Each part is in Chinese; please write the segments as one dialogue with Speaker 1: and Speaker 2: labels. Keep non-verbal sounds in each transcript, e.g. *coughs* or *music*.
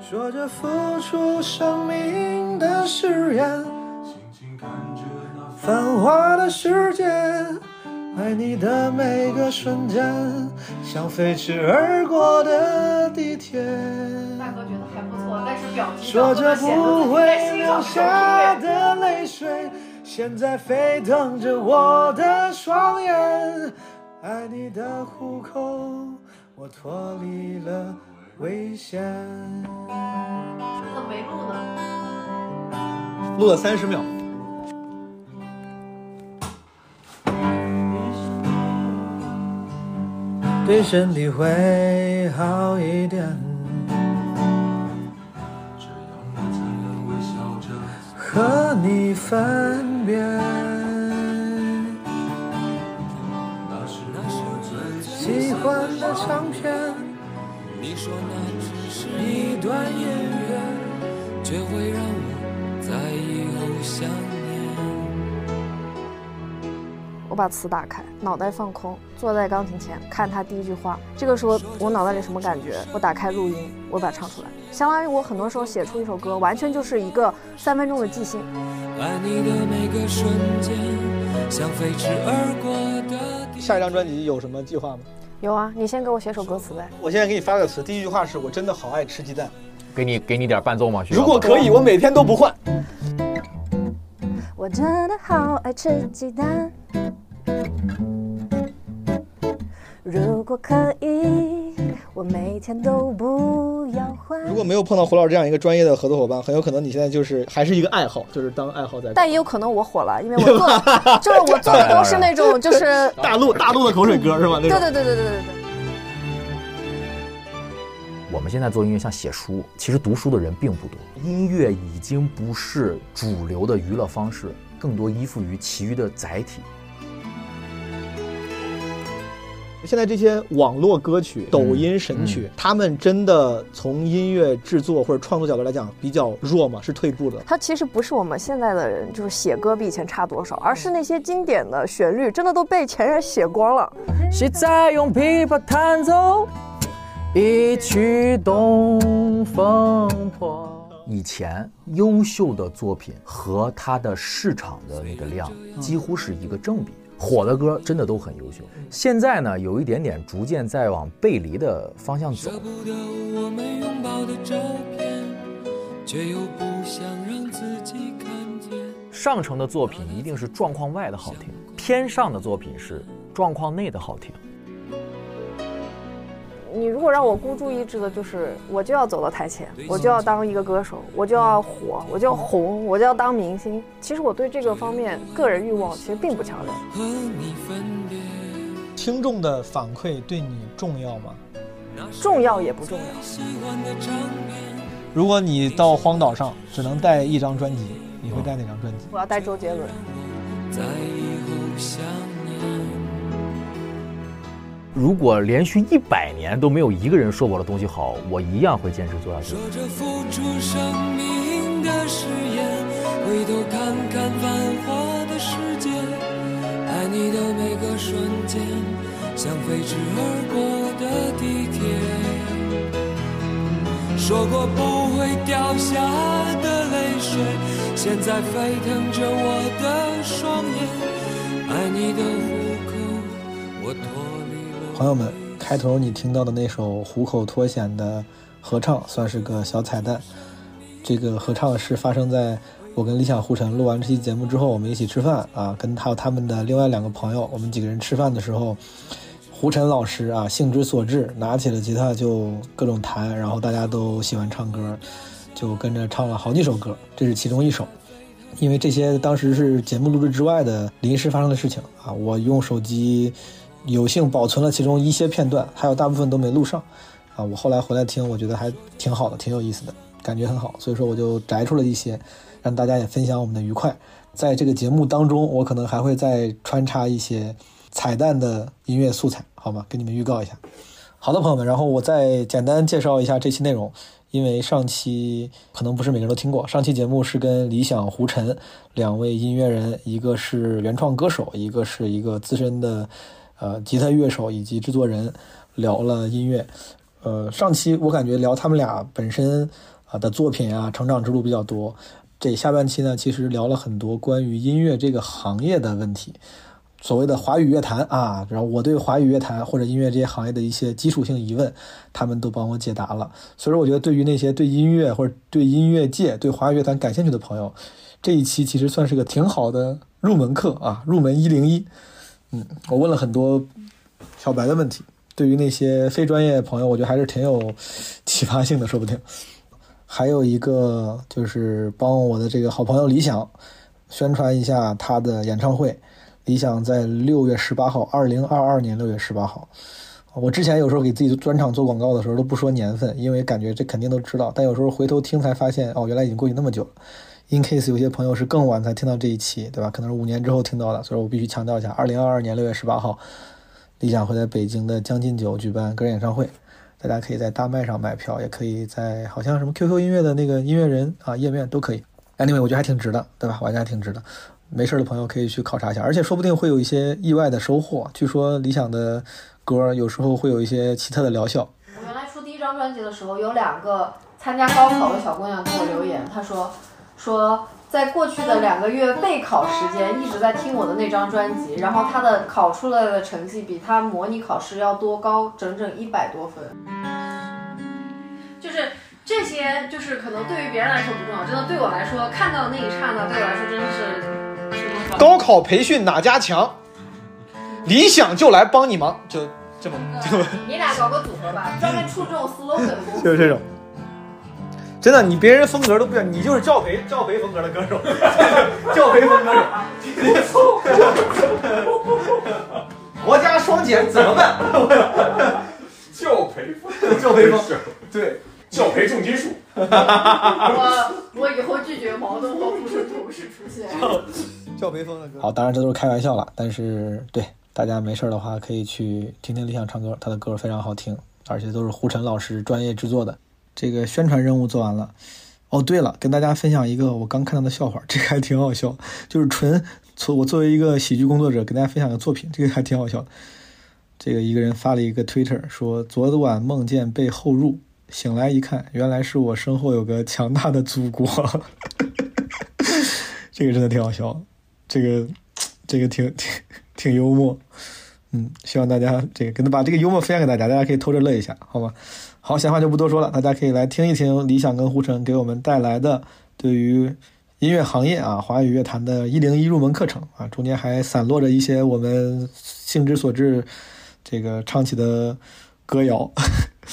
Speaker 1: 说着付出生命的誓言，繁华的世界，爱你的每个瞬间，像飞驰而过的地铁。
Speaker 2: 大哥觉得还不错，但是表情
Speaker 1: 说
Speaker 2: 上
Speaker 1: 着
Speaker 2: 就显得
Speaker 1: 不
Speaker 2: 自己
Speaker 1: 会
Speaker 2: 在欣赏
Speaker 1: 流
Speaker 2: 这首
Speaker 1: 下
Speaker 2: 音乐。
Speaker 1: 的泪水，现在沸腾着我的双眼。爱你的虎口，我脱离了危险。
Speaker 2: 怎么没录呢？
Speaker 3: 录了三十秒。
Speaker 1: 对身体会好一点。和你分别，喜欢的唱片，
Speaker 4: 你说那只是
Speaker 1: 一段音乐。
Speaker 4: 却会让我在以后想念。
Speaker 5: 我把词打开，脑袋放空，坐在钢琴前看他第一句话。这个时候我脑袋里什么感觉？我打开录音，我把它唱出来。相当于我很多时候写出一首歌，完全就是一个三分钟的即兴。
Speaker 4: 爱你的每个瞬间，像飞驰而过的地。
Speaker 3: 下一张专辑有什么计划吗？
Speaker 5: 有啊，你先给我写首歌词呗。
Speaker 3: 我现在给你发个词，第一句话是我真的好爱吃鸡蛋。
Speaker 6: 给你给你点伴奏吗？需要
Speaker 3: 如果嗯
Speaker 6: 吗
Speaker 3: 可以，我每天都不换。
Speaker 5: 我真的好爱吃鸡蛋。如果可以，我每天都不要换。
Speaker 3: 如果没有碰到胡老师这样一个专业的合作伙伴，很有可能你现在就是还是一个爱好，就是当爱好在。
Speaker 5: 但也有可能我火了，因为我做的就是我做的都是那种就是
Speaker 3: 大陆 *laughs* 大陆的口水歌是吧？那
Speaker 5: 对
Speaker 3: 种
Speaker 5: 对对对对对对，
Speaker 6: 我们现在做音乐像写书，其实读书的人并不多。音乐已经不是主流的娱乐方式，更多依附于其余的载体。
Speaker 3: 现在这些网络歌曲、抖音神曲，他们真的从音乐制作或者创作角度来讲比较弱吗？是退步的。
Speaker 5: 它其实不是我们现在的人就是写歌比以前差多少，而是那些经典的旋律真的都被前人写光了。
Speaker 1: 谁在用琵琶弹奏一曲《东风破
Speaker 6: 以前优秀的作品和它的市场的那个量几乎是一个正比，火的歌真的都很优秀。现在呢，有一点点逐渐在往背离的方向走
Speaker 4: 舍。不得我们拥抱的照片，却又不想让自己看见。
Speaker 6: 上乘的作品一定是状况外的好听，偏上的作品是状况内的好听。
Speaker 5: 你如果让我孤注一掷的，就是我就要走到台前，我就要当一个歌手，我就要火，我就要红，我就要当明星。其实我对这个方面个人欲望其实并不强烈。
Speaker 4: 和你分别，
Speaker 3: 听众的反馈对你重要吗？
Speaker 5: 重要也不重要，
Speaker 4: 喜欢的唱片。
Speaker 3: 如果你到荒岛上只能带一张专辑，你会带哪张专辑？
Speaker 5: 我要带周杰伦。
Speaker 4: 在以后想念，
Speaker 6: 如果连续一百年都没有一个人说我的东西好，我一样会坚持做下去
Speaker 4: 说。着付出生命的誓言，回头看看繁华的世界，爱你的每个瞬间，像飞驰而过的地铁。说过不会掉下的泪水，现在沸腾着我的双眼，爱你的虎口，我脱离了。
Speaker 3: 朋友们，开头你听到的那首《虎口脱险》的合唱算是个小彩蛋。这个合唱是发生在我跟理想胡晨录完这期节目之后，我们一起吃饭啊，跟还有他们的另外两个朋友，我们几个人吃饭的时候，胡晨老师啊，兴之所至，拿起了吉他就各种弹，然后大家都喜欢唱歌，就跟着唱了好几首歌，这是其中一首。因为这些当时是节目录制之外的临时发生的事情啊，我用手机有幸保存了其中一些片段，还有大部分都没录上啊。我后来回来听，我觉得还挺好的，挺有意思的，感觉很好，所以说我就摘出了一些，让大家也分享我们的愉快。在这个节目当中，我可能还会再穿插一些彩蛋的音乐素材，好吗？给你们预告一下。好的，朋友们，然后我再简单介绍一下这期内容，因为上期可能不是每个人都听过。上期节目是跟理想、胡晨两位音乐人，一个是原创歌手，一个是一个资深的呃吉他乐手以及制作人，聊了音乐。呃，上期我感觉聊他们俩本身啊的作品啊，成长之路比较多。这下半期呢，其实聊了很多关于音乐这个行业的问题，所谓的华语乐坛啊，然后我对华语乐坛或者音乐这些行业的一些基础性疑问，他们都帮我解答了。所以说，我觉得对于那些对音乐或者对音乐界、对华语乐坛感兴趣的朋友，这一期其实算是个挺好的入门课啊， *laughs* 入门一零一。嗯，我问了很多小白的问题，对于那些非专业朋友，我觉得还是挺有启发性的，说不定。还有一个就是帮我的这个好朋友李想宣传一下他的演唱会。李想在六月十八号，二零二二年六月十八号。我之前有时候给自己专场做广告的时候都不说年份，因为感觉这肯定都知道。但有时候回头听才发现，哦，原来已经过去那么久了。In case 有些朋友是更晚才听到这一期，对吧？可能是五年之后听到的，所以我必须强调一下，二零二二年六月十八号，理想会在北京的将进酒举办个人演唱会。大家可以在大麦上买票，也可以在好像什么 QQ 音乐的那个音乐人啊页面都可以。Anyway，我觉得还挺值的，对吧？我觉得还挺值的。没事的朋友可以去考察一下，而且说不定会有一些意外的收获。据说理想的歌有时候会有一些奇特的疗效。
Speaker 2: 我原来出第一张专辑的时候，有两个参加高考的小姑娘给我留言，她说说在过去的两个月备考时间一直在听我的那张专辑，然后她的考出来的成绩比她模拟考试要多高整整一百多分。就是这些，就是可能对于别人来说不重要，真的对我来说，看到的那一刹那，对我来说真的是什么
Speaker 1: 高考培训哪家强？理想就来帮你忙，就这么就
Speaker 2: 你俩搞个组合吧，专门出这种 slogan 公司
Speaker 1: 就是这种。真的，你别人风格都不一样，你就是教培教培风格的歌手，教培风歌手。国家双减怎么办？
Speaker 7: 教培风，
Speaker 1: 教培风，对，
Speaker 7: 教培重金属，
Speaker 2: 我我以后拒绝矛盾和不顺同时出现。
Speaker 1: 教培风的歌。
Speaker 3: 好，当然这都是开玩笑了，但是对大家没事儿的话，可以去听听理想唱歌，他的歌非常好听，而且都是胡晨老师专业制作的。这个宣传任务做完了。哦，对了，跟大家分享一个我刚看到的笑话，这个还挺好笑，就是纯从我作为一个喜剧工作者，给大家分享一个作品，这个还挺好笑的。这个一个人发了一个 Twitter 说，昨晚梦见被后入，醒来一看，原来是我身后有个强大的祖国。这个真的挺好笑，这个这个挺 *laughs* 挺挺幽默，嗯，希望大家这个跟把这个幽默分享给大家，大家可以偷着乐一下，好吗？好，闲话就不多说了，大家可以来听一听理想跟胡晨给我们带来的对于音乐行业啊、华语乐坛的一零一入门课程啊，中间还散落着一些我们兴之所至这个唱起的歌谣，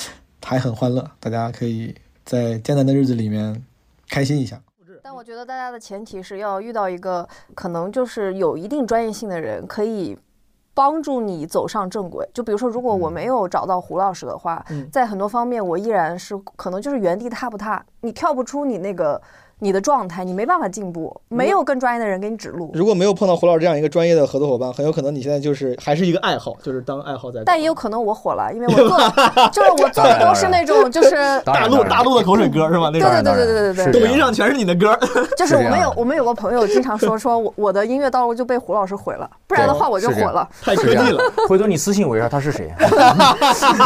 Speaker 3: *laughs* 还很欢乐，大家可以在艰难的日子里面开心一下。
Speaker 5: 但
Speaker 6: 嗯
Speaker 5: 我觉得大家的前提是要遇到一个可能就是有一定专业性的人，可以帮助你走上正轨。就比如说，如果我
Speaker 6: 嗯
Speaker 5: 没有找到胡老师的话，
Speaker 3: 嗯
Speaker 5: 在很多方面我依然是可能就是原地踏步踏，你跳不出你那个你的状态，你没办法进步，没有更专业的人给你指路。
Speaker 3: 如果没有碰到胡老师这样一个专业的合作伙伴，很有可能你现在就是还是一个爱好，就是当爱好在。
Speaker 5: 但也有可能我火了，
Speaker 6: *laughs*
Speaker 5: 因为我做就是我做的都是那种就是
Speaker 6: 当然当然
Speaker 3: 陆的口水歌是吧？那
Speaker 5: 对 *laughs*
Speaker 6: 当
Speaker 5: 对对
Speaker 6: 然当
Speaker 5: 对对
Speaker 6: 然
Speaker 5: 对对
Speaker 6: 是
Speaker 5: 对
Speaker 6: 这。样
Speaker 3: 上全是你的歌。
Speaker 5: 就是
Speaker 6: 这
Speaker 5: 我们
Speaker 6: 样
Speaker 5: 有
Speaker 6: 的
Speaker 5: 我们有个朋友经常说说我我的音乐道路就被胡老师毁了，不然的
Speaker 6: 对
Speaker 5: 话我就是火
Speaker 6: 这样
Speaker 5: 了。
Speaker 3: 太
Speaker 6: 是这样。回头你私信我一下，他是 *laughs* 谁？
Speaker 3: *laughs*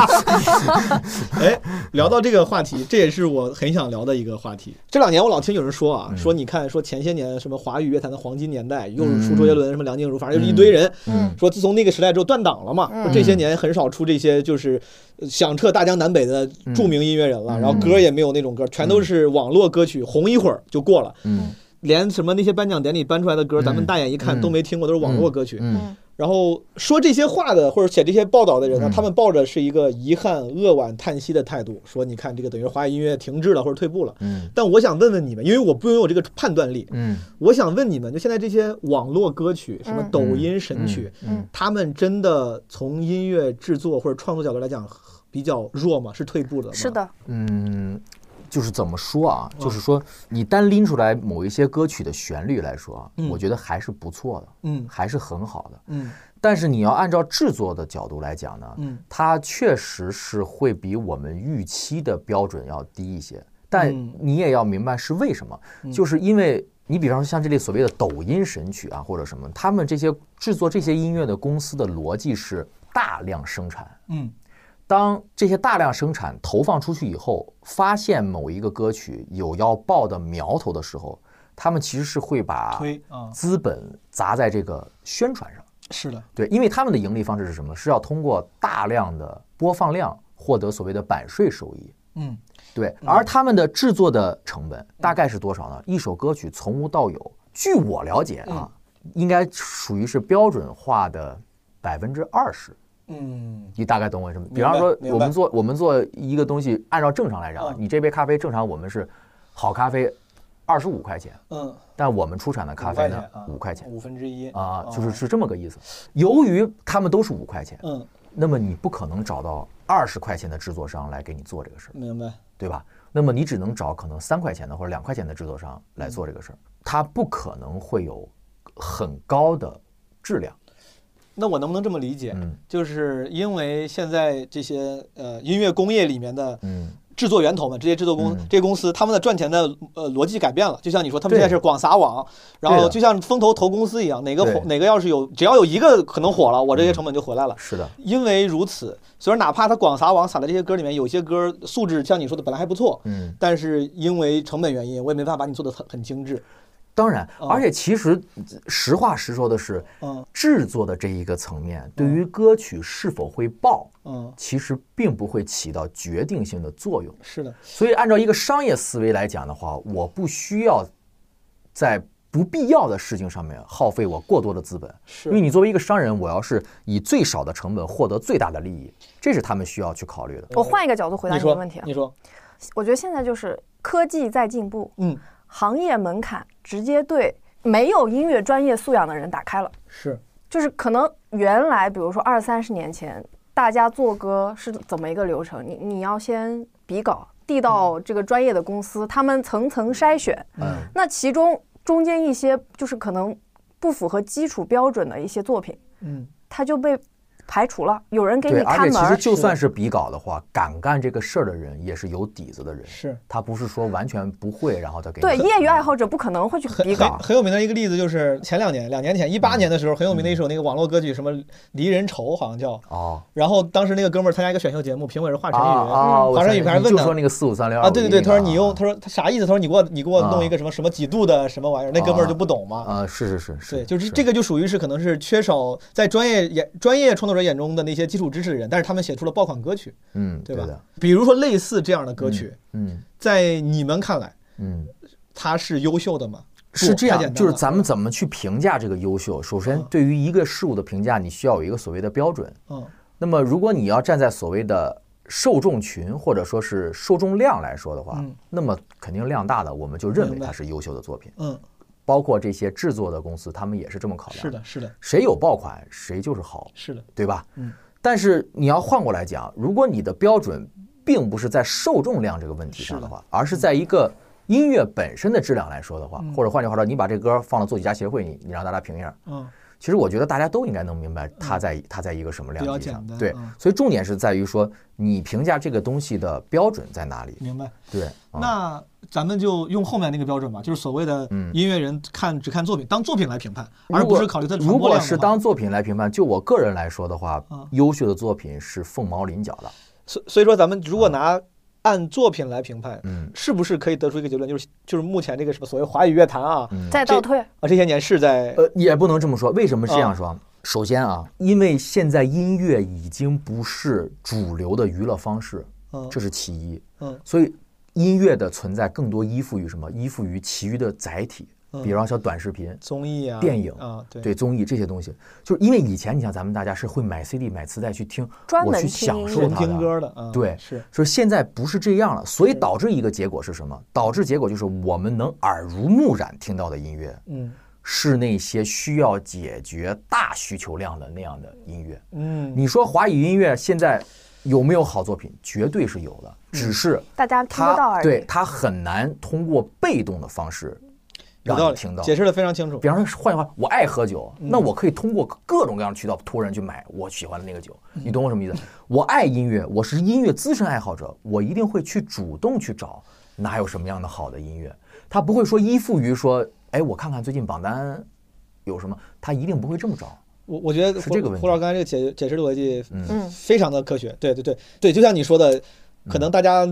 Speaker 3: 哎，聊到这个话题，这也是我很想聊的一个话题。这两年我老听有人说啊，说你看，说前些年什么华语乐坛的黄金年代，又是出周杰伦、什么梁静茹，反正就是一堆人。
Speaker 5: 嗯
Speaker 3: 说自从那个时代之后断档了嘛，
Speaker 5: 嗯
Speaker 3: 说这些年很少出这些就是呃响彻大江南北的著名音乐人了，然后歌也没有那种歌，全都是网络歌曲，红一会儿就过了。
Speaker 6: 嗯
Speaker 3: 连什么那些颁奖典礼颁出来的歌，咱们大眼一看
Speaker 6: 嗯
Speaker 3: 都没听过，都是网络歌曲。
Speaker 6: 嗯
Speaker 3: 然后说这些话的或者写这些报道的人呢
Speaker 6: 嗯，
Speaker 3: 他们抱着是一个遗憾、扼腕、叹息的态度，说你看这个等于华语音乐停滞了或者退步了。
Speaker 6: 嗯
Speaker 3: 但我想问问你们，因为我不拥有这个判断力，
Speaker 6: 嗯，
Speaker 3: 我想问你们，就现在这些网络歌曲，什么
Speaker 5: 嗯
Speaker 3: 抖音神曲，
Speaker 6: 嗯
Speaker 3: 他们真的从音乐制作或者创作角度来讲比较弱吗？是退步的吗？
Speaker 5: 是，的，
Speaker 6: 嗯，就是怎么说啊？就是说，你单拎出来某一些歌曲的旋律来说啊，
Speaker 3: 嗯
Speaker 6: 我觉得还是不错的，
Speaker 3: 嗯
Speaker 6: 还是很好的。
Speaker 3: 嗯
Speaker 6: 但是你要按照制作的角度来讲呢，
Speaker 3: 嗯
Speaker 6: 它确实是会比我们预期的标准要低一些。但
Speaker 3: 嗯
Speaker 6: 你也要明白是为什么，就是因为你比方说像这类所谓的抖音神曲啊，或者什么，他们这些制作这些音乐的公司的逻辑是大量生产，
Speaker 3: 嗯
Speaker 6: 当这些大量生产投放出去以后，发现某一个歌曲有要爆的苗头的时候，他们其实是会把
Speaker 3: 推啊，
Speaker 6: 资本砸在这个宣传上。
Speaker 3: 是的，
Speaker 6: 对，因为他们的盈利方式是什么？是要通过大量的播放量获得所谓的版税收益。
Speaker 3: 嗯，
Speaker 6: 对，而他们的制作的成本大概是多少呢？一首歌曲从无到有，据我了解啊，
Speaker 3: 嗯
Speaker 6: 应该属于是标准化的百分之二十。
Speaker 3: 嗯，
Speaker 6: 你大概懂我什么？比
Speaker 3: 明白
Speaker 6: 方说，
Speaker 3: 明白
Speaker 6: 我们做我们做一个东西，按照正常来讲啊
Speaker 3: 嗯，
Speaker 6: 你这杯咖啡正常我们是好咖啡二十五块钱，
Speaker 3: 嗯，
Speaker 6: 但我们出产的咖
Speaker 3: 五
Speaker 6: 啡
Speaker 3: 块
Speaker 6: 呢
Speaker 3: 钱啊，哦
Speaker 6: 五块钱
Speaker 3: 五分之一
Speaker 6: 啊，就是是这么个意思。由于他们都是五块钱，
Speaker 3: 嗯，
Speaker 6: 那么你不可能找到二十块钱的制作商来给你做这个事儿，
Speaker 3: 明白，
Speaker 6: 对吧？那么你只能找可能三块钱的或者两块钱的制作商来做这个事儿，它不可能会有很高的质量。
Speaker 3: 那我能不能这么理解？
Speaker 6: 嗯
Speaker 3: 就是因为现在这些呃音乐工业里面的
Speaker 6: 嗯，
Speaker 3: 制作源头们，这些制作公、
Speaker 6: 嗯
Speaker 3: 这些公司，他们的赚钱的呃逻辑改变了。就像你说，他们
Speaker 6: 对
Speaker 3: 现在是广撒网，然
Speaker 6: 对
Speaker 3: 后
Speaker 6: 的
Speaker 3: 就像风投投公司一样，哪个
Speaker 6: 对
Speaker 3: 火哪个要是有只要有一个可能火了，我这些成本就回来了。
Speaker 6: 是的，
Speaker 3: 因为如此，所以说哪怕他广撒网撒的这些歌里面，有些歌素质像你说的本来还不错，
Speaker 6: 嗯。
Speaker 3: 但是因为成本原因，我也没办法把你做的很很精致。
Speaker 6: 当然，
Speaker 3: 嗯
Speaker 6: 而且其实实话实说的是，
Speaker 3: 嗯
Speaker 6: 制作的这一个层面对于歌曲是否会爆，
Speaker 3: 嗯，
Speaker 6: 其实并不会起到决定性的作用。
Speaker 3: 是的，
Speaker 6: 所以，按照一个商业思维来讲的话，我不需要在不必要的事情上面耗费我过多的资本，
Speaker 3: 是
Speaker 6: 因为你作为一个商人，我要是以最少的成本获得最大的利益，这是他们需要去考虑的。
Speaker 5: 我换一个角度回答
Speaker 3: 你
Speaker 5: 你的
Speaker 3: 说
Speaker 5: 问题啊
Speaker 3: 你，说，
Speaker 5: 我觉得现在就是科技在进步，
Speaker 3: 嗯，
Speaker 5: 行业门槛直接对没有音乐专业素养的人打开了。
Speaker 3: 是
Speaker 5: 就是可能原来，比如说二三十年前，大家做歌是怎么一个流程？你你要先比稿，递到这个专业的公司，他们层层筛选。
Speaker 6: 嗯，
Speaker 5: 那其中中间一些就是可能不符合基础标准的一些作品，
Speaker 3: 嗯，
Speaker 5: 它就被排除了。有人给
Speaker 6: 对，
Speaker 5: 你
Speaker 6: 而
Speaker 5: 看
Speaker 6: 且
Speaker 5: 门
Speaker 6: 其实
Speaker 5: 儿，
Speaker 6: 就算是比稿的话，敢干这个事儿的人也是有底子的人，
Speaker 3: 是。
Speaker 6: 他不是说完全不会，然后再给你
Speaker 5: 对
Speaker 6: 很嗯
Speaker 5: 业余爱好者不可能会去
Speaker 3: 很
Speaker 5: 比
Speaker 3: 很
Speaker 5: 稿。
Speaker 3: 很有名的一个例子就是前两年，两年前一八年的时候，很有名的一首那个网络歌曲，什么《离人愁》好像叫。
Speaker 6: 哦
Speaker 3: 然后当时那个哥们儿参加一个选秀节目，评委是华
Speaker 6: 啊
Speaker 3: 晨宇
Speaker 6: 啊！我
Speaker 3: 华晨
Speaker 6: 想
Speaker 3: 宇还
Speaker 6: 你
Speaker 3: 问
Speaker 6: 就
Speaker 3: 呢
Speaker 6: 说那个四五三六
Speaker 3: 啊，对对对，他说你用，他说他啥意思？他说你给我你给我弄一个什么什么几度的什么玩意儿，那哥们儿就不懂嘛。
Speaker 6: 啊，是是是是，
Speaker 3: 对，就是这个就属于是可能是缺少在专业眼专业创作者眼中的那些基础知识的人，但是他们写出了爆款歌曲，
Speaker 6: 嗯，
Speaker 3: 对
Speaker 6: 对
Speaker 3: 吧？
Speaker 6: 的，
Speaker 3: 比如说类似这样的歌曲，
Speaker 6: 嗯
Speaker 3: 在你们看来
Speaker 6: 嗯。
Speaker 3: 它是优秀的吗？
Speaker 6: 是这
Speaker 3: 不太简
Speaker 6: 样，
Speaker 3: 单
Speaker 6: 就是
Speaker 3: 了
Speaker 6: 咱们怎么去评价这个优秀？首先，对于一个事物的评价，你需要有一个所谓的标准。
Speaker 3: 嗯
Speaker 6: 那么，如果你要站在所谓的受众群或者说是受众量来说的话
Speaker 3: 嗯，
Speaker 6: 那么肯定量大的，我们就认为
Speaker 3: 明白
Speaker 6: 它是优秀的作品。
Speaker 3: 嗯，
Speaker 6: 包括这些制作的公司，他们也是这么考量。
Speaker 3: 是，的，是的，
Speaker 6: 谁有爆款，谁就是好，
Speaker 3: 是的，
Speaker 6: 对吧？
Speaker 3: 嗯。
Speaker 6: 但是你要换过来讲，如果你的标准并不是在受众量这个问题上的话，而是在一个音乐本身的质量来说的话，或者换句话说，你把这歌放到作曲家协会，你你让大家评一下。
Speaker 3: 嗯，
Speaker 6: 其实我觉得大家都应该能明白它在、它在一个什么量
Speaker 3: 比较
Speaker 6: 级上
Speaker 3: 简单，
Speaker 6: 对，
Speaker 3: 嗯
Speaker 6: 所以重点是在于说你评价这个东西的标准在哪里，
Speaker 3: 明白。
Speaker 6: 对，
Speaker 3: 啊
Speaker 6: 嗯
Speaker 3: 那咱们就用后面那个标准吧，就是所谓的
Speaker 6: 嗯
Speaker 3: 音乐人看只看作品，当作品来评判，而
Speaker 6: 如果
Speaker 3: 不是考虑它的传
Speaker 6: 如
Speaker 3: 播量
Speaker 6: 果
Speaker 3: 的话。
Speaker 6: 是当作品来评判，就我个人来说的话，
Speaker 3: 嗯
Speaker 6: 优秀的作品是凤毛麟角的。
Speaker 3: 所所以说，咱们如果拿按作品来评判，
Speaker 6: 嗯
Speaker 3: 是不是可以得出一个结论，就是就是目前这个什么所谓华语乐坛啊
Speaker 5: 再倒退，
Speaker 3: 啊这些年是在
Speaker 6: 呃，也不能这么说。为什么这
Speaker 3: 啊
Speaker 6: 样说？首先啊，因为现在音乐已经不是主流的娱乐方式，
Speaker 3: 嗯
Speaker 6: 这是其一。
Speaker 3: 嗯
Speaker 6: 所以音乐的存在更多依附于什么？依附于其余的载体，比方说短视频、
Speaker 3: 综艺啊、
Speaker 6: 电影
Speaker 3: 啊，嗯对
Speaker 6: 对综艺这些东西。就是因为以前你像咱们大家是会买 CD、买磁带去听，
Speaker 5: 专
Speaker 6: 我
Speaker 5: 门
Speaker 6: 去
Speaker 5: 听
Speaker 6: 享
Speaker 5: 音
Speaker 6: 受
Speaker 5: 乐
Speaker 3: 纯
Speaker 6: 它
Speaker 3: 听
Speaker 6: 的
Speaker 3: 歌的啊，
Speaker 6: 对，
Speaker 3: 是嗯
Speaker 6: 所以现在不是这样了，所以导致一个结果是什么？导致结果就是我们能耳濡目染听到的音乐，
Speaker 3: 嗯
Speaker 6: 是那些需要解决大需求量的那样的音乐。
Speaker 3: 嗯
Speaker 6: 你说华语音乐现在有没有好作品？绝对是有的，只
Speaker 3: 嗯
Speaker 6: 是
Speaker 5: 大家听不到
Speaker 6: 它
Speaker 5: 而已。
Speaker 6: 对它很难通过被动的方式
Speaker 3: 有
Speaker 6: 让
Speaker 3: 道
Speaker 6: 你
Speaker 3: 理，
Speaker 6: 听到。
Speaker 3: 解释的非常清楚
Speaker 6: 比。方说，换句话，我爱喝酒，
Speaker 3: 嗯
Speaker 6: 那我可以通过各种各样的渠道托人去买我喜欢的那个酒。
Speaker 3: 嗯
Speaker 6: 你懂我什么意思？我爱音乐，我是音乐资深爱好者，我一定会去主动去找哪有什么样的好的音乐。他不会说依附于说，哎，我看看最近榜单有什么，他一定不会这么找。
Speaker 3: 我我觉得
Speaker 6: 是
Speaker 3: 胡
Speaker 6: 这个问题
Speaker 3: 胡老师刚才这个解解释的逻辑
Speaker 6: 嗯
Speaker 8: 嗯，
Speaker 3: 非常的科学，对对对对，就像你说的，可
Speaker 6: 嗯
Speaker 3: 能大家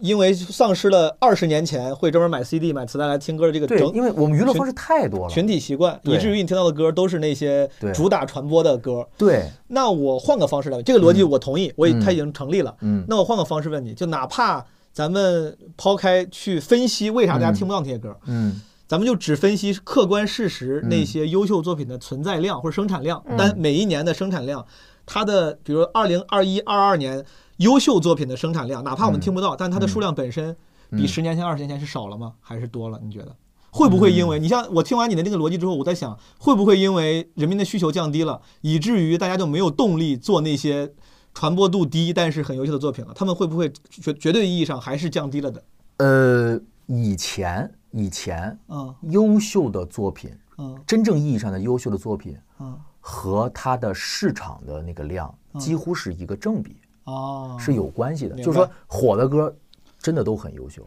Speaker 3: 因为丧失了二十年前会专门买 CD 买磁带来听歌的这个
Speaker 6: 对，
Speaker 3: 呃整
Speaker 6: 因为我们娱乐方式太多了，
Speaker 3: 群体习惯，
Speaker 6: 对
Speaker 3: 以至于你听到的歌都是那些
Speaker 6: 对
Speaker 3: 主打传播的歌。
Speaker 6: 对，
Speaker 3: 那我换个方式来问，这个逻辑我同意，我也
Speaker 6: 嗯
Speaker 3: 它已经成立了。
Speaker 6: 嗯，
Speaker 3: 那我换个方式问你，就哪怕咱们抛开去分析为啥大家听不到那些歌，
Speaker 6: 嗯，
Speaker 3: 咱们就只分析客观事实，
Speaker 6: 嗯
Speaker 3: 那些优秀作品的存在量或者生产量，
Speaker 8: 嗯
Speaker 3: 但每一年的生产量，它的比如二零二一、二二年优秀作品的生产量，哪怕我们
Speaker 6: 嗯
Speaker 3: 听不到，但它的数量本身比
Speaker 6: 嗯
Speaker 3: 十年前、二十年前是少了吗？还是多了？你觉得？会不会因
Speaker 6: 嗯
Speaker 3: 为你像我听完你的那个逻辑之后，我在想，会不会因为人民的需求降低了，以至于大家就没有动力做那些传播度低但是很优秀的作品了？他们会不会绝绝对意义上还是降低了的？
Speaker 6: 呃，以前以前
Speaker 3: 嗯
Speaker 6: 优秀的作品，
Speaker 3: 嗯
Speaker 6: 真正意义上的优秀的作品
Speaker 3: 嗯，
Speaker 6: 和它的市场的那个量几乎是一个正比，
Speaker 3: 哦，
Speaker 6: 是有关系的。
Speaker 3: 明白
Speaker 6: 就是说，火的歌真的都很优秀。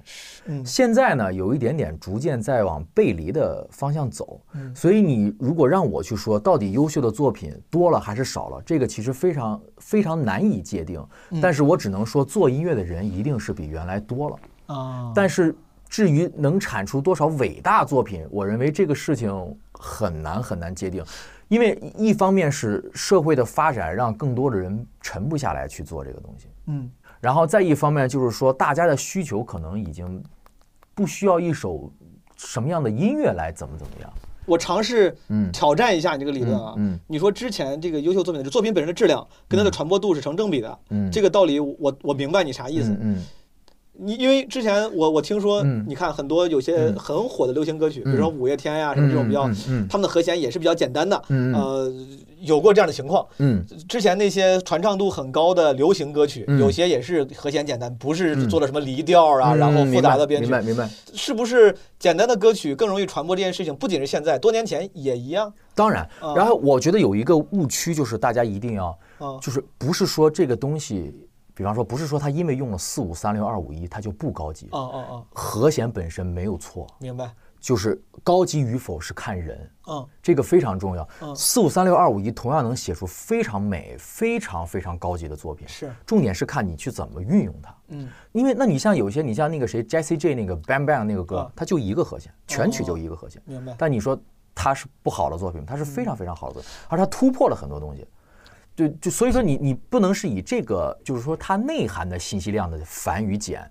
Speaker 3: 嗯
Speaker 6: 现在呢，有一点点逐渐在往背离的方向走，
Speaker 3: 嗯
Speaker 6: 所以你如果让我去说到底优秀的作品多了还是少了，这个其实非常非常难以界定。
Speaker 3: 嗯
Speaker 6: 但是我只能说，做音乐的人一定是比原来多了。
Speaker 3: 啊，
Speaker 6: 但是至于能产出多少伟大作品，我认为这个事情很难很难界定，因为一方面是社会的发展让更多的人沉不下来去做这个东西，
Speaker 3: 嗯
Speaker 6: 然后再一方面就是说大家的需求可能已经不需要一首什么样的音乐来怎么怎么样，，
Speaker 3: 我尝试
Speaker 6: 嗯
Speaker 3: 挑战一下你这个理论啊。
Speaker 6: 嗯嗯
Speaker 3: 你说之前这个优秀作品的作品本身的质量跟它的传播度是成正比的，
Speaker 6: 嗯
Speaker 3: 这个道理我我明白你啥意思。
Speaker 6: 嗯嗯
Speaker 3: 你因为之前我我听说，
Speaker 6: 嗯
Speaker 3: 你看很多有些很火的流行歌曲，比如说五月天呀、什么这种比较，
Speaker 6: 嗯嗯嗯
Speaker 3: 他们的和弦也是比较简单的，
Speaker 6: 嗯嗯
Speaker 3: 呃，有过这样的情况。
Speaker 6: 嗯
Speaker 3: 之前那些传唱度很高的流行歌曲，
Speaker 6: 嗯
Speaker 3: 有些也是和弦简单，不是做了什么离调啊，然后复杂的编曲
Speaker 6: 嗯明。白明白。明白
Speaker 3: 是不是简单的歌曲更容易传播这件事情，不仅是现在，多年前也一样。
Speaker 6: 当然
Speaker 3: 嗯，
Speaker 6: 然后我觉得有一个误区，就是大家一定要
Speaker 3: 嗯，
Speaker 6: 就是不是说这个东西，比方说不是说它因为用了四五三六二五一，它就不高级
Speaker 3: 哦。哦哦，
Speaker 6: 和弦本身没有错，
Speaker 3: 明白。
Speaker 6: 就是高级与否是看人，
Speaker 3: 嗯
Speaker 6: 这个非常重要
Speaker 3: 嗯。
Speaker 6: 四五三六二五一同样能写出非常美、非常非常高级的作品，
Speaker 3: 是
Speaker 6: 重点是看你去怎么运用它。
Speaker 3: 嗯
Speaker 6: 因为那你像有些，你像那个谁 Jesse J 那个 Bang Bang 那个歌
Speaker 3: 嗯，
Speaker 6: 它就一个和弦，全曲就一个和弦。
Speaker 3: 明白嗯
Speaker 6: 但你说它是不好的作品，它是非常非常好的作品，而它突破了很多东西。就就所以说你你不能是以这个就是说它内涵的信息量的繁与减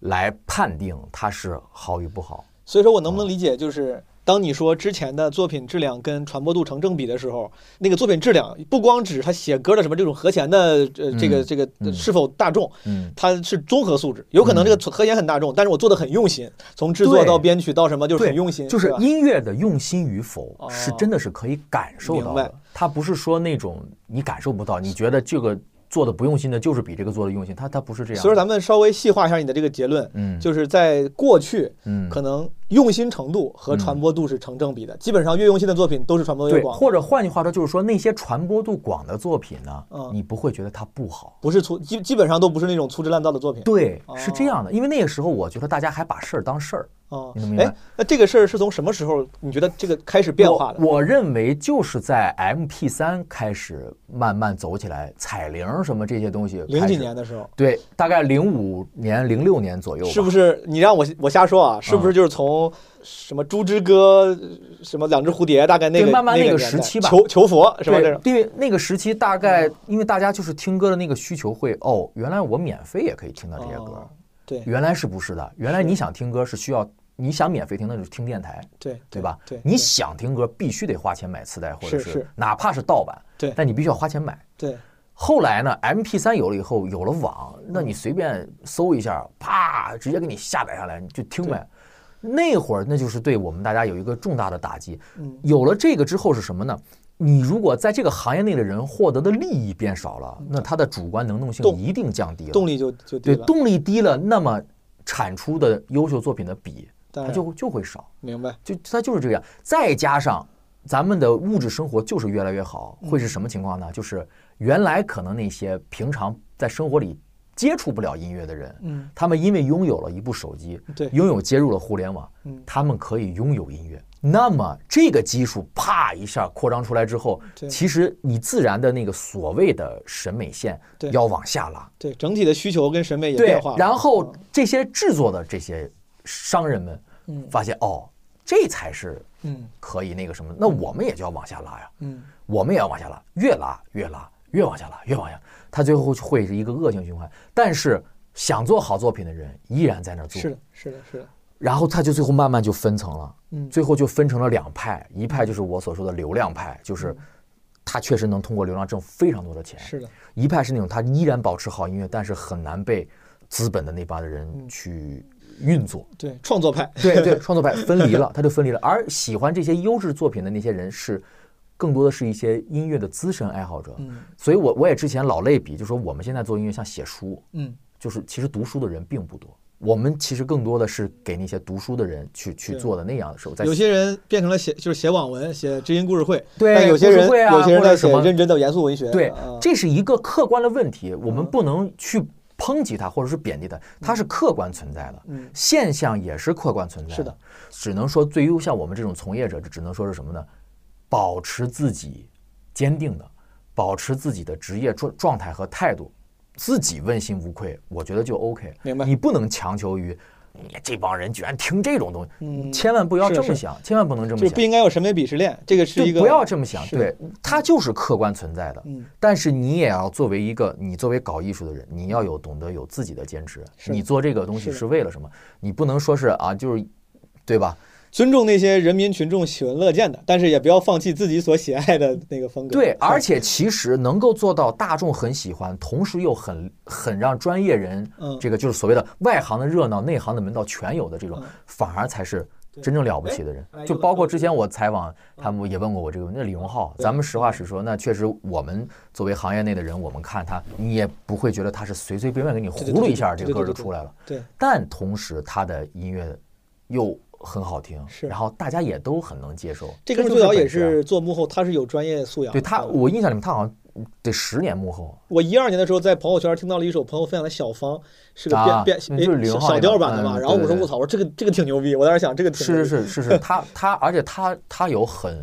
Speaker 6: 来判定它是好与不好。
Speaker 3: 所以说我能不能理解，就是当你说之前的作品质量跟传播度成正比的时候，那个作品质量不光指他写歌的什么这种和弦的呃这个这个呃是否大众，
Speaker 6: 嗯
Speaker 3: 它是综合素质，有可能这个和弦很大众，但是我做的很用心，从制作
Speaker 6: 对
Speaker 3: 到编曲到什么就是很用心，
Speaker 6: 就是
Speaker 3: 吧
Speaker 6: 音乐的用心与否
Speaker 3: 哦
Speaker 6: 是真的是可以感受到
Speaker 3: 明
Speaker 6: 的
Speaker 3: 白，
Speaker 6: 它不是说那种你感受不到，你觉得这个做的不用心的，就是比这个做的用心，它它不是这样的。
Speaker 3: 所以说咱们稍微细化一下你的这个结论，
Speaker 6: 嗯
Speaker 3: 就是在过去，
Speaker 6: 嗯
Speaker 3: 可能用心程度和传播度是成正比的，基本上越用心的作品都是传播越
Speaker 6: 对，
Speaker 3: 广，
Speaker 6: 或者换句话说，就是说那些传播度广的作品呢，
Speaker 3: 嗯
Speaker 6: 你不会觉得它不好。
Speaker 3: 不是粗基基本上都不是那种粗制滥造的作品。
Speaker 6: 对，是这样的，因为那个时候我觉得大家还把事儿当事儿。
Speaker 3: 哦
Speaker 6: 你能，明白
Speaker 3: 哎，那这个事儿是从什么时候你觉得这个开始变化的？
Speaker 6: 我我认为就是在 M P 三开始慢慢走起来，彩铃什么这些东西。
Speaker 3: 零几年？的时候，
Speaker 6: 对，大概零五年、零六年左右吧。嗯
Speaker 3: 是不是？你让我我瞎说啊，是不是就是从什么《猪之歌》、什么《两只蝴蝶》，大概那个
Speaker 6: 对慢慢
Speaker 3: 那
Speaker 6: 那个
Speaker 3: 年代
Speaker 6: 时期吧
Speaker 3: 求求佛是吧？
Speaker 6: 对
Speaker 3: 这种
Speaker 6: 因为那个时期大概，因为大家就是听歌的那个需求会，哦，原来我免费也可以听到这些歌
Speaker 3: 哦。对
Speaker 6: 原来是不是的？原来你想听歌是需要，你想免费听那就是听电台。
Speaker 3: 对
Speaker 6: 对吧？
Speaker 3: 对，
Speaker 6: 你
Speaker 3: 对
Speaker 6: 想听歌必须得花钱买磁带，或者
Speaker 3: 是是
Speaker 6: 哪怕是盗版，
Speaker 3: 对
Speaker 6: 但你必须要花钱买。
Speaker 3: 对
Speaker 6: 后来呢，MP 3有了以后，有了网，那
Speaker 3: 嗯
Speaker 6: 你随便搜一下，啪，直接给你下载下来，你就听呗。那会儿那就是对我们大家有一个重大的打击。
Speaker 3: 嗯
Speaker 6: 有了这个之后是什么呢？你如果在这个行业内的人获得的利益变少了，那他的主观能动性
Speaker 3: 嗯动
Speaker 6: 一定降低了。
Speaker 3: 动力就就低
Speaker 6: 对
Speaker 3: 了，
Speaker 6: 动力低了，那么产出的优秀作品的比，
Speaker 3: 当
Speaker 6: 它
Speaker 3: 然
Speaker 6: 就就会少。
Speaker 3: 明白。
Speaker 6: 就它就是这个样。再加上咱们的物质生活就是
Speaker 3: 嗯
Speaker 6: 越来越好，会是什么情况呢？就是原来可能那些平常在生活里接触不了音乐的人，
Speaker 3: 嗯，
Speaker 6: 他们因为拥有了一部手机，
Speaker 3: 对
Speaker 6: 拥有接入了互联网
Speaker 3: 嗯，
Speaker 6: 他们可以拥有音乐。那么这个基数啪一下扩张出来之后
Speaker 3: 对，
Speaker 6: 其实你自然的那个所谓的审美线
Speaker 3: 对
Speaker 6: 要往下拉，
Speaker 3: 对，整体的需求跟审美也
Speaker 6: 对
Speaker 3: 变化。了。
Speaker 6: 然后这些制作的这些商人们
Speaker 3: 嗯
Speaker 6: 发现，哦，这才是
Speaker 3: 嗯
Speaker 6: 可以那个什么，那我们也就要往下拉呀，
Speaker 3: 嗯
Speaker 6: 我们也要往下拉，越拉越拉，越往下拉越往下，它最后会是一个恶性循环。但是想做好作品的人依然在那儿做，
Speaker 3: 是的，是的，是的，
Speaker 6: 然后它就最后慢慢就分层了，
Speaker 3: 嗯
Speaker 6: 最后就分成了两派，一派就是我所说的流量派，就是他确实能通过流量挣非常多的钱，
Speaker 3: 嗯是的，
Speaker 6: 一派是那种他依然保持好音乐，但是很难被资本的那帮人
Speaker 3: 嗯
Speaker 6: 去运作。
Speaker 3: 对，创作派，
Speaker 6: 对对，创作派分
Speaker 3: *laughs*
Speaker 6: 离了，他就分离了。而喜欢这些优质作品的那些人是，更多的是一些音乐的资深爱好者。
Speaker 3: 嗯
Speaker 6: 所以我我也之前老类比，就说我们现在做音乐像写书，
Speaker 3: 嗯，
Speaker 6: 就是其实读书的人并不多。我们其实更多的是给那些读书的人去去
Speaker 3: 对
Speaker 6: 做的那样的时候，在
Speaker 3: 有些人变成了写就是写网文，写知音故事会，
Speaker 6: 对
Speaker 3: 但有些人
Speaker 6: 故事会啊
Speaker 3: 有些人
Speaker 6: 或者
Speaker 3: 在
Speaker 6: 什
Speaker 3: 写
Speaker 6: 么
Speaker 3: 认真的严肃文学，
Speaker 6: 对
Speaker 3: 啊，
Speaker 6: 这是一个客观的问
Speaker 3: 嗯
Speaker 6: 题，我们不能去抨击它或者是贬低它，它是客观存在的
Speaker 3: 嗯，
Speaker 6: 现象也是客观存在。
Speaker 3: 是的，
Speaker 6: 只能说最优像我们这种从业者，只能说是什么呢？保持自己坚定的，保持自己的职业状状态和态度，自己问心无愧，我觉得就 OK。
Speaker 3: 明白
Speaker 6: 你不能强求于。你这帮人居然听这种东西，
Speaker 3: 嗯
Speaker 6: 千万不要
Speaker 3: 是
Speaker 6: 这
Speaker 3: 的
Speaker 6: 么
Speaker 3: 是
Speaker 6: 想，千万不能这么
Speaker 3: 就是
Speaker 6: 想
Speaker 3: 不。应该有审美鄙视链，这个是一
Speaker 6: 对，
Speaker 3: 个
Speaker 6: 不要这么想，
Speaker 3: 是
Speaker 6: 对，它就是客观存在的。
Speaker 3: 嗯
Speaker 6: 但是你也要作为一个，你作为搞艺术的人，你要有懂得有自己的坚持。
Speaker 3: 是
Speaker 6: 你做这个东
Speaker 3: 是
Speaker 6: 西
Speaker 3: 的
Speaker 6: 是为了什么？你不能说是啊，就是，对吧？
Speaker 3: 尊重那些人民群众喜闻乐见的，但是也不要放弃自己所喜爱的那个风格。
Speaker 6: 对，而且其实能够做到大众很喜欢，同时又很很让专业人
Speaker 3: 嗯，
Speaker 6: 这个就是所谓的外行的热闹，内行的门道全有的这种
Speaker 3: 嗯，
Speaker 6: 反而才是真正了不起的人
Speaker 3: 哎。
Speaker 6: 就包括之前我采
Speaker 3: 嗯
Speaker 6: 访他们也问过我这个问题，那李荣浩，咱们实话实说，那确实我们作为行业内的人，我们看他，你也不会觉得他是随随便便给你
Speaker 3: 对
Speaker 6: 葫芦一下，
Speaker 3: 对对
Speaker 6: 这个
Speaker 3: 对
Speaker 6: 歌就
Speaker 3: 对
Speaker 6: 出来了。
Speaker 3: 对，
Speaker 6: 但同时他的音乐又很好听，
Speaker 3: 是
Speaker 6: 然后大家也都很能接受。
Speaker 3: 这个
Speaker 6: 就
Speaker 3: 最早
Speaker 6: 本
Speaker 3: 也
Speaker 6: 事啊
Speaker 3: 是做幕后，他是有专业素养的。
Speaker 6: 对他，我印象里面他好像得十年幕后，
Speaker 3: 我一二年的时候在朋友圈听到了一首朋友分享的小芳，是个变、
Speaker 6: 啊
Speaker 3: 变
Speaker 6: 就是
Speaker 3: 诶
Speaker 6: 刘
Speaker 3: 小
Speaker 6: 昊
Speaker 3: 小
Speaker 6: 那个
Speaker 3: 调版的嘛。
Speaker 6: 嗯
Speaker 3: 然后我
Speaker 6: 对
Speaker 3: 说
Speaker 6: 对对
Speaker 3: 我操，我说这个这个挺牛逼，我当时想这个挺牛逼
Speaker 6: 是是是是是，他他，而且他他有很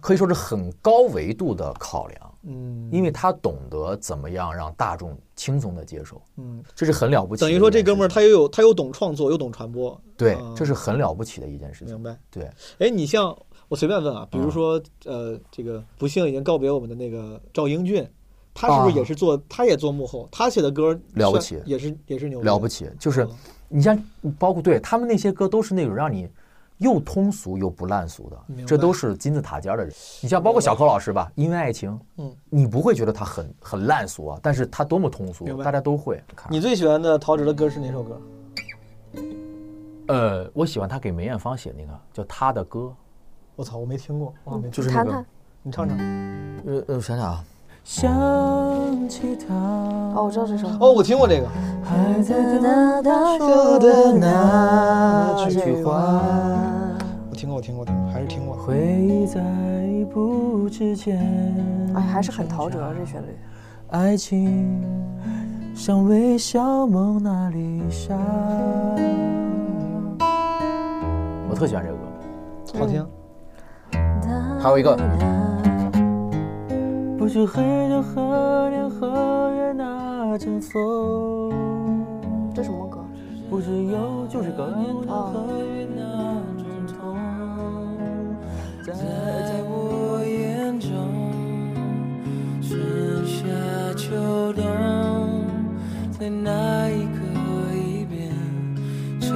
Speaker 6: 可以说是很高维度的考量，
Speaker 3: 嗯
Speaker 6: 因为他懂得怎么样让大众轻松的接受，
Speaker 3: 嗯，
Speaker 6: 这是很了不起的
Speaker 3: 等于
Speaker 6: 一件事情。
Speaker 3: 说这哥们儿他又有他又懂创作又懂传播，
Speaker 6: 对
Speaker 3: 嗯，
Speaker 6: 这是很了不起的一件事情。
Speaker 3: 明白？
Speaker 6: 对，
Speaker 3: 哎，你像我随便问啊，比
Speaker 6: 嗯
Speaker 3: 如说、呃，这个不幸已经告别我们的那个赵英俊，他是不是
Speaker 6: 啊
Speaker 3: 也是做、他也做幕后，他写的歌
Speaker 6: 了不
Speaker 3: 算
Speaker 6: 起
Speaker 3: 也是也是牛逼
Speaker 6: 了不起，就是
Speaker 3: 嗯
Speaker 6: 你像包括对他们那些歌都是那种让你又通俗又不烂俗
Speaker 3: 明白
Speaker 6: 的，这都是金字塔尖儿的人。你像包括小寇老师吧，因为爱情，
Speaker 3: 嗯，
Speaker 6: 你不会觉得他很很烂俗啊，但是他多么通俗
Speaker 3: 明白，
Speaker 6: 大家都会看。
Speaker 3: 你最喜欢的陶喆的歌是哪首歌？
Speaker 6: 呃，我喜欢他给梅艳芳写那个叫《他的歌
Speaker 3: 我操，我没听过，我没听过
Speaker 6: 就是那
Speaker 5: 谈
Speaker 6: 个
Speaker 5: 谈
Speaker 3: 你唱唱。》。
Speaker 6: 呃呃，我想想啊，
Speaker 1: 想起他，
Speaker 5: 哦，我知道这首。
Speaker 3: 哦，我听过这个。
Speaker 1: 还在
Speaker 5: 哒哒
Speaker 3: 说的那
Speaker 5: 句话，
Speaker 3: 我听过，我听过，我听过，还是听过。
Speaker 1: 回忆在不知间。
Speaker 5: 哎，还是很陶喆这旋律。
Speaker 1: 爱情像微笑蒙娜丽莎。
Speaker 6: 我特喜欢这个歌。
Speaker 3: 好听。
Speaker 5: 嗯
Speaker 6: 还有一个
Speaker 1: 不知何年何年何月那阵风，
Speaker 5: 这什么歌？
Speaker 1: 不知有就是歌
Speaker 5: 哦，
Speaker 1: 在在我眼中，春夏秋冬，在那一刻一变，成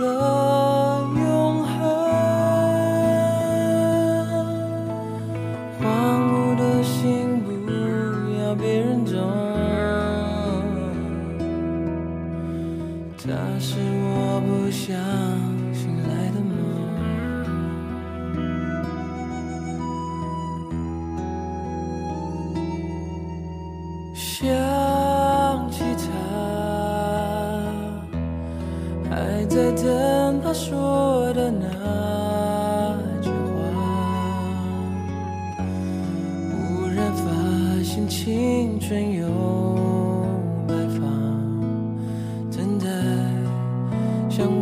Speaker 1: 了永恒。荒芜的心不要别人懂，它是我不想醒来的梦。想起他，还在等他说的那句话。忽然发现青春又白发。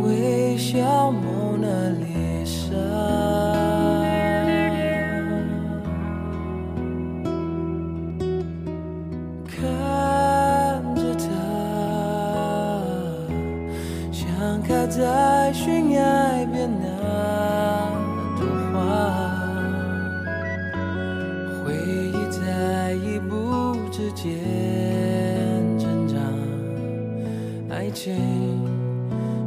Speaker 1: 微笑蒙娜丽莎。看着她，像开在悬崖边那朵花。回忆在一步之间成长，爱情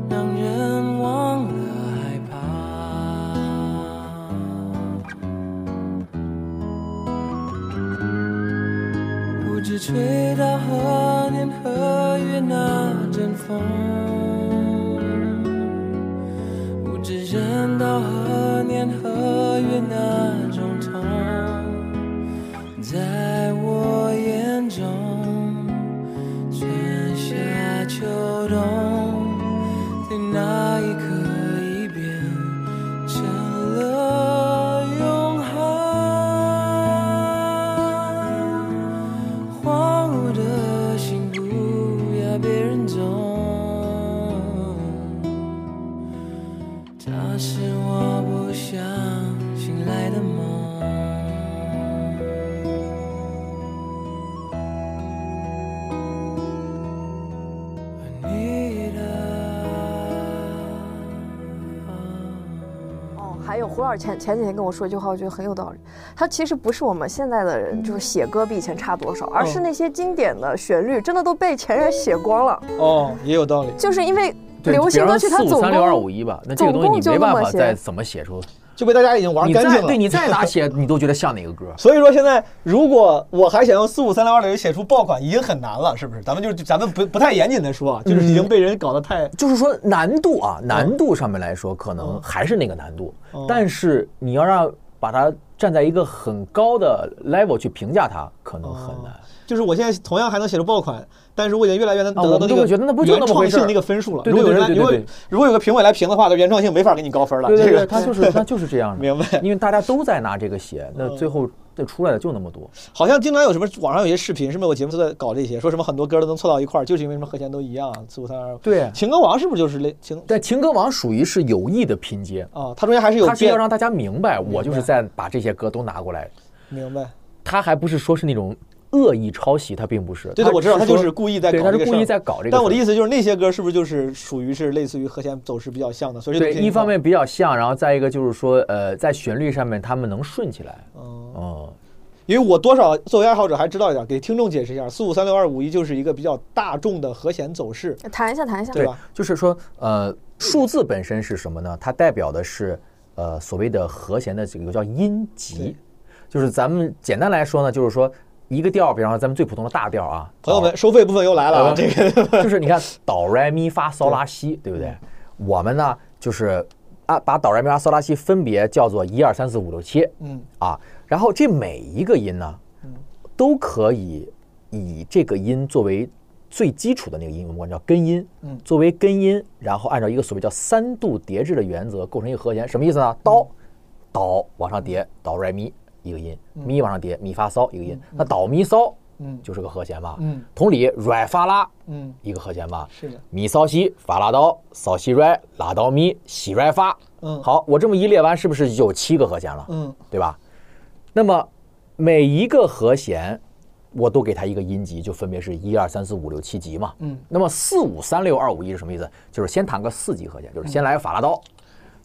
Speaker 1: 让人忘了害怕。不知吹到何年何月那阵风，不知忍到何年何月那种痛。在我眼中，春夏秋冬，在那一刻已变成了永恒。荒芜的心不要别人懂，它是我不想醒来的梦。Anita，
Speaker 5: 哦，还有胡老师前前几天跟我说一句话，我觉得很有道理。他其实不是我们现在的人，就是写歌比以前差多少，而
Speaker 6: 哦
Speaker 5: 是那些经典的旋律真的都被前人写光了。
Speaker 3: 哦，也有道理。
Speaker 5: 就是因为
Speaker 6: 对
Speaker 5: 流行歌曲它
Speaker 6: 四五
Speaker 5: 总
Speaker 6: 三六二五
Speaker 5: 共
Speaker 6: 一吧，那这个东西你没办法再怎么写出，
Speaker 3: 就被大家已经玩
Speaker 6: 你
Speaker 3: 啊干
Speaker 6: 再
Speaker 3: 净了。
Speaker 6: 对
Speaker 3: *laughs*
Speaker 6: 你再咋写，你都觉得像哪个歌？
Speaker 3: 所以说现在，如果我还想用四五三六二零写出爆款，已经很难了，是不是？咱们就是咱们不不太严谨的说啊，就是已经被人搞得太
Speaker 6: 就是说难度啊，
Speaker 3: 嗯
Speaker 6: 难度上面来说，可能还是那个难度，但是你要让把它站在一个很高的 level 去评价它，可能很难。
Speaker 3: 就是我现在同样还能写出爆款，但是我已经越来越难得
Speaker 6: 啊我
Speaker 3: 到那
Speaker 6: 们就
Speaker 3: 个
Speaker 6: 会觉得那不就那
Speaker 3: 原
Speaker 6: 么
Speaker 3: 创
Speaker 6: 回事儿
Speaker 3: 性那个分数了。
Speaker 6: 对
Speaker 3: 如
Speaker 6: 对
Speaker 3: 果有人来，
Speaker 6: 对对
Speaker 3: 如果
Speaker 6: 对对
Speaker 3: 如果有个评委来评的话，这原创性没法给你高分了。
Speaker 6: 对对
Speaker 3: 哦这
Speaker 6: 对，
Speaker 3: 个
Speaker 6: 它就是它就是这样的，
Speaker 3: *laughs* 明白嗯
Speaker 6: 因为大家都在拿这个写，那最后这出来的就那么多。
Speaker 3: *laughs* 好像经常有什么网上有些视频，是不是有节目都在搞这些，说什么很多歌都能凑到一块儿，就是因为什么和弦都一样，四五三二。
Speaker 6: 对
Speaker 3: 情歌王是不是就是类情
Speaker 6: 但情歌王属于是有意的拼接，
Speaker 3: 啊？它中间还是有
Speaker 6: 他是
Speaker 3: 变
Speaker 6: 要，让大家明白，我就是在把这些歌都拿过来，
Speaker 3: 明白？
Speaker 6: 他还不是说是那种恶意抄袭，他并不是。
Speaker 3: 对的，我知道他
Speaker 6: 说
Speaker 3: 就是故意在搞
Speaker 6: 对，
Speaker 3: 这
Speaker 6: 他
Speaker 3: 个
Speaker 6: 是故意
Speaker 3: 事儿
Speaker 6: 在搞这个事儿。
Speaker 3: 但我的意思就是那些歌是不是就是属于是类似于和弦走势比较像的？所以
Speaker 6: 对，
Speaker 3: 这个
Speaker 6: 一方面比较像，然后再一个就是说，呃，在旋律上面他们能顺起来。
Speaker 3: 哦
Speaker 6: 嗯，
Speaker 3: 因为我多少作为爱好者还知道一点，给听众解释一下，四五三六二五一就是一个比较大众的和弦走势，
Speaker 5: 哎弹一下弹一下，
Speaker 3: 对
Speaker 6: 对
Speaker 3: 吧？
Speaker 6: 就是说，呃，数字本身是什么呢？它代表的是呃所谓的和弦的这个叫音级，就是咱们简单来说呢，就是说一个调，比方说咱们最普通的大调啊，
Speaker 3: 朋友们，收费部分又来了啊，这个 *laughs*
Speaker 6: *laughs* 个就是你看哆来咪发嗦拉西，对不对？我们呢就是啊，把哆来咪发嗦拉西分别叫做一二三四五六七，
Speaker 3: 嗯
Speaker 6: 啊，然后这每一个音呢，都可以以这个音作为最基础的那个音，我们管叫根音，
Speaker 3: 嗯
Speaker 6: 作为根音，然后按照一个所谓叫三度叠制的原则构成一个和弦，什么意思呢？
Speaker 3: 嗯
Speaker 6: 哆，哆往上叠，哆来咪一个音，咪往上叠，咪发骚一个音，那哆咪骚
Speaker 3: 嗯
Speaker 6: 就是个和弦嘛，
Speaker 3: 嗯
Speaker 6: 同理，软发拉
Speaker 3: 嗯，
Speaker 6: 一个和弦嘛，
Speaker 3: 是的，
Speaker 6: 咪骚西发拉哆，骚西软拉哆咪西软发，
Speaker 3: 嗯
Speaker 6: 好，我这么一列完，是不是有七个和弦了？
Speaker 3: 嗯
Speaker 6: 对吧？那么每一个和弦，我都给它一个音级，就分别是一二三四五六七级嘛。
Speaker 3: 嗯。
Speaker 6: 那么四五三六二五一是什么意思？就是先弹个四级和弦，就是先来
Speaker 3: 嗯
Speaker 6: 个法拉刀，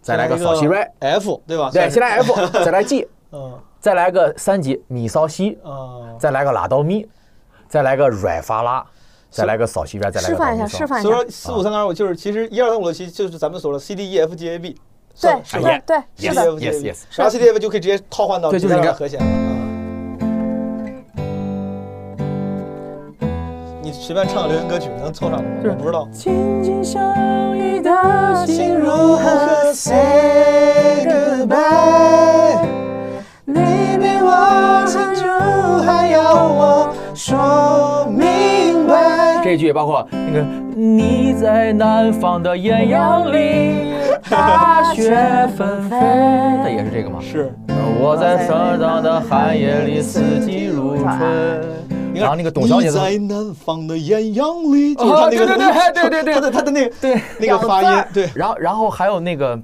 Speaker 6: 再来个扫西瑞，
Speaker 3: F 对吧？
Speaker 6: 对，
Speaker 3: 现
Speaker 6: 先
Speaker 3: 在
Speaker 6: 来 F，
Speaker 3: *laughs*
Speaker 6: 再来 G，
Speaker 3: 嗯
Speaker 6: 再来个三级米骚西，
Speaker 3: 嗯。
Speaker 6: 再来个拉刀咪，再来个软发拉，再来个扫西瑞，再来个
Speaker 5: 示范一下，
Speaker 6: 哆咪骚
Speaker 5: 示。范一
Speaker 3: 嗯所以
Speaker 5: 下，
Speaker 3: 说四五三二五就是其实一二三五六七就是咱们所说的 C D E F G A B，
Speaker 5: 对
Speaker 3: 是
Speaker 5: 是
Speaker 3: 吧
Speaker 5: 的，对是
Speaker 6: 哎 Yes
Speaker 5: 的，
Speaker 3: ？C D E F G A B，
Speaker 6: yes，yes
Speaker 3: 然后 C D E F 就可以直接套换到
Speaker 6: 对就是
Speaker 3: 其他的
Speaker 6: 这个
Speaker 3: 和弦了。嗯你随便唱个流行歌曲能凑上吗？我不知道。
Speaker 1: 紧紧相依的心如何？
Speaker 3: say goodbye？你比我清楚，还要我说明白。
Speaker 6: 这一句包括那个嗯你在南方的艳阳里，大雪纷飞，它也是这个吗？
Speaker 3: 是，
Speaker 6: 我在生长的寒夜里，四季如春。
Speaker 3: 你
Speaker 6: 然后那个董小姐
Speaker 3: 你
Speaker 6: 的
Speaker 3: 在南方的艳阳里，就是
Speaker 6: 哦
Speaker 3: 他那个，
Speaker 6: 对对对对对对
Speaker 3: 他的他的那个
Speaker 6: 对
Speaker 3: 那个发音，对，
Speaker 6: 然后然后还有那个，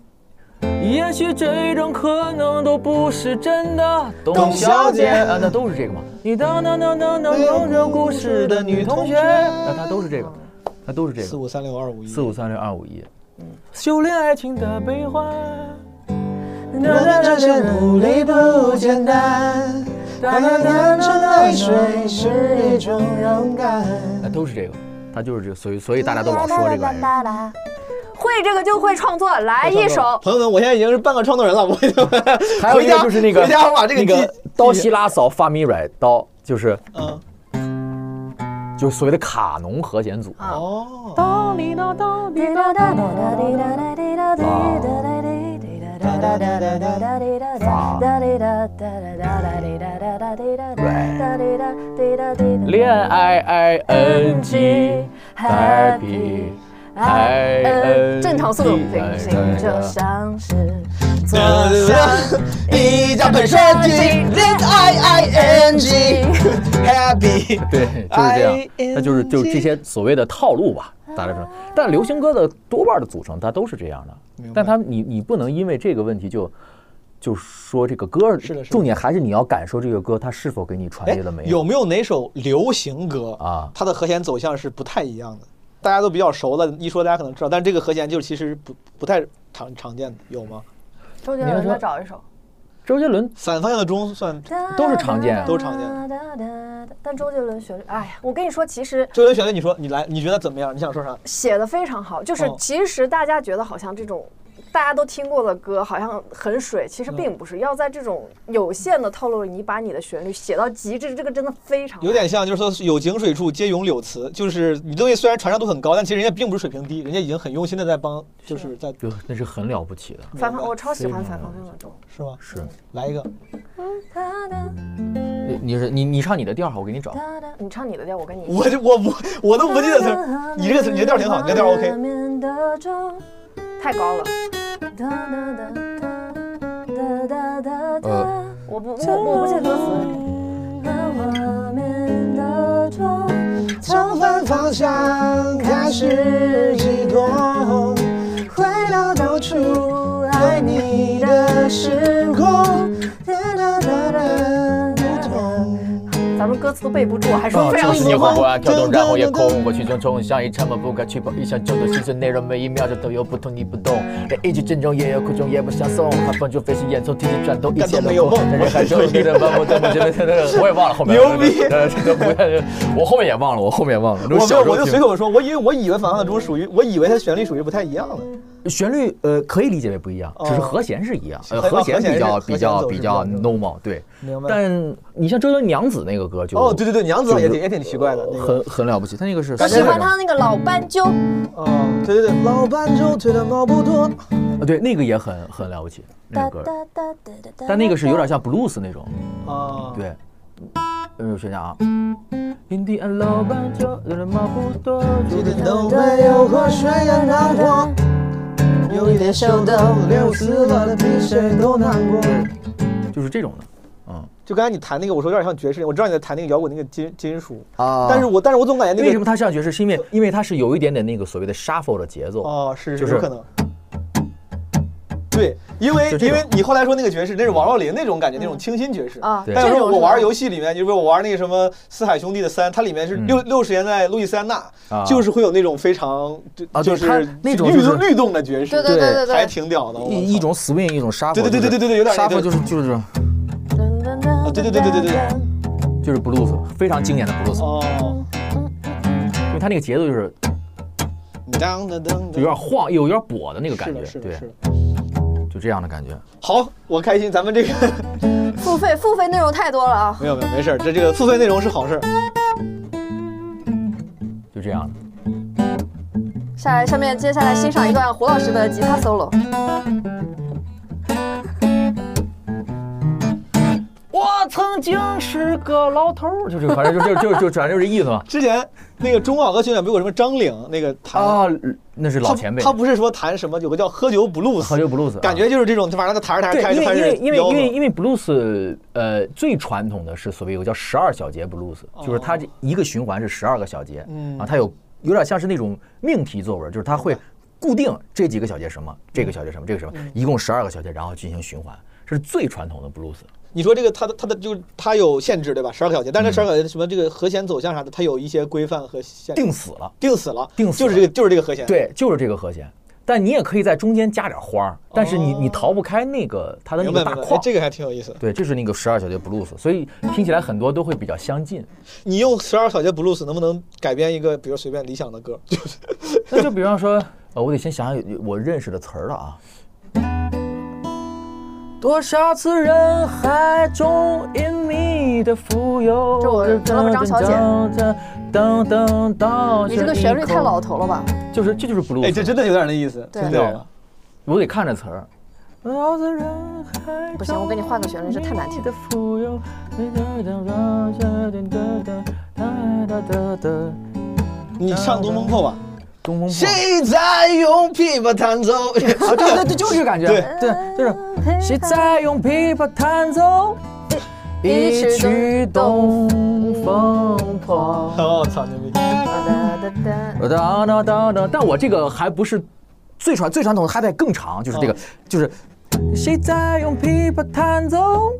Speaker 6: 也许这种可能都不是真的，
Speaker 3: 董
Speaker 6: 董
Speaker 3: 小
Speaker 6: 小姐
Speaker 3: 姐
Speaker 6: 啊，那都是这个嘛。你当当当当当当着故事的女同学，那她呃都是这个，她都是这
Speaker 3: 四
Speaker 6: 个，
Speaker 3: 五嗯三六二五一，
Speaker 6: 哎四五三六二五一。修炼爱情的悲欢，
Speaker 3: 我们这些努力不简单，把它变成泪水是一种勇敢。
Speaker 6: 那呃都是这个，她就是这个，所以所以大家都老说这个玩意儿。
Speaker 5: 儿。会这个就会创作，来一首。
Speaker 3: 朋友们，我现在已经是半个创作人了，我已经
Speaker 6: 还有一
Speaker 3: 回
Speaker 6: 个
Speaker 3: 家
Speaker 6: 就是那个
Speaker 3: 回家我把这个
Speaker 6: 那个
Speaker 3: 记
Speaker 6: 刀西拉扫发咪软刀，就是
Speaker 3: 嗯
Speaker 6: 就是所谓的卡农和弦组。
Speaker 3: 哦，
Speaker 6: 恋爱 I N G happy
Speaker 5: Happy
Speaker 6: I N
Speaker 5: 正常速度，平行就像是坐
Speaker 6: 啊
Speaker 5: 上
Speaker 3: 一张本设计，恋爱 ing happy，
Speaker 6: 对，就是这样。那就是就是这些所谓的套路吧，大家说。但流行歌的多半的组成它都是这样的，但它你你不能因为这个问题就就说这个歌
Speaker 3: 是的是的
Speaker 6: 重点还是你要感受这个歌它是否给你传
Speaker 3: 哎
Speaker 6: 递了，美。
Speaker 3: 有没有哪首流行歌
Speaker 6: 啊
Speaker 3: 它的和弦走向是不太一样的，大家都比较熟了，一说大家可能知道，但这个和弦就其实不不太常常见的，有吗？
Speaker 5: 周杰伦的找一首，
Speaker 6: 周杰伦
Speaker 3: 反方向的钟算，
Speaker 6: 都是常见啊
Speaker 3: 都常
Speaker 5: 见。但周杰伦旋律，哎呀，我跟你说，其实
Speaker 3: 周杰伦旋律，你说你来，你觉得怎么样？你想说啥？
Speaker 5: 写的非常好，就是
Speaker 3: 哦
Speaker 5: 其实大家觉得好像这种。大家都听过的歌好像很水，
Speaker 3: 嗯
Speaker 5: 其实并不是。要在这种有限的套路里，你把你的旋律写到极致，这个真的非常
Speaker 3: 有点像，就是说有井水处皆咏柳词，就是你东西虽然传唱度很高，但其实人家并不是水平低，人家已经很用心的在帮，就是在
Speaker 6: 就那是很了不起的，
Speaker 5: 反方，我超喜欢反方向的钟。
Speaker 3: 是吗？
Speaker 6: 是
Speaker 3: 来一个，
Speaker 6: 你你是你你唱你的调儿，我给你找。
Speaker 5: 你唱你的调，我跟你。
Speaker 3: 我就我我我都不记得词儿，你这个词你这调儿挺好，你这调儿 OK。
Speaker 5: 太高了，
Speaker 6: 呃，
Speaker 5: 我不我我不记得歌词。
Speaker 3: 从反方向开始悸动，回到当初爱你的时空。
Speaker 5: 咱们歌词都背不住，还
Speaker 6: 啊
Speaker 5: 说非常
Speaker 3: 哦就是
Speaker 5: 喜
Speaker 3: 你
Speaker 5: 欢。
Speaker 3: 欢不爱跳动然后也空
Speaker 6: 我群众冲向一沉默不该去跑一想就的心碎内容，每一秒钟都有不同，你不懂。每一句珍重也有苦衷，也不相送。寒风中飞逝，眼中提起转动，一切
Speaker 3: 没有梦
Speaker 6: 在人海中，你的漫步在梦间的，我也忘了后面。
Speaker 3: 牛逼
Speaker 6: 呃这个不要，我后面也忘了，我后面也忘了。
Speaker 3: 我没
Speaker 6: 小
Speaker 3: 有，
Speaker 6: 时候
Speaker 3: 我就
Speaker 6: 听
Speaker 3: 随口说，我因为我以为反向的钟属于，我以为它旋律属于不太一样的。
Speaker 6: 旋律呃可以理解为不一样，只
Speaker 3: 哦
Speaker 6: 是和弦是一样，呃
Speaker 3: 和
Speaker 6: 和弦
Speaker 3: 和弦
Speaker 6: 比较
Speaker 3: 是和
Speaker 6: 比
Speaker 3: 弦
Speaker 6: 较
Speaker 3: 走
Speaker 6: 比
Speaker 3: 是比
Speaker 6: 较
Speaker 3: 较
Speaker 6: normal 对。
Speaker 3: 明白。
Speaker 6: 但你像周杰伦娘子那个歌就
Speaker 3: 哦，对对对，娘子也
Speaker 6: 就
Speaker 3: 挺也挺奇怪的，那个。
Speaker 6: 很很了不起，他那个是
Speaker 3: 我
Speaker 5: 喜欢他那个老斑鸠，
Speaker 3: 哦，对对对，老伴就觉得毛不多。
Speaker 6: 啊，对，那个也很很了不起，那个歌，但那个是有点像 blues 那种，
Speaker 3: 啊，
Speaker 6: 对。嗯，我想想啊，印第安老板就人马不多，
Speaker 3: 记得都没有河水也难过，有一点小的流失了的比谁都难过。
Speaker 6: 就是这种的，嗯
Speaker 3: 就刚才你弹那个，我说有点像爵士，我知道你在弹那个摇滚那个金金属，
Speaker 6: 啊
Speaker 3: 但是我但是我总感觉那
Speaker 6: 为什
Speaker 3: 个
Speaker 6: 么它像爵士？是因为因为它是有一点点那个所谓的 shuffle 的节奏，
Speaker 3: 哦，是
Speaker 6: 就是
Speaker 3: 有可能。对，因为
Speaker 6: 就这
Speaker 3: 因
Speaker 6: 种
Speaker 3: 为你后来说那个爵士，那是王若琳那种感觉，那种清新爵士
Speaker 5: 啊
Speaker 3: 但
Speaker 5: 这
Speaker 3: 是
Speaker 5: 种
Speaker 3: 我
Speaker 5: 是
Speaker 3: 玩
Speaker 5: 吧
Speaker 3: 游戏里面，就是我玩那个什么《四海兄弟》的三，它里面是
Speaker 6: 嗯
Speaker 3: 六六十年代路易斯安那
Speaker 6: 啊，
Speaker 3: 就是会有那种非常
Speaker 6: 啊
Speaker 3: 就就
Speaker 6: 对它
Speaker 3: 是
Speaker 6: 那种就
Speaker 3: 律
Speaker 6: 是
Speaker 3: 动律动的爵士，
Speaker 5: 对对对对对
Speaker 3: 还挺屌的。我
Speaker 6: 一一
Speaker 3: 操
Speaker 6: 种 swing 一种 shuffle，
Speaker 3: 对对对
Speaker 6: 就是
Speaker 3: 对对对有点那
Speaker 6: shuffle
Speaker 3: 个
Speaker 6: 就是就是这种
Speaker 3: 啊对对对对对对，
Speaker 6: 就是 blues，非常经典的 blues，
Speaker 3: 哦，
Speaker 6: 因为它那个节奏就是
Speaker 3: 当当当，
Speaker 6: 就有点晃，有有点跛的那个感
Speaker 3: 是
Speaker 6: 觉
Speaker 3: 的，是，的，
Speaker 6: 对
Speaker 3: 是，的。
Speaker 6: 就这样的感觉。
Speaker 3: 好，我开心，咱们这个 *laughs*
Speaker 5: 付费付费内容太多了啊！
Speaker 3: 没有没有没事儿，这这个付费内容是好事儿。
Speaker 6: 就这样的。
Speaker 5: 下来，下面接下来欣赏一段胡老师的吉他 solo。
Speaker 6: 我曾经是个老头儿，就这个，反正就就就就反正就这意思嘛。
Speaker 3: 之前那个中网和学长不有什么张岭那个弹
Speaker 6: 啊，那是
Speaker 3: 他
Speaker 6: 老前辈，
Speaker 3: 他不是说弹什么有个叫喝酒 blues，
Speaker 6: 喝酒 blues，啊
Speaker 3: 感觉就是这种，反正他弹着弹着开
Speaker 6: 对，
Speaker 3: 始
Speaker 6: 因
Speaker 3: 开
Speaker 6: 为
Speaker 3: 始
Speaker 6: 因为因为
Speaker 3: 吆
Speaker 6: 因为
Speaker 3: 喝
Speaker 6: 因为 blues 呃最传统的是所谓有个叫十二小节 blues，就是
Speaker 3: 哦
Speaker 6: 它这一个循环是十二个小节，
Speaker 3: 嗯
Speaker 6: 啊，它有有点像是那种命题作文，就是它会固定这几个小节什么，这个小节什么，这个什么，
Speaker 3: 嗯
Speaker 6: 一共十二个小节，然后进行循环，这是最传统的 blues。
Speaker 3: 你说这个它的它的就是它有限制对吧？十二个小节，但是十二个小节什么这个和弦走向啥的，它有一些规范和限制
Speaker 6: 嗯定死了，
Speaker 3: 定死了，
Speaker 6: 定死
Speaker 3: 就是这
Speaker 6: 了
Speaker 3: 个就是这个和弦。，
Speaker 6: 对，就是这个和弦。但你也可以在中间加点花儿，但是你你逃不开那个它的那
Speaker 3: 哦明
Speaker 6: 个
Speaker 3: 白
Speaker 6: 大
Speaker 3: 明白，哎
Speaker 6: 框。
Speaker 3: 这个还挺有意思的。
Speaker 6: 对，这是那个十二小节 blues，所以听起来很多都会比较相近。
Speaker 3: 你用十二小节 blues 能不能改编一个，比如随便理想的歌？就是
Speaker 6: *laughs* 那就比方说，呃，我得先想想有我认识的词儿了啊。多少次人海中隐秘的浮游
Speaker 5: 这我觉得张小姐
Speaker 6: 噔噔噔，
Speaker 5: 你这个旋律太老头了吧？
Speaker 6: 就是这就是 blues，
Speaker 3: 哎，这真的有点那意思，
Speaker 5: 对
Speaker 3: 听到了。
Speaker 6: 我得看着词儿。多少次人海
Speaker 5: 不行我给你换个旋律这太难
Speaker 6: *laughs*
Speaker 5: 听
Speaker 6: 的浮游。
Speaker 3: 你唱《东风破》吧。
Speaker 6: 东风破。
Speaker 3: 谁在用琵琶弹 *laughs* 奏？
Speaker 6: 啊，对对对，就是这个感觉，
Speaker 3: 对
Speaker 6: 对，就是谁在用琵琶弹奏一曲东风破？
Speaker 3: 我哦操，牛逼！
Speaker 6: 当当当当，但我这个还不是最传最传统的，还得更长，就是这个，就是谁在用琵琶弹奏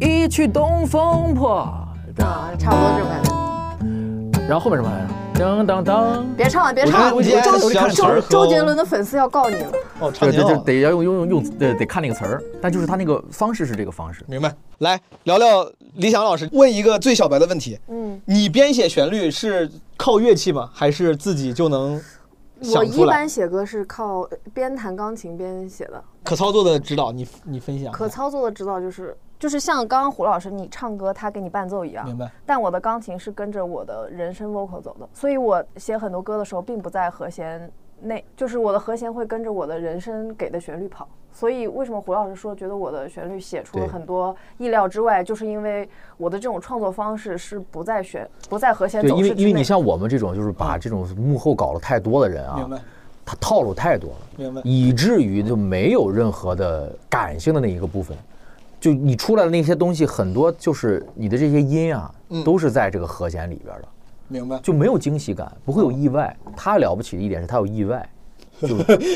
Speaker 6: 一曲东风破？
Speaker 5: 啊，差不多这种感觉。
Speaker 6: 然后后面什么来着？当当当。
Speaker 5: 别唱了，别唱
Speaker 3: 我觉得
Speaker 5: 了，周
Speaker 3: 我觉得
Speaker 5: 周
Speaker 3: 看词儿
Speaker 5: 周周
Speaker 3: 和
Speaker 5: 杰伦的粉丝要告你了。
Speaker 3: 哦，唱
Speaker 6: 对
Speaker 3: 挺
Speaker 6: 对
Speaker 3: 好
Speaker 6: 对，
Speaker 3: 的。
Speaker 6: 得要用用用，对得看那个词儿，但就是他那个方式是这个方式。
Speaker 3: 明白。来聊聊李想老师，问一个最小白的问题：
Speaker 5: 嗯，
Speaker 3: 你编写旋律是靠乐器吗？还是自己就能
Speaker 5: 我
Speaker 3: 想
Speaker 5: 一
Speaker 3: 出来？
Speaker 5: 般写歌是靠边弹钢琴边写的，
Speaker 3: 可操作的指导，你你分享。
Speaker 5: 可操作的指导就是就是像刚刚胡老师你唱歌他给你伴奏一样，
Speaker 3: 明白。
Speaker 5: 但我的钢琴是跟着我的人声 vocal 走的，所以我写很多歌的时候并不在和弦内，就是我的和弦会跟着我的人声给的旋律跑。所以为什么胡老师说觉得我的旋律写出了
Speaker 6: 对
Speaker 5: 很多意料之外，就是因为我的这种创作方式是不在旋不在和弦
Speaker 6: 对，
Speaker 5: 走
Speaker 6: 因为
Speaker 5: 势之
Speaker 6: 因为你
Speaker 5: 内。
Speaker 6: 像我们这种就是把这种幕后搞得太多的人啊，
Speaker 3: 明白，
Speaker 6: 他套路太多了，
Speaker 3: 明白
Speaker 6: 以至于就没有任何的感性的那一个部分。就你出来的那些东西，很多就是你的这些音啊，
Speaker 3: 嗯
Speaker 6: 都是在这个和弦里边的，
Speaker 3: 明白。
Speaker 6: 就没有惊喜感，不会有意外。
Speaker 3: 嗯
Speaker 6: 他了不起的一点是他有意外，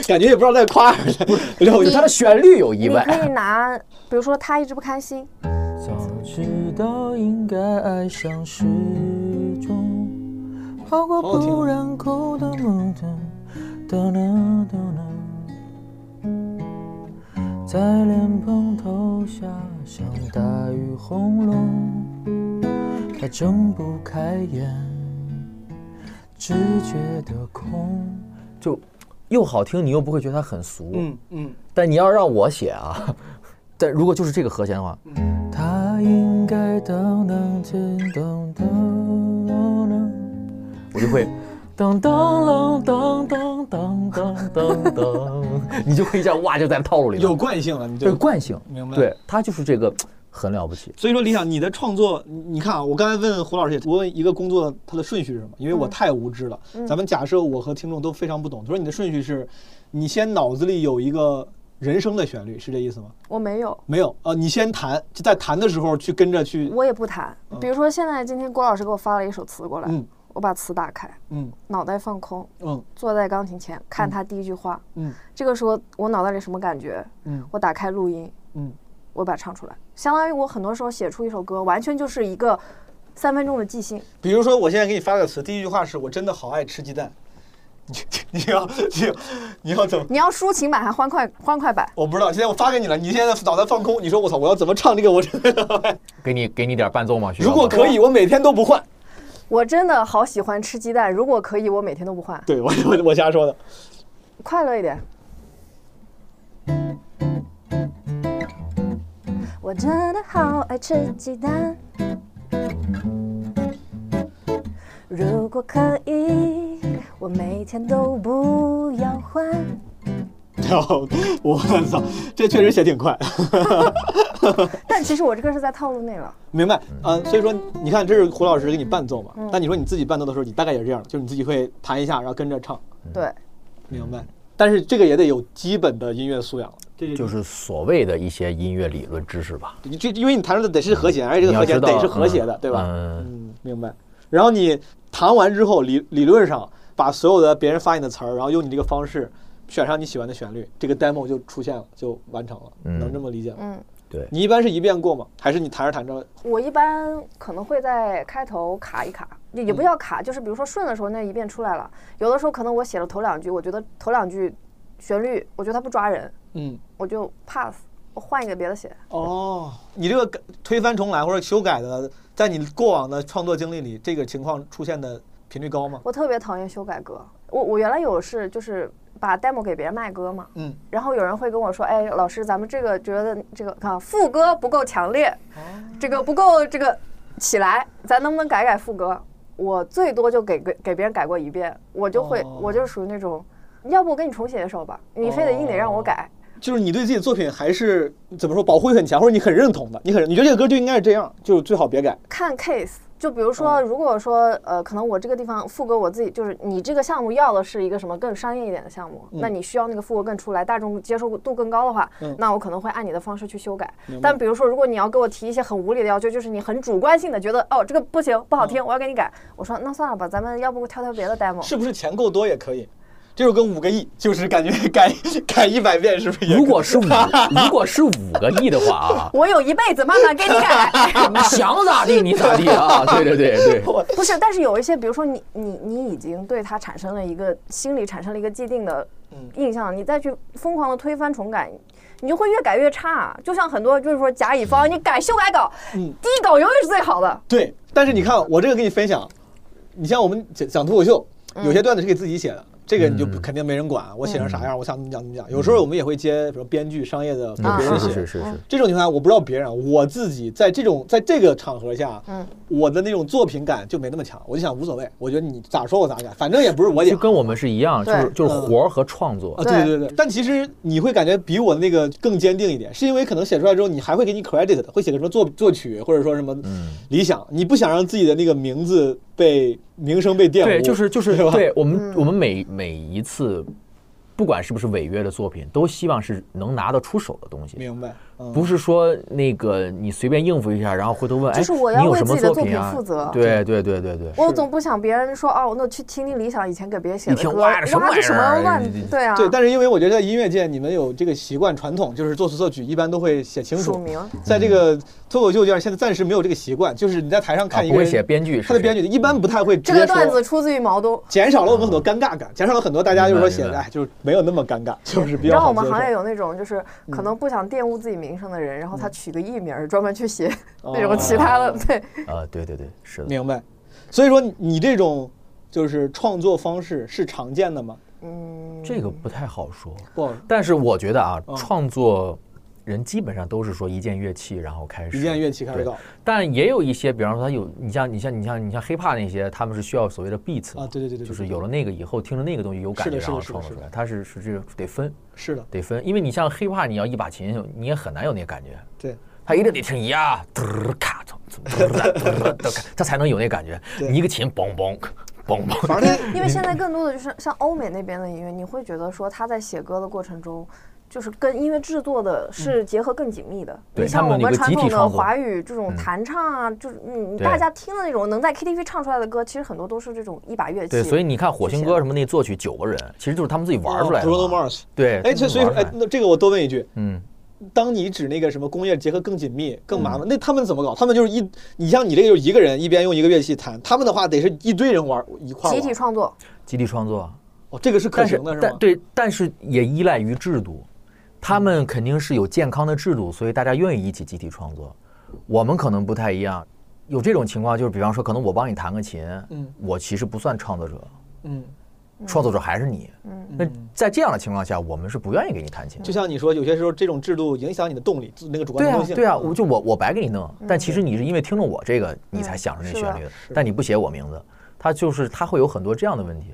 Speaker 3: 感觉也不知道在夸还是 *laughs* 在，不
Speaker 6: 就他的旋律有
Speaker 5: 你
Speaker 6: 意外。
Speaker 5: 可以拿，比如说他一直不开心，
Speaker 6: 早知道应该爱上时钟，好过
Speaker 3: 好听啊
Speaker 6: 不染口的懵懂。噔噔噔噔，在莲蓬头下像大雨轰隆，他睁不开眼，只觉得空。就又好听，你又不会觉得它很俗。
Speaker 3: 嗯嗯，
Speaker 6: 但你要让我写啊， *laughs* 但如果就是这个和弦的话，他应该当当噔当当当，我就会当当当当当当当当， *laughs* 你就会这样哇，就在套路里了
Speaker 3: 有惯性了，你
Speaker 6: 这
Speaker 3: 这
Speaker 6: 是。惯性，
Speaker 3: 明白
Speaker 6: 对，他就是这个很了不起。
Speaker 3: 所以说，李想，你的创作，你你看啊，我刚才问胡老师，我问一个工作它的顺序是什么？因为
Speaker 5: 嗯
Speaker 3: 我太无知了。咱们假设我和听众都非常不懂，他说你的顺序是，你先脑子里有一个人声的旋律，是这意思吗？
Speaker 5: 我没有，
Speaker 3: 没有，呃，你先弹，就在弹的时候去跟着去，
Speaker 5: 我也不弹。
Speaker 6: 嗯
Speaker 5: 比如说现在今天郭老师给我发了一首词过来，
Speaker 3: 嗯
Speaker 5: 我把词打开，
Speaker 3: 嗯
Speaker 5: 脑袋放空，
Speaker 3: 嗯
Speaker 5: 坐在钢琴前看他第一句话，
Speaker 3: 嗯
Speaker 5: 这个时候我脑袋里什么感觉？
Speaker 3: 嗯
Speaker 5: 我打开录音，
Speaker 3: 嗯，
Speaker 5: 我把它唱出来。相当于我很多时候写出一首歌，完全就是一个三分钟的即兴。
Speaker 3: 比如说我现在给你发个词，第一句话是我真的好爱吃鸡蛋， *laughs* 你你要你你要怎么？
Speaker 5: 你要抒情版还欢快欢快版？
Speaker 3: 我不知道，现在我发给你了，你现在脑袋放空，你说我操，我要怎么唱这个？我真的，
Speaker 6: 给你给你点伴奏吗？徐
Speaker 3: *laughs* 如果可以，我每天都不换。
Speaker 5: 我真的好喜欢吃鸡蛋，如果可以，我每天都不换。
Speaker 3: *laughs* 对我我我瞎说的。
Speaker 5: 快乐一点。我真的好爱吃鸡蛋，如果可以，我每天都不要换。
Speaker 3: 然后我操，这确实写挺快。
Speaker 5: 但其实我这个是在套路内了。
Speaker 3: 明白，嗯、所以说你看，这是胡老师给你伴奏嘛？那你说你自己伴奏的时候，你大概也是这样的，就是你自己会弹一下，然后跟着唱，
Speaker 5: 对，
Speaker 3: 明白？但是这个也得有基本的音乐素养了，这就
Speaker 6: 就是所谓的一些音乐理论知识吧。
Speaker 3: 你这因为你弹出的得是和谐，而且这
Speaker 6: 嗯
Speaker 3: 个
Speaker 6: 你要
Speaker 3: 和谐
Speaker 6: 知道
Speaker 3: 得是和谐的，
Speaker 6: 嗯
Speaker 3: 对吧？
Speaker 6: 嗯
Speaker 3: 嗯，明白。然后你弹完之后，理理论上把所有的别人发你的词儿，然后用你这个方式选上你喜欢的旋律，这个 demo 就出现了，就完成了，
Speaker 6: 嗯
Speaker 3: 能这么理解吗？
Speaker 5: 嗯，
Speaker 6: 对，
Speaker 3: 你一般是一遍过吗？还是你弹着弹着？
Speaker 5: 我一般可能会在开头卡一卡，也也不叫卡，就是比如说顺的时候那一遍出来了，有的时候可能我写了头两句，我觉得头两句旋律，我觉得它不抓人，
Speaker 3: 嗯，
Speaker 5: 我就 pass，我换一个别的写。
Speaker 3: 哦，你这个改推翻重来或者修改的，在你过往的创作经历里，这个情况出现的频率高吗？
Speaker 5: 我特别讨厌修改歌，我我原来有是就是把 demo 给别人卖歌嘛，
Speaker 3: 嗯，
Speaker 5: 然后有人会跟我说，哎，老师，咱们这个觉得这个啊副歌不够强烈，
Speaker 3: 哦
Speaker 5: 这个不够这个起来，咱能不能改改副歌？我最多就给给给别人改过一遍，我就会、
Speaker 3: 哦
Speaker 5: 我就是属于那种，要不我给你重写一首吧，你非得硬得让我
Speaker 3: 哦
Speaker 5: 改，
Speaker 3: 就是你对自己的作品还是怎么说保护欲很强，或者你很认同的，你很你觉得这个歌就应该是这样，就最好别改。
Speaker 5: 看 case。就比如
Speaker 3: 哦
Speaker 5: 说，如果说呃，可能我这个地方副歌我自己就是你这个项目要的是一个什么更商业一点的项目，那你需要那个副歌更出来，大众接受度更高的话，
Speaker 3: 嗯
Speaker 5: 那我可能会按你的方式去修改。
Speaker 3: 明白
Speaker 5: 但比如说，如果你要给我提一些很无理的要求，就是你很主观性的觉得哦这个不行不好听，我要给你改，我说那算了吧，咱们要不挑挑别的 demo。，
Speaker 3: 嗯是不是钱够多也可以？这首歌五个亿，就是感觉 *laughs* 改改一百遍是不是也可以？
Speaker 6: 如果是五，如果是五个亿的
Speaker 3: *laughs*
Speaker 6: 话啊
Speaker 5: 我有一辈子慢慢给你改， *laughs*
Speaker 6: 你想咋地你咋地啊？对对对对，
Speaker 5: 不是，但是有一些，比如说你你你已经对它产生了一个心理产生了一个既定的印象，你再去疯狂的推翻重改，你就会越改越差。啊就像很多就是说甲乙方，你改修改稿，第一稿永远是最好的。
Speaker 3: 对，但是你看我这个跟你分享，你像我们讲讲脱口秀，
Speaker 6: 嗯
Speaker 3: 有些段子是给自己写的，这个你就不肯定没人管，我写成啥样，我想怎么讲怎么讲。有时候我们也会接，比如编剧、商业的给
Speaker 5: 啊
Speaker 3: 别人
Speaker 6: 嗯是
Speaker 3: 写
Speaker 6: 是。是
Speaker 5: 哎
Speaker 6: 是是，
Speaker 3: 这种情况下，我不知道别人啊，我自己在这种在这个场合下，
Speaker 5: 嗯
Speaker 3: 我的那种作品感就没那么强，我就想无所谓，我觉得你咋说我咋改，反正也不是我
Speaker 6: 就
Speaker 3: 讲
Speaker 6: 跟我们是一样，就
Speaker 5: 对
Speaker 6: 是就是
Speaker 3: 嗯
Speaker 6: 活儿和创作
Speaker 3: 啊，，对对对。但其实你会感觉比我那个更坚定一点，是因为可能写出来之后，你还会给你 credit 的，会写个什么作作曲或者说什么
Speaker 6: 嗯
Speaker 3: 理想，你不想让自己的那个名字被名声被玷污，
Speaker 6: 对，就是就是
Speaker 3: 对吧
Speaker 6: 对我
Speaker 5: 嗯
Speaker 6: 们我们每每一次，不管是不是违约的作品，都希望是能拿得出手的东西。
Speaker 3: 明白，嗯
Speaker 6: 不是说那个你随便应付一下，然后回头问，哎，
Speaker 5: 就是我要
Speaker 6: 你有
Speaker 5: 为
Speaker 6: 什么
Speaker 5: 自己的
Speaker 6: 作品
Speaker 5: 作
Speaker 6: 啊
Speaker 5: 品负责
Speaker 6: 对对对对对，啊
Speaker 5: 我总不想别人说哦，那去听听理想以前给别人写
Speaker 6: 一
Speaker 5: 的
Speaker 6: 听
Speaker 5: 歌，
Speaker 6: 哇这什么
Speaker 5: 这什么
Speaker 6: 玩意儿
Speaker 5: 乱
Speaker 6: 你这
Speaker 5: 对啊，
Speaker 3: 对，但是因为我觉得在音乐界，你们有这个习惯传统，就是作词作曲一般都会写清
Speaker 5: 署
Speaker 3: 楚。
Speaker 5: 名
Speaker 3: 在这个脱口秀界，现在暂时没有这个习惯，就是你在台上
Speaker 6: 啊
Speaker 3: 看一
Speaker 6: 不
Speaker 3: 个
Speaker 6: 会
Speaker 3: 人，
Speaker 6: 写编剧是谁，
Speaker 3: 他的编剧一般不太会直
Speaker 5: 这
Speaker 3: 接
Speaker 5: 个
Speaker 3: 说
Speaker 5: 段子出自于毛东，
Speaker 3: 减少了我们很多尴尬感，减少了很多大家就是说写
Speaker 6: 明
Speaker 3: 的，
Speaker 6: 白明白
Speaker 3: 哎，就是没有那么尴尬， *laughs* 就是比
Speaker 5: 你知
Speaker 3: 较
Speaker 5: 道
Speaker 3: 好
Speaker 5: 我
Speaker 3: 接
Speaker 5: 们
Speaker 3: 受。
Speaker 5: 行业有那种就是可能不想玷污自己名声的人，然后他取个艺名儿专门去写那种其他的，对，
Speaker 6: 啊，对对对，是的。
Speaker 3: 明白，所以说你你这种就是创作方式是常见的吗？
Speaker 6: 这个不太好说，
Speaker 3: 不，
Speaker 6: 但是我觉得啊，
Speaker 3: 嗯
Speaker 6: 创作人基本上都是说一件乐器，然后开始
Speaker 3: 一件乐器开始
Speaker 6: 对
Speaker 3: 搞
Speaker 6: 但也有一些，比方说他有，你像你像你像你像 hiphop 那些，他们是需要所谓的 beats
Speaker 3: 啊，
Speaker 6: 嘛
Speaker 3: 对对对对，对
Speaker 6: 就是有了那个以后，听了那个东西有感
Speaker 3: 是的
Speaker 6: 觉，
Speaker 3: 是的
Speaker 6: 然后
Speaker 3: 是的
Speaker 6: 创
Speaker 3: 是
Speaker 6: 作出
Speaker 3: 的
Speaker 6: 来。他是是这个得分
Speaker 3: 是的，
Speaker 6: 得分，因为你像 hiphop，你要一把琴，你也很难有那感觉。
Speaker 3: 对，
Speaker 6: 他一定得听呀，嘟儿咔，咚咚哒嘟儿哒咔他才能有那
Speaker 3: *laughs*
Speaker 6: 感觉。你一个琴嘣嘣嘣嘣，
Speaker 3: 反正
Speaker 5: 因为现在更多的就是像欧美那边的音乐，你会觉得说他在写歌的过程中，就是跟音乐制作的是结合更紧密的。
Speaker 6: 嗯对
Speaker 5: 你像
Speaker 6: 他
Speaker 5: 我
Speaker 6: 们有
Speaker 5: 们
Speaker 6: 个
Speaker 5: 传
Speaker 6: 集体
Speaker 5: 统的
Speaker 6: 创作嗯
Speaker 5: 华语这种弹唱啊，就是你
Speaker 6: 对
Speaker 5: 大家听的那种能在 KTV 唱出来的歌，其实很多都是这种一把乐器。
Speaker 6: 对，所以你看
Speaker 3: 啊
Speaker 6: 火星哥
Speaker 5: 是
Speaker 6: 什么那作曲九个人，其实就是他们自己玩出来的嘛。
Speaker 3: 哦 Bruno Mars，
Speaker 6: 对，
Speaker 3: 哎，所以所以
Speaker 6: 玩出
Speaker 3: 哎
Speaker 6: 来，
Speaker 3: 那这个我多问一句，
Speaker 6: 嗯，
Speaker 3: 当你指那个什么工业结合更紧密、更麻
Speaker 6: 嗯
Speaker 3: 烦，那他们怎么搞？他们就是一，你像你这个就是一个人一边用一个乐器弹，他们的话得是一堆人玩一块儿
Speaker 5: 集
Speaker 3: 玩
Speaker 5: 体创作，
Speaker 6: 集体创作，
Speaker 3: 哦，这个是可
Speaker 6: 但是
Speaker 3: 行的是
Speaker 6: 但
Speaker 3: 吗？
Speaker 6: 对，但是也依赖于制度，他
Speaker 3: 嗯
Speaker 6: 们肯定是有健康的制度，所以大家愿意一起集体创作。我们可能不太一样，有这种情况就是，比方说，可能我帮你弹个琴，
Speaker 3: 嗯
Speaker 6: 我其实不算创作者，
Speaker 3: 嗯，
Speaker 6: 创作者还是你。
Speaker 5: 嗯
Speaker 6: 那在这样的情况下，我们是不愿意给你弹琴的。
Speaker 3: 就像你说，有些时候这种制度影响你的动力，自那个主观
Speaker 6: 对
Speaker 3: 动
Speaker 6: 啊，
Speaker 3: 性。嗯
Speaker 6: 对啊，我就我我白给你弄，但其实你是因为听了我这个，你才想着那
Speaker 5: 嗯是
Speaker 6: 旋
Speaker 5: 的
Speaker 6: 律的，但你不写我名字，他就是他会有很多这样的问题。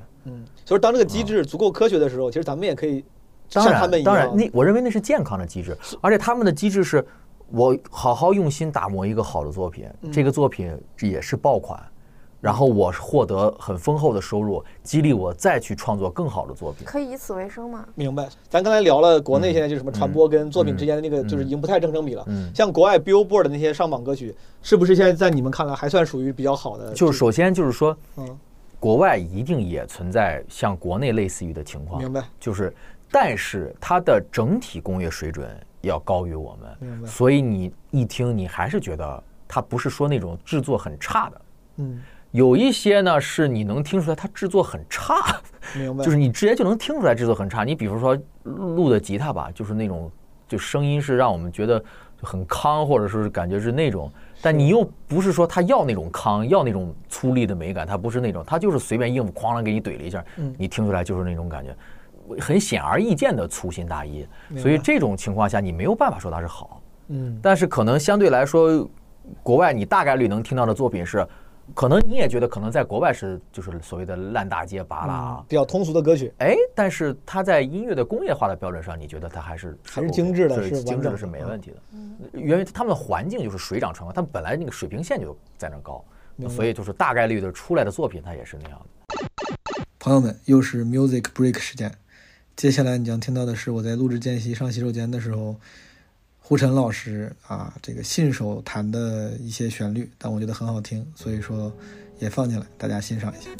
Speaker 3: 所以当这个机制足够科学的时候，其实咱们也可以
Speaker 6: 当
Speaker 3: 像他们
Speaker 6: 然，
Speaker 3: 一样。
Speaker 6: 当然，那我认为那是健康的机制，而且他们的机制是，我好好用心打磨一个好的作品，
Speaker 3: 嗯
Speaker 6: 这个作品也是爆款，然后我获得很丰厚的收入，激励我再去创作更好的作品。
Speaker 5: 可以以此为生嘛？
Speaker 3: 明
Speaker 6: 嗯
Speaker 3: 白。咱刚才聊了国内现在就是什么传播跟作品之间的那个，就是已经不太成正比了。
Speaker 6: 嗯
Speaker 3: 像国外 Billboard 的那些上榜歌曲，是不是现在在你们看来还算属于比较好的？
Speaker 6: 就是首先就是说，
Speaker 3: 呃嗯，
Speaker 6: 国外一定也存在像国内类似于的情况，
Speaker 3: 明白。
Speaker 6: 就是，但是它的整体工业水准要高于我
Speaker 3: 明
Speaker 6: 们，
Speaker 3: 白
Speaker 6: 所以你一听你还是觉得它不是说那种制作很差的，
Speaker 3: 嗯，
Speaker 6: 有一些呢是你能听出来它制作很差，
Speaker 3: 明白。
Speaker 6: 就是你直接就能听出来制作很差。你比如说录的吉他吧，就是那种就声音是让我们觉得很康，或者说是感觉是那种，但你又不是说他要那种康，要那种粗粝的美感，他不是那种，他就是随便应付，哐啷给你怼了一下，
Speaker 3: 嗯
Speaker 6: 你听出来就是那种感觉，很显而易见的粗心大意。所以这种情况下，你没有办法说它是好。
Speaker 3: 嗯，
Speaker 6: 但是可能相对来说，国外你大概率能听到的作品是，可能你也觉得可能在国外是就是所谓的烂大街拔蜡啊，
Speaker 3: 比较通俗的歌曲，
Speaker 6: 哎，但是它在音乐的工业化的标准上，你觉得它还是
Speaker 3: 还是
Speaker 6: OK
Speaker 3: 精致的
Speaker 6: 对
Speaker 3: 是完
Speaker 6: 精
Speaker 3: 整
Speaker 6: 致的
Speaker 3: 的
Speaker 6: 是没
Speaker 3: 嗯
Speaker 6: 问题的，源于他们的环境就是水涨船高，他们本来那个水平线就在那儿高，所以就是大概率的出来的作品它也是那样的。
Speaker 9: 朋友们，又是 music break 时间。接下来你将听到的是我在录制间隙上洗手间的时候，胡晨老师啊这个信手弹的一些旋律，但我觉得很好听，所以说也放进来，大家欣赏一下。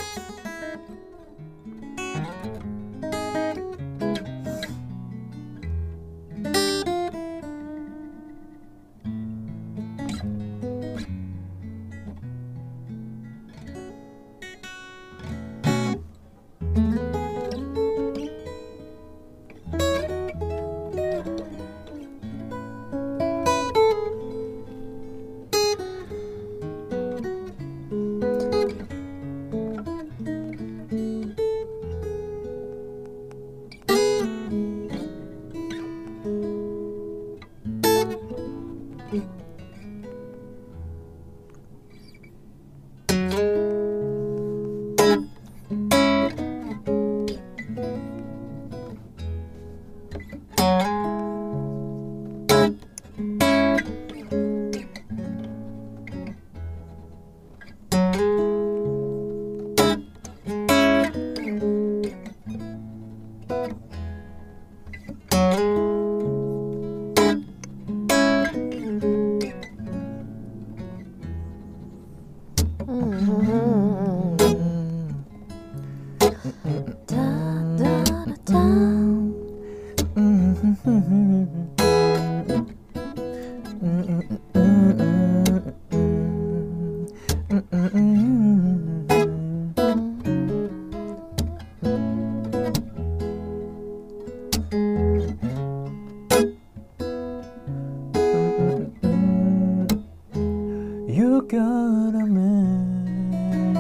Speaker 10: 哒哒哒哒。
Speaker 6: You got a man.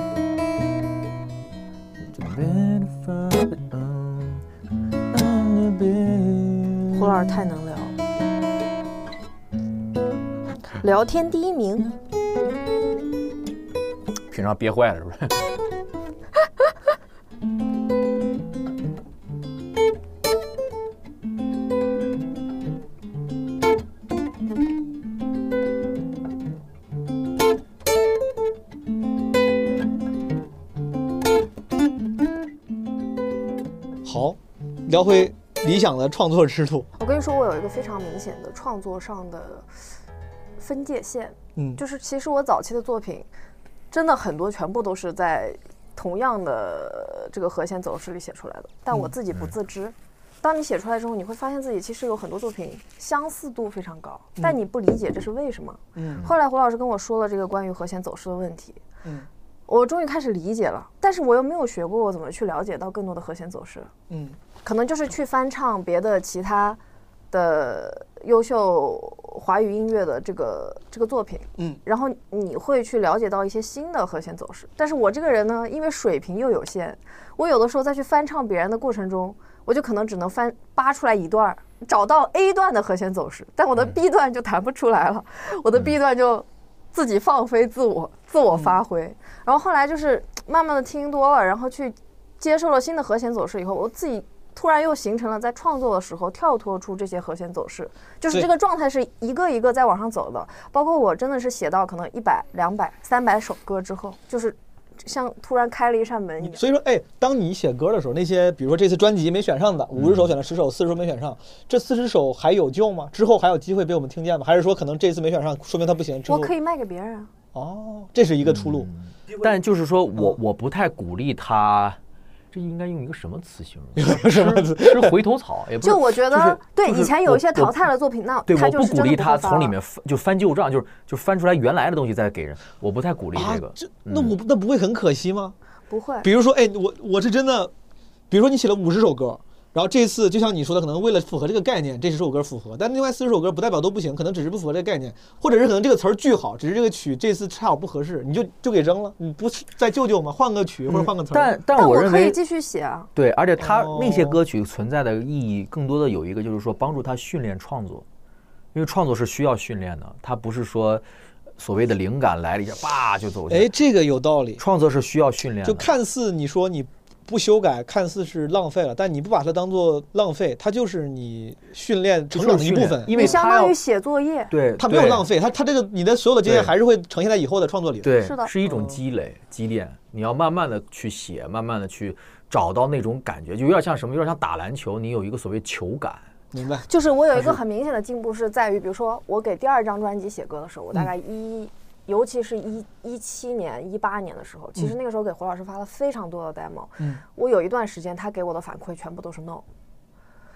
Speaker 6: The bed for- 嗯 on the bed
Speaker 5: 胡老师太能聊了，聊天第一名，
Speaker 6: 平常憋坏了是不是？
Speaker 3: 好，聊回理想的创作之路。
Speaker 5: 我跟你说，我有一个非常明显的创作上的分界线，
Speaker 3: 嗯，
Speaker 5: 就是其实我早期的作品，真的很多全部都是在同样的这个和弦走势里写出来的，但
Speaker 3: 嗯
Speaker 5: 我自己不自知。当你写出来之后，你会发现自己其实有很多作品相似度非常高，但你不理解这是为什么。
Speaker 3: 嗯
Speaker 5: 后来胡老师跟我说了这个关于和弦走势的问题，
Speaker 3: 嗯
Speaker 5: 我终于开始理解了，但是我又没有学过我怎么去了解到更多的和弦走势。
Speaker 3: 嗯，
Speaker 5: 可能就是去翻唱别的其他的优秀华语音乐的这个这个作品，
Speaker 3: 嗯，
Speaker 5: 然后你会去了解到一些新的和弦走势。但是我这个人呢，因为水平又有限，我有的时候在去翻唱别人的过程中，我就可能只能翻扒出来一段儿，找到 A 段的和弦走势，但我的 B 段就弹不出来了，我的 B 段就自己放飞自我，自我发挥。然后后来就是慢慢的听多了，然后去接受了新的和弦走势以后，我自己。突然又形成了在创作的时候跳脱出这些和弦走势，就是
Speaker 3: 对
Speaker 5: 这个状态是一个一个在往上走的。包括我真的是写到可能一百、两百、三百首歌之后，就是像突然开了一扇
Speaker 9: 嗯
Speaker 5: 门一样。
Speaker 3: 所以说，哎，当你写歌的时候，那些比如说这次专辑没选上的五十首选了十首，四十首没选上，这四十首还有救吗？之后还有机会被我们听见吗？还是说可能这次没选上，说明他不行？之
Speaker 5: 我
Speaker 3: 后
Speaker 5: 可以卖给别人啊，
Speaker 3: 哦，这是一个出路。
Speaker 9: 嗯
Speaker 3: *laughs*
Speaker 6: 但就是说
Speaker 3: 嗯
Speaker 6: 我我不太鼓励他，这应该用一个什么词形容？
Speaker 3: *laughs* 什么词
Speaker 6: 吃回头草也不是
Speaker 5: 就我觉得、
Speaker 6: 就是
Speaker 5: 对
Speaker 6: 就是
Speaker 5: 以前有一些
Speaker 6: 我
Speaker 5: 淘
Speaker 6: 我
Speaker 5: 汰的作品，那
Speaker 6: 对，
Speaker 5: 他
Speaker 6: 我
Speaker 5: 就是真
Speaker 6: 不鼓
Speaker 5: 的
Speaker 6: 励
Speaker 5: 不
Speaker 6: 他
Speaker 5: 会发
Speaker 6: 从里
Speaker 5: 了
Speaker 6: 面翻就翻旧账，就是就翻出来原来的东西再给人，我不太鼓励
Speaker 3: 啊
Speaker 6: 这个，。嗯
Speaker 3: 这那我那不会很可惜吗？
Speaker 5: 不会。
Speaker 3: 比如说，哎，我我是真的，比如说你写了五十首歌，然后这次就像你说的，可能为了符合这个概念，这十首歌符合，但另外四十首歌不代表都不行，可能只是不符合这个概念，或者是可能这个词儿巨好，只是这个曲这次恰好不合适，你就就给扔了，你不是再救救吗？换个曲或者换个词儿、
Speaker 6: 嗯但但
Speaker 5: 但
Speaker 6: 我
Speaker 5: 我
Speaker 6: 认
Speaker 5: 可以
Speaker 6: 为
Speaker 5: 继续写啊，
Speaker 6: 对，而且他
Speaker 3: 哦
Speaker 6: 那些歌曲存在的意义，更多的有一个就是说帮助他训练创作，因为创作是需要训练的，他不是说所谓的灵感来了一下叭就走进来
Speaker 3: 哎，这个有道理。
Speaker 6: 创作是需要训练的，
Speaker 3: 就看似你说你不修改，看似是浪费了，但你不把它当做浪费，它就是你训练
Speaker 6: 就
Speaker 3: 成
Speaker 6: 是
Speaker 3: 长的一
Speaker 6: 训练
Speaker 3: 部分。
Speaker 6: 因为
Speaker 5: 你相
Speaker 6: 他要
Speaker 5: 当于写作业。
Speaker 6: 对
Speaker 3: 它没有
Speaker 6: 对
Speaker 3: 浪费，它它这个你的所有的经验
Speaker 6: 对
Speaker 3: 还是会呈现在以后的创作里的。
Speaker 6: 对，
Speaker 5: 是的
Speaker 6: 一种积累、积淀，你要慢慢的去写，慢慢的去找到那种感觉，就有点像什么，有点像打篮球，你有一个所谓球感，
Speaker 3: 明白。
Speaker 5: 就是我有一个很明显的进步是在于，比如说我给第二张专辑写歌的时候，我大概一，尤其是一一七年、一八年的时候，其实那个时候给胡老师发了非常多的 demo，、
Speaker 3: 嗯
Speaker 5: 我有一段时间他给我的反馈全部都是 no，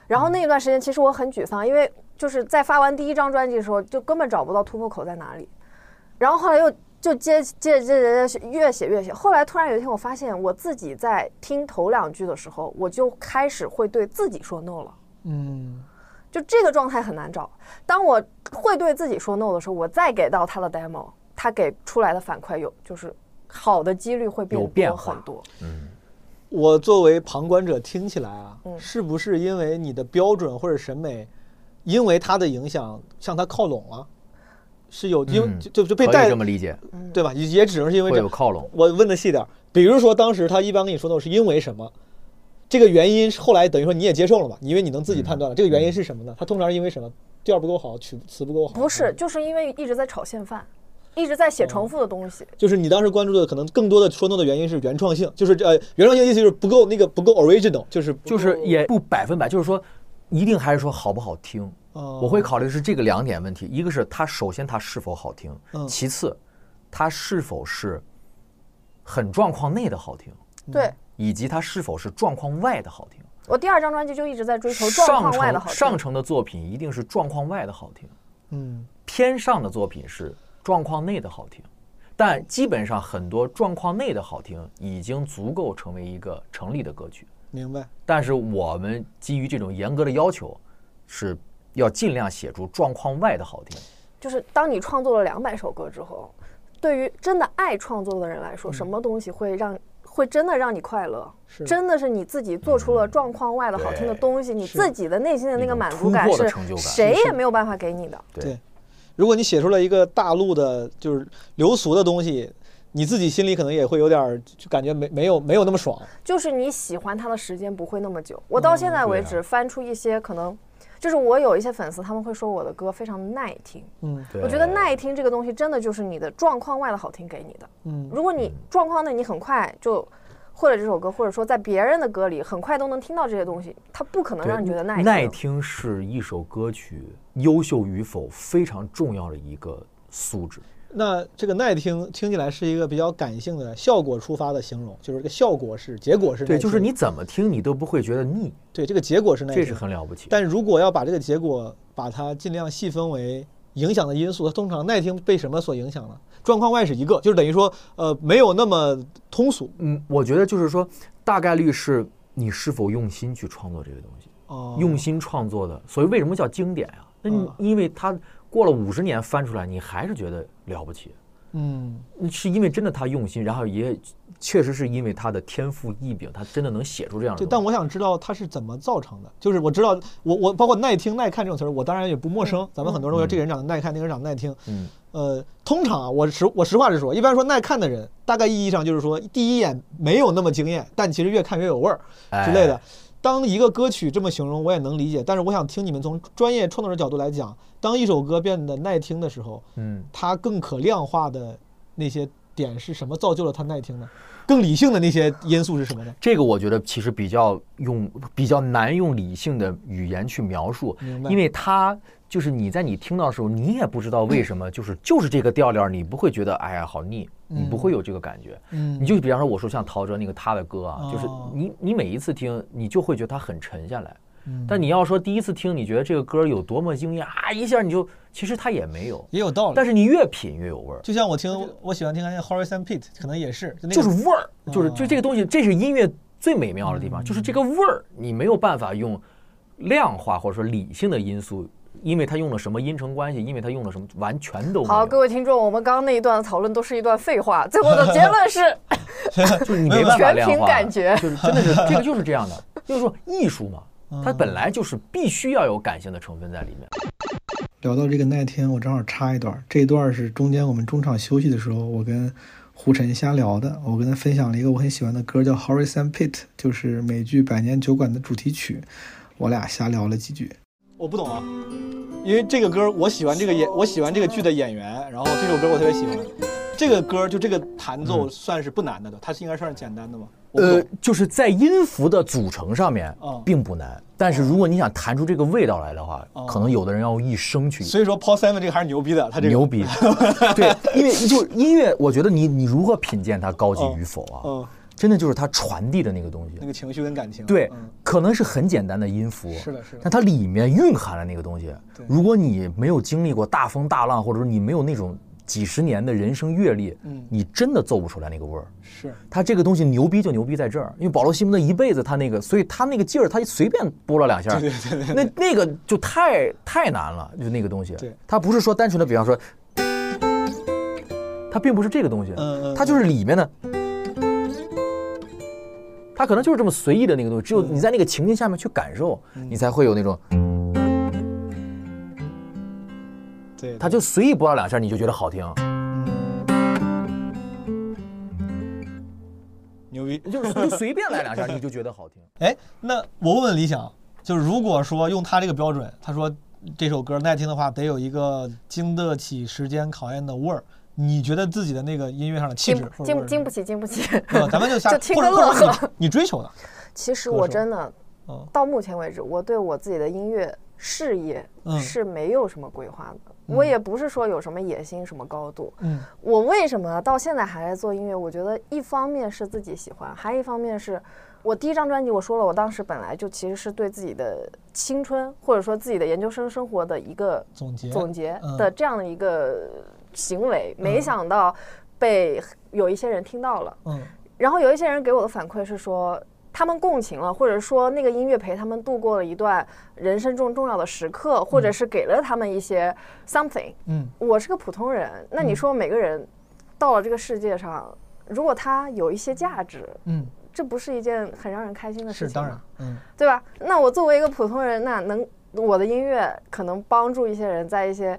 Speaker 5: 然后那一段时间其实我很沮丧，因为就是在发完第一张专辑的时候，就根本找不到突破口在哪里，然后后来又。就接接接接接越写越写，后来突然有一天，我发现我自己在听头两句的时候，我就开始会对自己说 no 了。
Speaker 3: 嗯，
Speaker 5: 就这个状态很难找。当我会对自己说 no 的时候，我再给到他的 demo，他给出来的反馈有就是好的几率会变
Speaker 6: 有变
Speaker 5: 多
Speaker 6: 化
Speaker 5: 很多。
Speaker 3: 我作为旁观者听起来啊，
Speaker 5: 嗯
Speaker 3: 是不是因为你的标准或者审美，因为它的影响向它靠拢了？是有因为
Speaker 6: 嗯
Speaker 3: 就就就
Speaker 6: 可
Speaker 3: 被
Speaker 6: 以
Speaker 3: 带
Speaker 6: 这么理解，
Speaker 3: 对吧？也也只能是因为
Speaker 6: 会
Speaker 3: 这
Speaker 6: 有
Speaker 3: 样。
Speaker 6: 靠拢。
Speaker 3: 我问的细点儿，比如说当时他一般跟你说的是因为什么，这个原因是后来等于说你也接受了嘛，因为你能自己判
Speaker 6: 嗯
Speaker 3: 断了、这个原因是什么呢？他通常是因为什么？调儿不够好，曲词不够好，
Speaker 5: 不是，
Speaker 6: 嗯
Speaker 5: 就是因为一直在炒现饭，一直在写
Speaker 6: 哦
Speaker 5: 重复的东西。
Speaker 3: 就是你当时关注的可能更多的说 no 的原因是原创性，就是呃原创性意思就是不够那个不够 original，就是不
Speaker 6: 就是也不百分百，就是说，一定还是说好不好听。
Speaker 3: 哦
Speaker 6: 我会考虑是这个两点问题，一个是它首先它是否好听，
Speaker 3: 嗯
Speaker 6: 其次它是否是很状况内的好听，
Speaker 5: 对
Speaker 6: 以及它是否是状况外的好听。
Speaker 5: 我第二张专辑就一直在追求状
Speaker 6: 上
Speaker 5: 况外的
Speaker 6: 乘
Speaker 5: 好
Speaker 6: 上
Speaker 5: 听。
Speaker 6: 乘的作品一定是状况外的好听，
Speaker 3: 嗯
Speaker 6: 偏上的作品是状况内的好听。但基本上很多状况内的好听已经足够成为一个成立的歌曲。
Speaker 3: 明白。
Speaker 6: 但是我们基于这种严格的要求，是要尽量写出状况外的好听。
Speaker 5: 就是当你创作了两百首歌之后，对于真的爱创作的人来说，什么东西会让会真的让你快乐？
Speaker 3: 是
Speaker 5: 真的是你自己做出了状况外的好听的
Speaker 6: 对
Speaker 5: 东西，你
Speaker 3: 是
Speaker 5: 自己的内心的那个满足感
Speaker 6: 那种突破的
Speaker 5: 是
Speaker 6: 成就感
Speaker 5: 谁也没有办法给你的。
Speaker 3: 对如果你写出了一个大陆的，就是流俗的东西，你自己心里可能也会有点儿就感觉没没有没有那么爽。
Speaker 5: 就是你喜欢他的时间不会那么久。我到现在为
Speaker 6: 对
Speaker 5: 止翻出一些可能，就是我有一些粉丝他们会说我的歌非常耐听，
Speaker 3: 嗯
Speaker 6: 对
Speaker 5: 我觉得耐听这个东西真的就是你的状况外的好听给你的。
Speaker 3: 嗯，
Speaker 5: 如果你状况内你很快就会了这首歌，或者说在别人的歌里很快都能听到这些东西，它不可能让你觉得耐
Speaker 6: 耐
Speaker 5: 听。
Speaker 6: 听是一首歌曲优秀与否非常重要的一个素质。
Speaker 3: 那这个耐听听起来是一个比较感性的效果出发的形容，就是这个效果是结果是耐
Speaker 6: 对，
Speaker 3: 听
Speaker 6: 就是你怎么听你都不会觉得腻，
Speaker 3: 对这个结果是耐听，
Speaker 6: 这是很了不起。
Speaker 3: 但如果要把这个结果把它尽量细分为影响的因素，它通常耐听被什么所影响呢？状况外是一个，就是等于说呃没有那么通俗
Speaker 6: 嗯，我觉得就是说，大概率是你是否用心去创作这个东西，
Speaker 3: 哦，
Speaker 6: 用心创作的。所以为什么叫经典呀、那你
Speaker 3: 嗯
Speaker 6: 因为它过了五十年翻出来，你还是觉得了不起。
Speaker 3: 嗯
Speaker 6: 是因为真的他用心，然后也确实是因为他的天赋异禀，他真的能写出这样的
Speaker 3: 对，
Speaker 6: 东
Speaker 3: 但
Speaker 6: 西。
Speaker 3: 我想知道它是怎么造成的。就是我知道，我我包括耐听、耐看这种词儿，我当然也不陌生。咱们很多人说这个人长得耐看，那个人长得耐听。
Speaker 6: 嗯，
Speaker 3: 呃，通常啊，我实我实话实说，一般说耐看的人，哎
Speaker 6: 哎
Speaker 3: 大概意义上就是说第一眼没有那么惊艳，但其实越看越有味儿之类的。当一个歌曲这么形容，我也能理解。但是我想听你们从专业创作者角度来讲，当一首歌变得耐听的时候，
Speaker 6: 嗯，
Speaker 3: 它更可量化的那些点是什么造就了它耐听呢？更理性的那些因素是什么呢？
Speaker 6: 这个我觉得其实比较用比较难用理性的语言去描述
Speaker 3: 明，白
Speaker 6: 因为它就是你在你听到的时候，你也不知道为什么，就是就是这个调调儿，你不会觉得哎呀好腻，你不会有这个感觉。
Speaker 3: 嗯
Speaker 6: 你就比方说我说像陶喆那个他的歌啊，就是
Speaker 3: 哦
Speaker 6: 你你每一次听，你就会觉得它很沉下来。
Speaker 3: 嗯
Speaker 6: 但你要说第一次听，你觉得这个歌有多么惊讶啊，一下你就其实它也没有，
Speaker 3: 也有道理。
Speaker 6: 但是你越品越有味儿。
Speaker 3: 就像我听我喜欢听那个 Horizon Pete，可能也是，就那个嗯
Speaker 6: 就是味儿，就是就这个东西，这是音乐最美妙的地方，就是这个味儿，你没有办法用量化或者说理性的因素，因为它用了什么音程关系，因为它用了什么，完全都没
Speaker 5: 好，各
Speaker 6: 有，
Speaker 5: 位听众，我们刚刚那一段讨论都是一段废话，最后的结论是
Speaker 6: 就是你没办法
Speaker 5: 全
Speaker 6: 量
Speaker 5: 凭
Speaker 6: 化，
Speaker 5: 感觉
Speaker 6: 就是真的
Speaker 3: *laughs*
Speaker 6: 是这个就是这样的，就是说艺术嘛，
Speaker 3: 嗯
Speaker 6: 它本来就是必须要有感性的成分在里面。
Speaker 9: 聊到这个那天，我正好插一段儿，这一段儿是中间我们中场休息的时候，我跟胡晨瞎聊的。我跟他分享了一个我很喜欢的歌，叫《Horizon Pit》，就是美剧《百年酒馆》的主题曲。我俩瞎聊了几句。
Speaker 3: 我不懂啊，因为这个歌我喜欢这个演，我喜欢这个剧的演员，然后这首歌我特别喜欢。这个歌就这个弹
Speaker 9: 嗯
Speaker 3: 奏算是不难的，对它是应该算是简单的吗？我不
Speaker 6: 呃
Speaker 3: 懂，
Speaker 6: 就是在音符的组成上面
Speaker 3: 哦
Speaker 6: 并不难，但是如果你想弹出这个味道来的话
Speaker 3: 哦，
Speaker 6: 可能有的人要用一生去
Speaker 3: 所以说 Paul Simon 这个还是牛逼的，他这个
Speaker 6: 牛
Speaker 3: *laughs*
Speaker 6: 逼，对，因为就是音乐，我觉得你你如何品鉴它高级
Speaker 3: 嗯
Speaker 6: 与否啊，
Speaker 3: 嗯
Speaker 6: 真的就是它传递的那个东西
Speaker 3: 那。个情绪跟感情。
Speaker 6: 对，
Speaker 3: 嗯
Speaker 6: 可能是很简单的音符，
Speaker 3: 是的是的
Speaker 6: 但它里面蕴含了那个东西
Speaker 3: 对。
Speaker 6: 如果你没有经历过大风大浪，或者说你没有那种几十年的人生阅历，
Speaker 3: 嗯
Speaker 6: 你真的奏不出来那个味儿。
Speaker 3: 是
Speaker 6: 他这个东西牛逼就牛逼在这儿，因为保罗·西蒙顿一辈子他那个，所以他那个劲儿，他随便拨了两下儿，那那个就太太难了，就那个东西
Speaker 3: 对，
Speaker 6: 他不是说单纯的，比方说，他并不是这个东西，
Speaker 3: 嗯嗯
Speaker 6: 他就是里面的。他可能就是这么随意的那个东西，只有
Speaker 3: 嗯
Speaker 6: 你在那个情境下面去感受，你才会有那种，
Speaker 3: 对，
Speaker 6: 他就随意拨了两下，你就觉得好听。
Speaker 3: 牛逼。
Speaker 6: 就是就随便来两下，你就觉得
Speaker 5: *laughs*
Speaker 6: 好听。
Speaker 3: 哎，那我问问理想，就是如果说用他这个标准，他说这首歌耐听的话，得有一个经得起时间考验的味儿。你觉得自己的那个音乐上的气
Speaker 5: *laughs* 经
Speaker 3: 质，或者味
Speaker 5: 经
Speaker 3: 儿
Speaker 5: 经
Speaker 3: 是
Speaker 5: 不起，经不起。
Speaker 3: *laughs* 什
Speaker 5: *laughs*
Speaker 3: 么嗯咱们就下，
Speaker 5: 就听
Speaker 3: 或者
Speaker 5: 个
Speaker 3: 或者
Speaker 5: 乐
Speaker 3: 说
Speaker 5: 呵
Speaker 3: 你你追求的，
Speaker 5: 其实
Speaker 3: 歌
Speaker 5: 我
Speaker 3: 手
Speaker 5: 真的
Speaker 3: 嗯
Speaker 5: 到目前为止，我对我自己的音乐事业
Speaker 3: 嗯
Speaker 5: 是没有什么规划的。我也不是说有什么野心、什么高度。
Speaker 3: 嗯，
Speaker 5: 我为什么到现在还在做音乐？我觉得一方面是自己喜欢，还一方面是我第一张专辑，我说了，我当时本来就其实是对自己的青春或者说自己的研究生生活的一个
Speaker 3: 总
Speaker 5: *laughs*
Speaker 3: 结
Speaker 5: 总结
Speaker 3: 嗯
Speaker 5: 的这样的一个行为，没想到被有一些人听到了。
Speaker 3: 嗯
Speaker 5: 然后有一些人给我的反馈是说，他们共情了，或者说那个音乐陪他们度过了一段人生中重要的时刻，或者是给了他们一些 something。
Speaker 3: 嗯，
Speaker 5: 我是个普通人，那你说每个人到了这个世界上，如果他有一些价值，
Speaker 3: 嗯，
Speaker 5: 这不是一件很让人开心的事
Speaker 3: 是
Speaker 5: 情吗？
Speaker 3: 当然，嗯
Speaker 5: 对吧？那我作为一个普通人，那能我的音乐可能帮助一些人在一些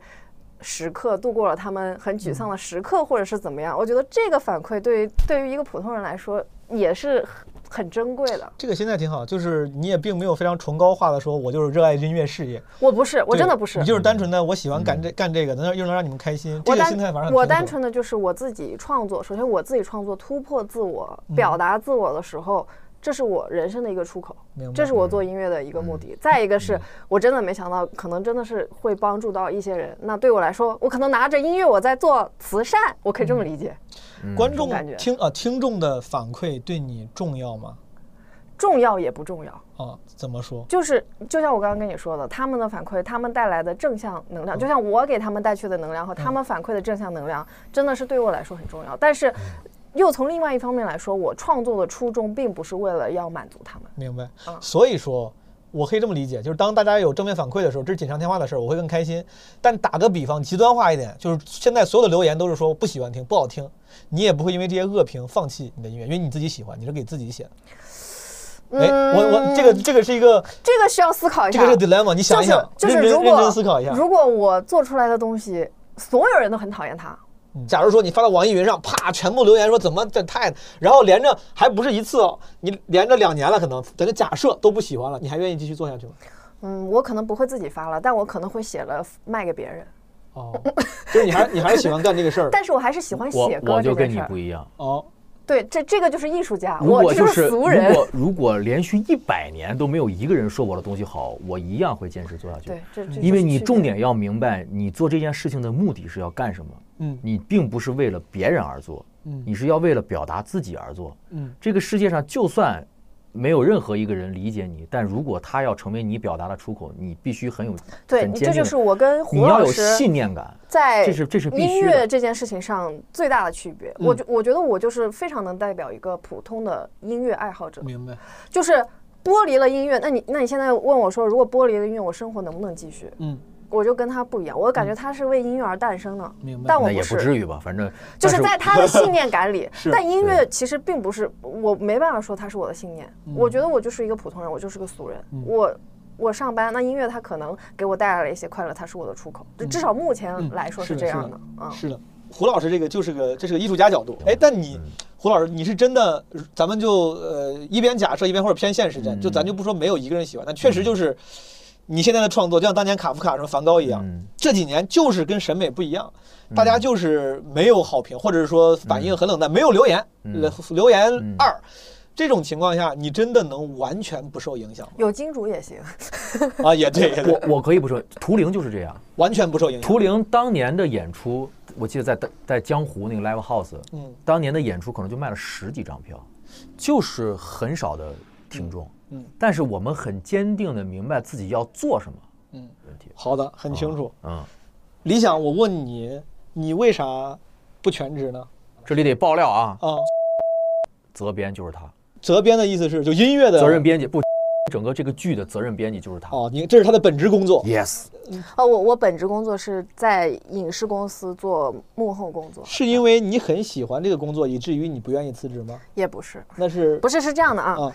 Speaker 5: 时刻度过了他们很沮丧的时刻，或者是怎么样？我觉得这个反馈对于对于一个普通人来说也是很很珍贵的。
Speaker 3: 这个心态挺好，就是你也并没有非常崇高化的说，我就是热爱音乐事业，
Speaker 5: 我不是，我
Speaker 3: 对
Speaker 5: 真的不是
Speaker 3: 你。就是单纯的我喜欢干这干这个，能让又能让你们开心，
Speaker 5: 我
Speaker 3: 这个
Speaker 5: 单
Speaker 3: 心态反而很
Speaker 5: 我
Speaker 3: 平
Speaker 5: 单
Speaker 3: 和
Speaker 5: 纯的就是我自己创作，首先我自己创作突破自我、
Speaker 3: 嗯
Speaker 5: 表达自我的时候，这是我人生的一个出口
Speaker 3: 明白，嗯
Speaker 5: 这是我做音乐的一个目的。再一个是我真的没想到，可能真的是会帮助到一些人。那对我来说，我可能拿着音乐我在做慈善，我可以这么
Speaker 3: 嗯
Speaker 5: 理解。
Speaker 3: 观
Speaker 5: 这种感觉
Speaker 3: 众听啊，听众的反馈对你重要吗？
Speaker 5: 重要也不重要，
Speaker 3: 啊，怎么说？
Speaker 5: 就是就像我刚刚跟你说的，他们的反馈，他们带来的正向能
Speaker 6: 嗯
Speaker 5: 量，就像我给他们带去的能量和他们反馈的正向能量，真的是对我来说很重要。但
Speaker 6: 嗯
Speaker 5: 是，又从另外一方面来说，我创作的初衷并不是为了要满足他们。
Speaker 3: 明白
Speaker 5: 嗯。
Speaker 3: 所以说，我可以这么理解，就是当大家有正面反馈的时候，这是锦上添花的事儿，我会更开心。但打个比方，极端化一点，就是现在所有的留言都是说不喜欢听，不好听，你也不会因为这些恶评放弃你的音乐，因为你自己喜欢，你是给自己写的。哎，我我这个这个是一个
Speaker 5: 这个需要思考一
Speaker 3: 这
Speaker 5: 下。
Speaker 3: 个是 dilemma，你想一想，
Speaker 5: 就是就是
Speaker 3: 认真
Speaker 5: 如果
Speaker 3: 认真思考一下。
Speaker 5: 如果我做出来的东西，所有人都很讨厌它，
Speaker 3: 嗯假如说你发到网易云上，啪，全部留言说怎么这太，然后连着还不是一次哦，你连着两年了，可能咱就假设都不喜欢了，你还愿意继续做下去吗？
Speaker 5: 嗯，我可能不会自己发了，但我可能会写了卖给别人。
Speaker 3: 哦，就是你还你还是喜欢干这个事儿
Speaker 5: 但是我还是喜欢
Speaker 6: 我
Speaker 5: 写歌
Speaker 6: 我
Speaker 5: 这
Speaker 6: 就
Speaker 5: 件
Speaker 6: 跟
Speaker 5: 事
Speaker 6: 你
Speaker 5: 儿
Speaker 6: 不。一样。
Speaker 3: 哦，
Speaker 5: 对，这这个就是艺术家，
Speaker 6: 如果
Speaker 5: 我这
Speaker 6: 就
Speaker 5: 就是
Speaker 6: 如
Speaker 5: 俗人。
Speaker 6: 果如果连续一百年都没有一个人说我的东西好，我一样会坚持做下去。
Speaker 5: 对，这这
Speaker 6: 因为
Speaker 5: 就是
Speaker 6: 你
Speaker 5: 区别
Speaker 6: 重点要明白，你做这件事情的目的是要干什么。
Speaker 3: 嗯
Speaker 6: 你并不是为了别人而做，
Speaker 3: 嗯
Speaker 6: 你是要为了表达自己而做。
Speaker 3: 嗯，
Speaker 6: 这个世界上就算没有任何一个人理解你，但如果他要成为你表达的出口，你必须很有
Speaker 5: 对，
Speaker 6: 很
Speaker 5: 你
Speaker 6: 坚
Speaker 5: 这
Speaker 6: 定
Speaker 5: 就
Speaker 6: 的
Speaker 5: 是我跟
Speaker 6: 你
Speaker 5: 胡老
Speaker 6: 要有
Speaker 5: 师
Speaker 6: 信念感。
Speaker 5: 在
Speaker 6: 这是这是必
Speaker 5: 音
Speaker 6: 须的嗯
Speaker 5: 乐这件事情上最大的区别。我觉我觉得我就是非常能代表一个普通的音乐爱好者，
Speaker 3: 明白，
Speaker 5: 就是剥离了音乐，那你那你现在问我说，如果剥离了音乐，我生活能不能继续？
Speaker 3: 嗯，
Speaker 5: 我就跟他不一样，我
Speaker 6: 嗯
Speaker 5: 感觉他是为音乐而诞生的，
Speaker 3: 明白
Speaker 5: 但我
Speaker 6: 那也不
Speaker 5: 是。
Speaker 6: 至于吧，反正
Speaker 5: 就是
Speaker 6: 但
Speaker 5: 在他的信念感里
Speaker 3: 是，
Speaker 5: 但音乐其实并不是我没办法说它是我的信念。我觉得我就是一个普通人，我就是个俗人。我我上班，那音乐它可能给我带来了一些快乐，它是我的出口。就至少目前
Speaker 3: 嗯
Speaker 5: 来说
Speaker 3: 是
Speaker 5: 是
Speaker 3: 的
Speaker 5: 这
Speaker 3: 是
Speaker 5: 样
Speaker 3: 的
Speaker 5: 的。嗯，
Speaker 3: 是的。胡老师这个就是个这是个艺术家角度，
Speaker 6: 嗯
Speaker 3: 哎，但你胡老师你是真的，咱们就呃一边假设一边或者偏现实
Speaker 6: 嗯
Speaker 3: 站，就咱就不说没有一个人喜欢，但确实就是你现在的创作，就像当年卡夫卡什么梵高一样，
Speaker 6: 嗯
Speaker 3: 这几年就是跟审美不一样，大家就是没有好评，或者是说反
Speaker 6: 嗯
Speaker 3: 应很冷淡，没有留言，呃留言二。这种情况下，你真的能完全不受影响
Speaker 5: 有金主也行。
Speaker 3: 吗？啊，也对，也对，
Speaker 6: 我我可以不说，图灵就是这样。
Speaker 3: 完全不受影响。
Speaker 6: 图灵当年的演出，我记得在在江湖那个 live house，
Speaker 3: 嗯
Speaker 6: 当年的演出可能就卖了十几张票，就是很少的听众。
Speaker 3: 嗯嗯
Speaker 6: 但是我们很坚定的明白自己要做什么
Speaker 3: 嗯，
Speaker 6: 问题。
Speaker 3: 好的，很清楚。
Speaker 6: 嗯，
Speaker 3: 理想，我问你，你为啥不全职呢？
Speaker 6: 这里得爆料啊，
Speaker 3: 啊，
Speaker 6: 责编就是他，
Speaker 3: 责编的意思是就音乐的
Speaker 6: 责任编辑不， *laughs* 整个这个剧的责任编辑就是他。
Speaker 3: 哦，你这是他的本职工作，
Speaker 6: Yes，
Speaker 5: 哦，我我本职工作是在影视公司做幕后工作，
Speaker 3: 是因为你很喜欢这个工作，以至于你不愿意辞职吗？
Speaker 5: 也不是，
Speaker 3: 那是
Speaker 5: 不是是这样的啊
Speaker 3: 啊。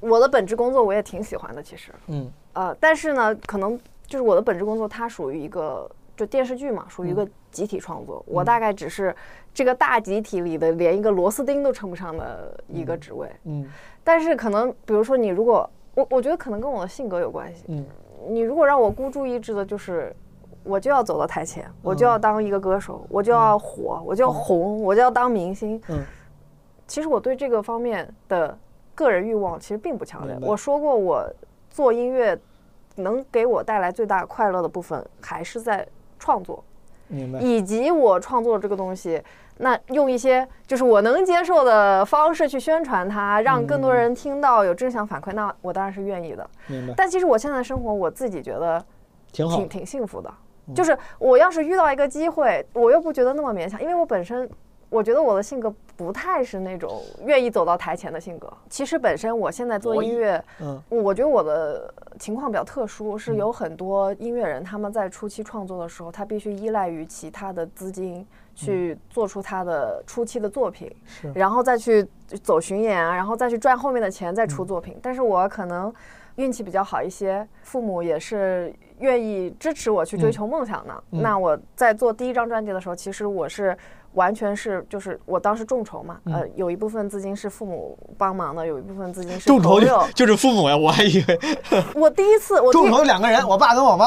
Speaker 5: 我的本职工作我也挺喜欢的，其实。
Speaker 3: 嗯
Speaker 5: 呃，但是呢，可能就是我的本职工作，它属于一个就电视剧嘛，属于
Speaker 3: 嗯
Speaker 5: 一个集体创作。我大概只是这个大集体里的连一个螺丝钉都称不上的一个职位。
Speaker 3: 嗯
Speaker 5: 但是可能，比如说你如果我，我觉得可能跟我的性格有关系。
Speaker 3: 嗯
Speaker 5: 你如果让我孤注一掷的，就是。我就要走到台
Speaker 3: 嗯
Speaker 5: 前，我就要当一个歌手，我就要火，我就要红，我就要当明星。
Speaker 3: 嗯
Speaker 5: 其实我对这个方面的个人欲望其实并不强烈
Speaker 3: 明。白
Speaker 5: 我说过，我做音乐能给我带来最大快乐的部分还是在创作，
Speaker 3: 明白。
Speaker 5: 以及我创作这个东西，那用一些就是我能接受的方式去宣传它，让更多人听到有正向反馈，那我当然是愿意的。
Speaker 3: 明白，
Speaker 5: 但其实我现在的生活，我自己觉得
Speaker 3: 挺好
Speaker 5: 挺。挺幸福的。就是我要是遇到一个机会，我又不觉得那么勉强，因为我本身我觉得我的性格不太是那种愿意走到台前的性格。其实本身我现在做音乐，
Speaker 3: 嗯
Speaker 5: 我觉得我的情况比较特殊，是有很多音乐人他们在初期创作的时候，他必须依赖于其他的资金去做出他的初期的作品，
Speaker 3: 嗯是
Speaker 5: 然后再去走巡演啊，然后再去赚后面的钱再出
Speaker 3: 嗯
Speaker 5: 作品。但是我可能运气比较好一些，父母也是愿意支持我
Speaker 3: 嗯
Speaker 5: 去追求梦想的。那我在做第一张专辑的时候，其实我是。完全是，就是我当时众筹嘛，
Speaker 3: 嗯
Speaker 5: 呃，有一部分资金是父母帮忙的，有一部分资金是
Speaker 3: 众筹
Speaker 5: 朋
Speaker 3: 就
Speaker 5: 友。
Speaker 3: 就是父母呀，我还以为
Speaker 5: 我第一次，我第
Speaker 3: 众筹两个人，我爸跟我妈。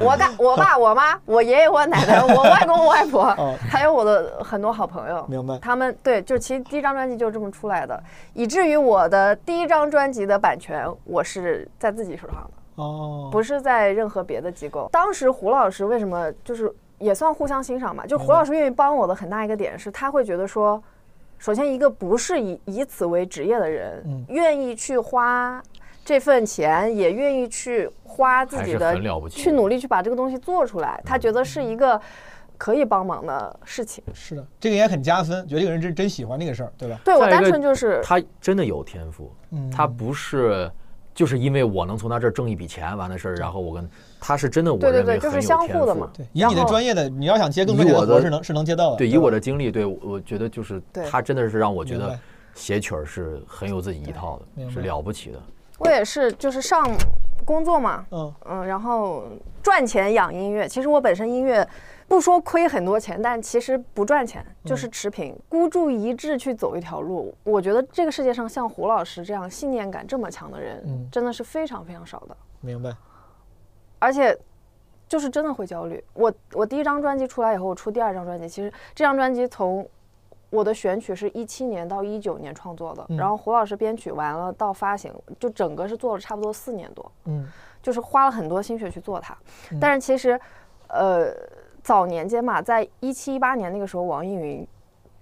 Speaker 5: 我大我爸、我妈、我爷爷、我奶奶、
Speaker 3: *laughs*
Speaker 5: 我外公、我外婆
Speaker 3: 哦，
Speaker 5: 还有我的很多好朋友，
Speaker 3: *laughs* 明白
Speaker 5: 他们对，就其实第一张专辑就是这么出来的，以至于我的第一张专辑的版权我是在自己手上的，
Speaker 3: 哦，
Speaker 5: 不是在任何别的机构。当时胡老师为什么就是也算互相欣赏吧？就
Speaker 6: 嗯
Speaker 5: 胡老师愿意帮我的很大一个点是，他会觉得说，首先一个不是以以此为职业的人，
Speaker 6: 嗯
Speaker 5: 愿意去花这份钱，也愿意去花自
Speaker 6: 还
Speaker 5: 己
Speaker 6: 是
Speaker 5: 的
Speaker 6: 很了不起嗯
Speaker 5: 去努力去把这个东西做出来，他觉得是一个可以帮忙的事情。
Speaker 3: 是的，这个也很加分，觉得这个人真真喜欢这个事儿，对吧？
Speaker 5: 对我
Speaker 6: 再一个
Speaker 5: 单纯就是
Speaker 6: 他真的有天赋，
Speaker 3: 嗯
Speaker 6: 他不是就是因为我能从他这儿挣一笔钱完的
Speaker 3: 嗯
Speaker 6: 事儿，然后我跟他是真的，我
Speaker 5: 对对
Speaker 6: 认为
Speaker 5: 对就是
Speaker 6: 很有
Speaker 5: 相互
Speaker 6: 天
Speaker 5: 的
Speaker 6: 赋
Speaker 5: 嘛
Speaker 3: 对，以你的专业的，你要想接更多
Speaker 6: 以
Speaker 3: 的
Speaker 6: 我
Speaker 3: 活
Speaker 6: 的
Speaker 3: 是能是能接到的。
Speaker 6: 对，以
Speaker 3: 吧
Speaker 6: 我的经历，对我我觉得就是
Speaker 5: 对
Speaker 6: 他真的是让我觉
Speaker 3: 明
Speaker 6: 得
Speaker 3: 白
Speaker 6: 写曲儿是很有自己一套
Speaker 3: 明
Speaker 6: 的，
Speaker 3: 白
Speaker 6: 是了不起的。
Speaker 5: 我也是，就是上工作嘛，
Speaker 3: 嗯
Speaker 5: 嗯，然后赚钱养音乐。其实我本身音乐不说亏很多钱，但其实不赚钱，就是持平，孤注一掷去走一条路。我觉得这个世界上像胡老师这样信念感这么强的人，
Speaker 3: 嗯
Speaker 5: 真的是非常非常少的，
Speaker 3: 明白。
Speaker 5: 而且。就是真的会焦虑。我我第一张专辑出来以后，我出第二张专辑。其实这张专辑从我的选曲是一七年到一九年创作的，然后胡老师编曲完了到发行，就整个是做了差不多四年多。
Speaker 3: 嗯
Speaker 5: 就是花了很多心血去做它。但是其实，呃，早年间嘛，在一七一八年那个时候，网易云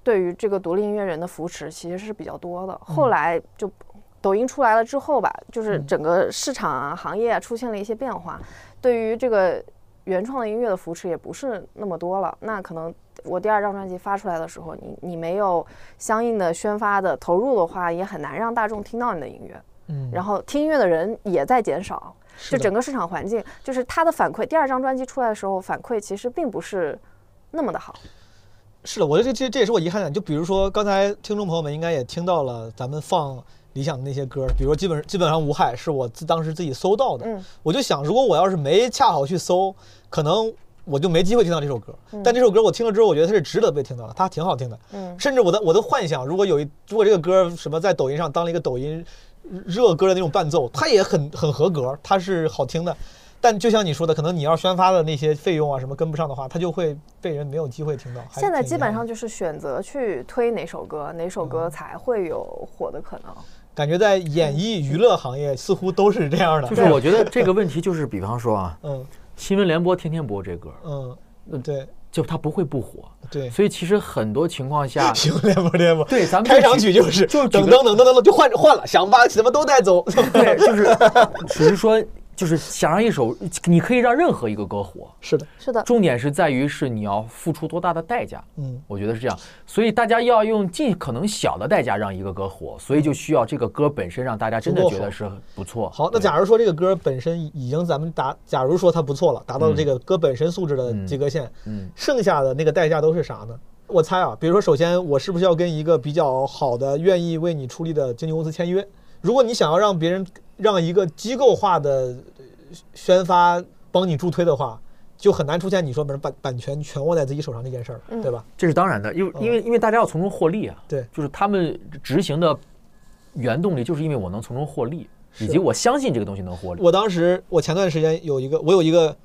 Speaker 5: 对于这个独立音乐人的扶持其实是比较多的。后来就抖音出来了之后吧，就是整个市场啊、行业啊出现了一些变化，对于这个原创的音乐的扶持也不是那么多了。那可能。我第二张专辑发出来的时候，你你没有相应的宣发的投入的话，也很难让大众听到你的音乐。
Speaker 3: 嗯，
Speaker 5: 然后听音乐的人也在减少，
Speaker 3: 是
Speaker 5: 就
Speaker 3: 的
Speaker 5: 整个市场环境，就是它的反馈。第二张专辑出来的时候，反馈其实并不是那么的好。
Speaker 3: 是的，我觉得这这这也是我遗憾的。就比如说，刚才听众朋友们应该也听到了，咱们放理想的那些歌，比如说基本基本上无害是我自当时自己搜到的。
Speaker 5: 嗯
Speaker 3: 我就想，如果我要是没恰好去搜，可能我就没机会听到这首歌。但这首歌我听了之后，我觉得它是值得被听到的，它挺好听的。
Speaker 5: 嗯
Speaker 3: 甚至我的我的幻想，如果有一如果这个歌什么在抖音上当了一个抖音热歌的那种伴奏，它也很很合格，它是好听的。但就像你说的，可能你要宣发的那些费用啊什么跟不上的话，它就会被人没有机会听到。还
Speaker 5: 现在
Speaker 3: 挺遗
Speaker 5: 基本
Speaker 3: 憾的
Speaker 5: 上就是选择去推哪首歌，哪首
Speaker 3: 嗯
Speaker 5: 歌才会有火的可能。
Speaker 3: 感觉在演艺娱乐行业似乎都是这样的。
Speaker 6: 就是我觉得这个问题就是，比方说啊，
Speaker 3: 嗯
Speaker 6: 新闻联播天天播这歌，
Speaker 3: 嗯，对
Speaker 6: 就它不会不火，
Speaker 3: 对，，
Speaker 6: 所以其实很多情况下
Speaker 3: *laughs* 行联播联播，
Speaker 6: 对咱们
Speaker 3: 开场曲就是
Speaker 6: 就是
Speaker 3: 等
Speaker 6: 举
Speaker 3: 等
Speaker 6: 个
Speaker 3: 等等等等就换换了，想把什么都带走。 *laughs*
Speaker 6: 对，就是只是说，就是想让一首，你可以让任何一个歌火，
Speaker 3: 是的，
Speaker 5: 是的，
Speaker 6: 重点是在于是你要付出多大的代价。
Speaker 3: 嗯，
Speaker 6: 我觉得是这样，所以大家要用尽可能小的代价让一个歌火，所以就需要这个歌本身让大家真的
Speaker 3: 足够
Speaker 6: 觉
Speaker 3: 好
Speaker 6: 得是不错。
Speaker 3: 好，那
Speaker 6: 对
Speaker 3: 假如说这个歌本身已经咱们达，假如说它不错了，达到了这个歌本身素质的及格线，
Speaker 6: 嗯
Speaker 3: 剩下的那个代价都是啥呢？我猜啊，比如说，首先我是不是要跟一个比较好的、愿意为你出力的经纪公司签约？如果你想要让别人让一个机构化的呃宣发帮你助推的话，就很难出现你说把版版权全握在自己手上这件事儿了，对吧？
Speaker 6: 这是当然的，因为因为因为大家要从中获利啊。
Speaker 3: 嗯对
Speaker 6: 就是他们执行的原动力，就是因为我能从中获利，以及我相信这个东西能获利。
Speaker 3: 我当时，我前段时间有一个，我有一个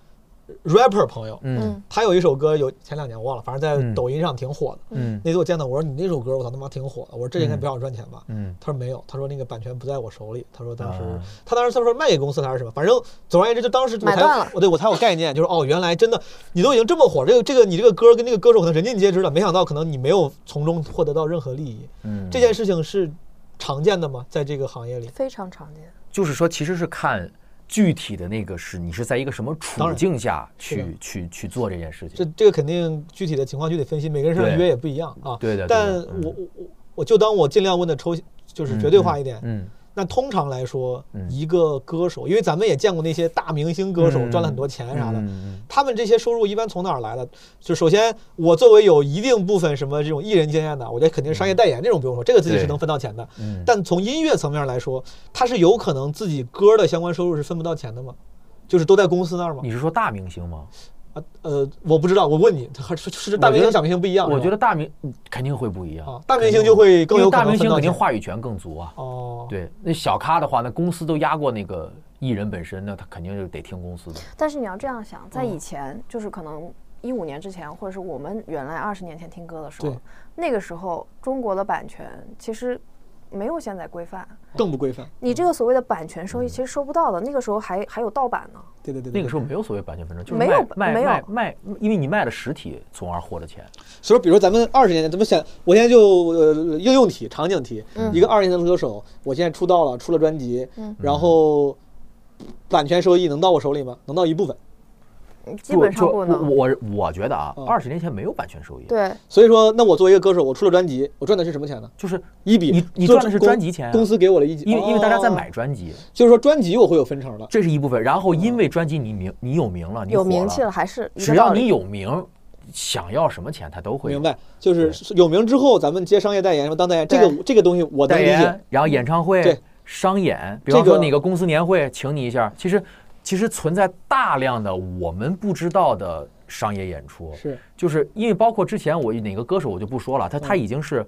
Speaker 3: rapper 朋友，
Speaker 6: 嗯
Speaker 3: 他有一首歌有前两年我忘了，反正在
Speaker 6: 嗯
Speaker 3: 抖音上挺火的。
Speaker 6: 嗯
Speaker 3: 那次我见到，我说你那首歌，我操他妈挺火的。我说这应该不让我赚钱吧？
Speaker 6: 嗯
Speaker 3: 他说没有，他说那个版权不在我手里。他说当时，
Speaker 6: 啊
Speaker 3: 他当时他说卖给公司还是什么，反正总而言之，就当时我
Speaker 5: 买
Speaker 3: 才
Speaker 5: 断了
Speaker 3: 我对我才有概念，就是哦，原来真的你都已经这么火，这个这个你这个歌跟这个歌手可能人尽皆知了，没想到可能你没有从中获得到任何利益。
Speaker 6: 嗯，
Speaker 3: 这件事情是常见的吗？在这个行业里，
Speaker 5: 非常常见。
Speaker 6: 就是说，其实是看具体的那个是你是在一个什么
Speaker 3: 当
Speaker 6: 处
Speaker 3: 然
Speaker 6: 境下
Speaker 3: 是
Speaker 6: 去去去做这件事
Speaker 3: 这
Speaker 6: 情。
Speaker 3: 这个肯定具体的情况具体分析，每个人身上
Speaker 6: 对
Speaker 3: 约也不一样啊。
Speaker 6: 对的对的
Speaker 3: 但
Speaker 6: 嗯
Speaker 3: 我我我我就当我尽量问的抽，就是绝对化一点。
Speaker 6: 嗯
Speaker 3: 那通常来说，
Speaker 6: 嗯
Speaker 3: 一个歌手，因为咱们也见过那些大明星歌手
Speaker 6: 嗯
Speaker 3: 赚了很多钱啥的，
Speaker 6: 嗯嗯嗯
Speaker 3: 他们这些收入一般从哪儿来的？就首先，我作为有一定部分什么这种艺人经验的，我觉得肯定是商业代言这种不用说，这个自己
Speaker 6: 嗯对
Speaker 3: 是能分到钱的。
Speaker 6: 嗯
Speaker 3: 但从音乐层面来说，他是有可能自己歌的相关收入是分不到钱的吗？就是都在公司那儿吗？
Speaker 6: 你是说大明星吗？
Speaker 3: 啊呃，我不知道，我问你，他是是大
Speaker 6: 我觉
Speaker 3: 明星
Speaker 6: 得
Speaker 3: 小明星不一样？
Speaker 6: 我
Speaker 3: 是吧
Speaker 6: 觉得大明嗯肯定会不一样
Speaker 3: 啊，大明星就会更
Speaker 6: 因
Speaker 3: 有可
Speaker 6: 为大
Speaker 3: 能分
Speaker 6: 明星
Speaker 3: 到
Speaker 6: 肯定
Speaker 3: 钱。
Speaker 6: 话语权更足啊。
Speaker 3: 哦，
Speaker 6: 对，那小咖的话，那公司都压过那个艺人本身，那他肯定就得听公司的。
Speaker 5: 但是你要这样想，在
Speaker 3: 嗯
Speaker 5: 以前，就是可能一五年之前，或者是我们原来二十年前听歌的时候
Speaker 3: 对，
Speaker 5: 那个时候中国的版权其实没有现在规范，
Speaker 3: 更不规范。
Speaker 5: 你这个所谓的版权
Speaker 3: 嗯
Speaker 5: 收益其实收不到的。那个时候还还有盗版呢。
Speaker 3: 对对对对
Speaker 6: 那
Speaker 3: 对
Speaker 6: 个时候没有所谓版权纷争，就是
Speaker 5: 没有
Speaker 6: 卖
Speaker 5: 没
Speaker 6: 卖
Speaker 5: 有
Speaker 6: 卖卖，因为你卖了实体，从而获得钱。
Speaker 3: 所以说，比如说咱们二十年前，咱们想，我现在就呃应用题、场景题，一个二十年前的歌手，我现在出道了，出了专辑，
Speaker 6: 嗯
Speaker 3: 然后版权收益能到我手里吗？能到一部分。
Speaker 5: 嗯基本
Speaker 6: 就
Speaker 5: 上不能。
Speaker 6: 我我我觉得啊
Speaker 3: 嗯，
Speaker 6: 二十年前没有版权收益，，
Speaker 5: 对，
Speaker 3: 所以说，那我作为一个歌手，我出了专辑，我赚的是什么钱呢？
Speaker 6: 就是
Speaker 3: 一笔，
Speaker 6: 你你
Speaker 3: 做
Speaker 6: 赚的是专辑钱啊
Speaker 3: 公公司给我了一，
Speaker 6: 因为因为大家在买
Speaker 3: 哦，
Speaker 6: 专辑，
Speaker 3: 就是说专辑我会有分成的。
Speaker 6: 这是一部分。然后因为专辑你名你有名了，你
Speaker 5: 嗯有
Speaker 6: 火
Speaker 5: 名气了，还是一个
Speaker 6: 只要
Speaker 5: 道理
Speaker 6: 你有名，想要什么钱他都会有
Speaker 3: 明。白，就是有名之后，咱们接商业代言，什么当代言，这
Speaker 5: 对
Speaker 3: 个这个东西我能
Speaker 6: 代
Speaker 3: 理解
Speaker 6: 言，，然后演唱会
Speaker 3: 对，
Speaker 6: 商演，比
Speaker 3: 这
Speaker 6: 方说
Speaker 3: 个
Speaker 6: 嗯哪个公司年会请你一下，其实其实存在大量的我们不知道的商业演出，
Speaker 3: 是
Speaker 6: 就是因为包括之前我哪个歌手我就不说了，他他已经是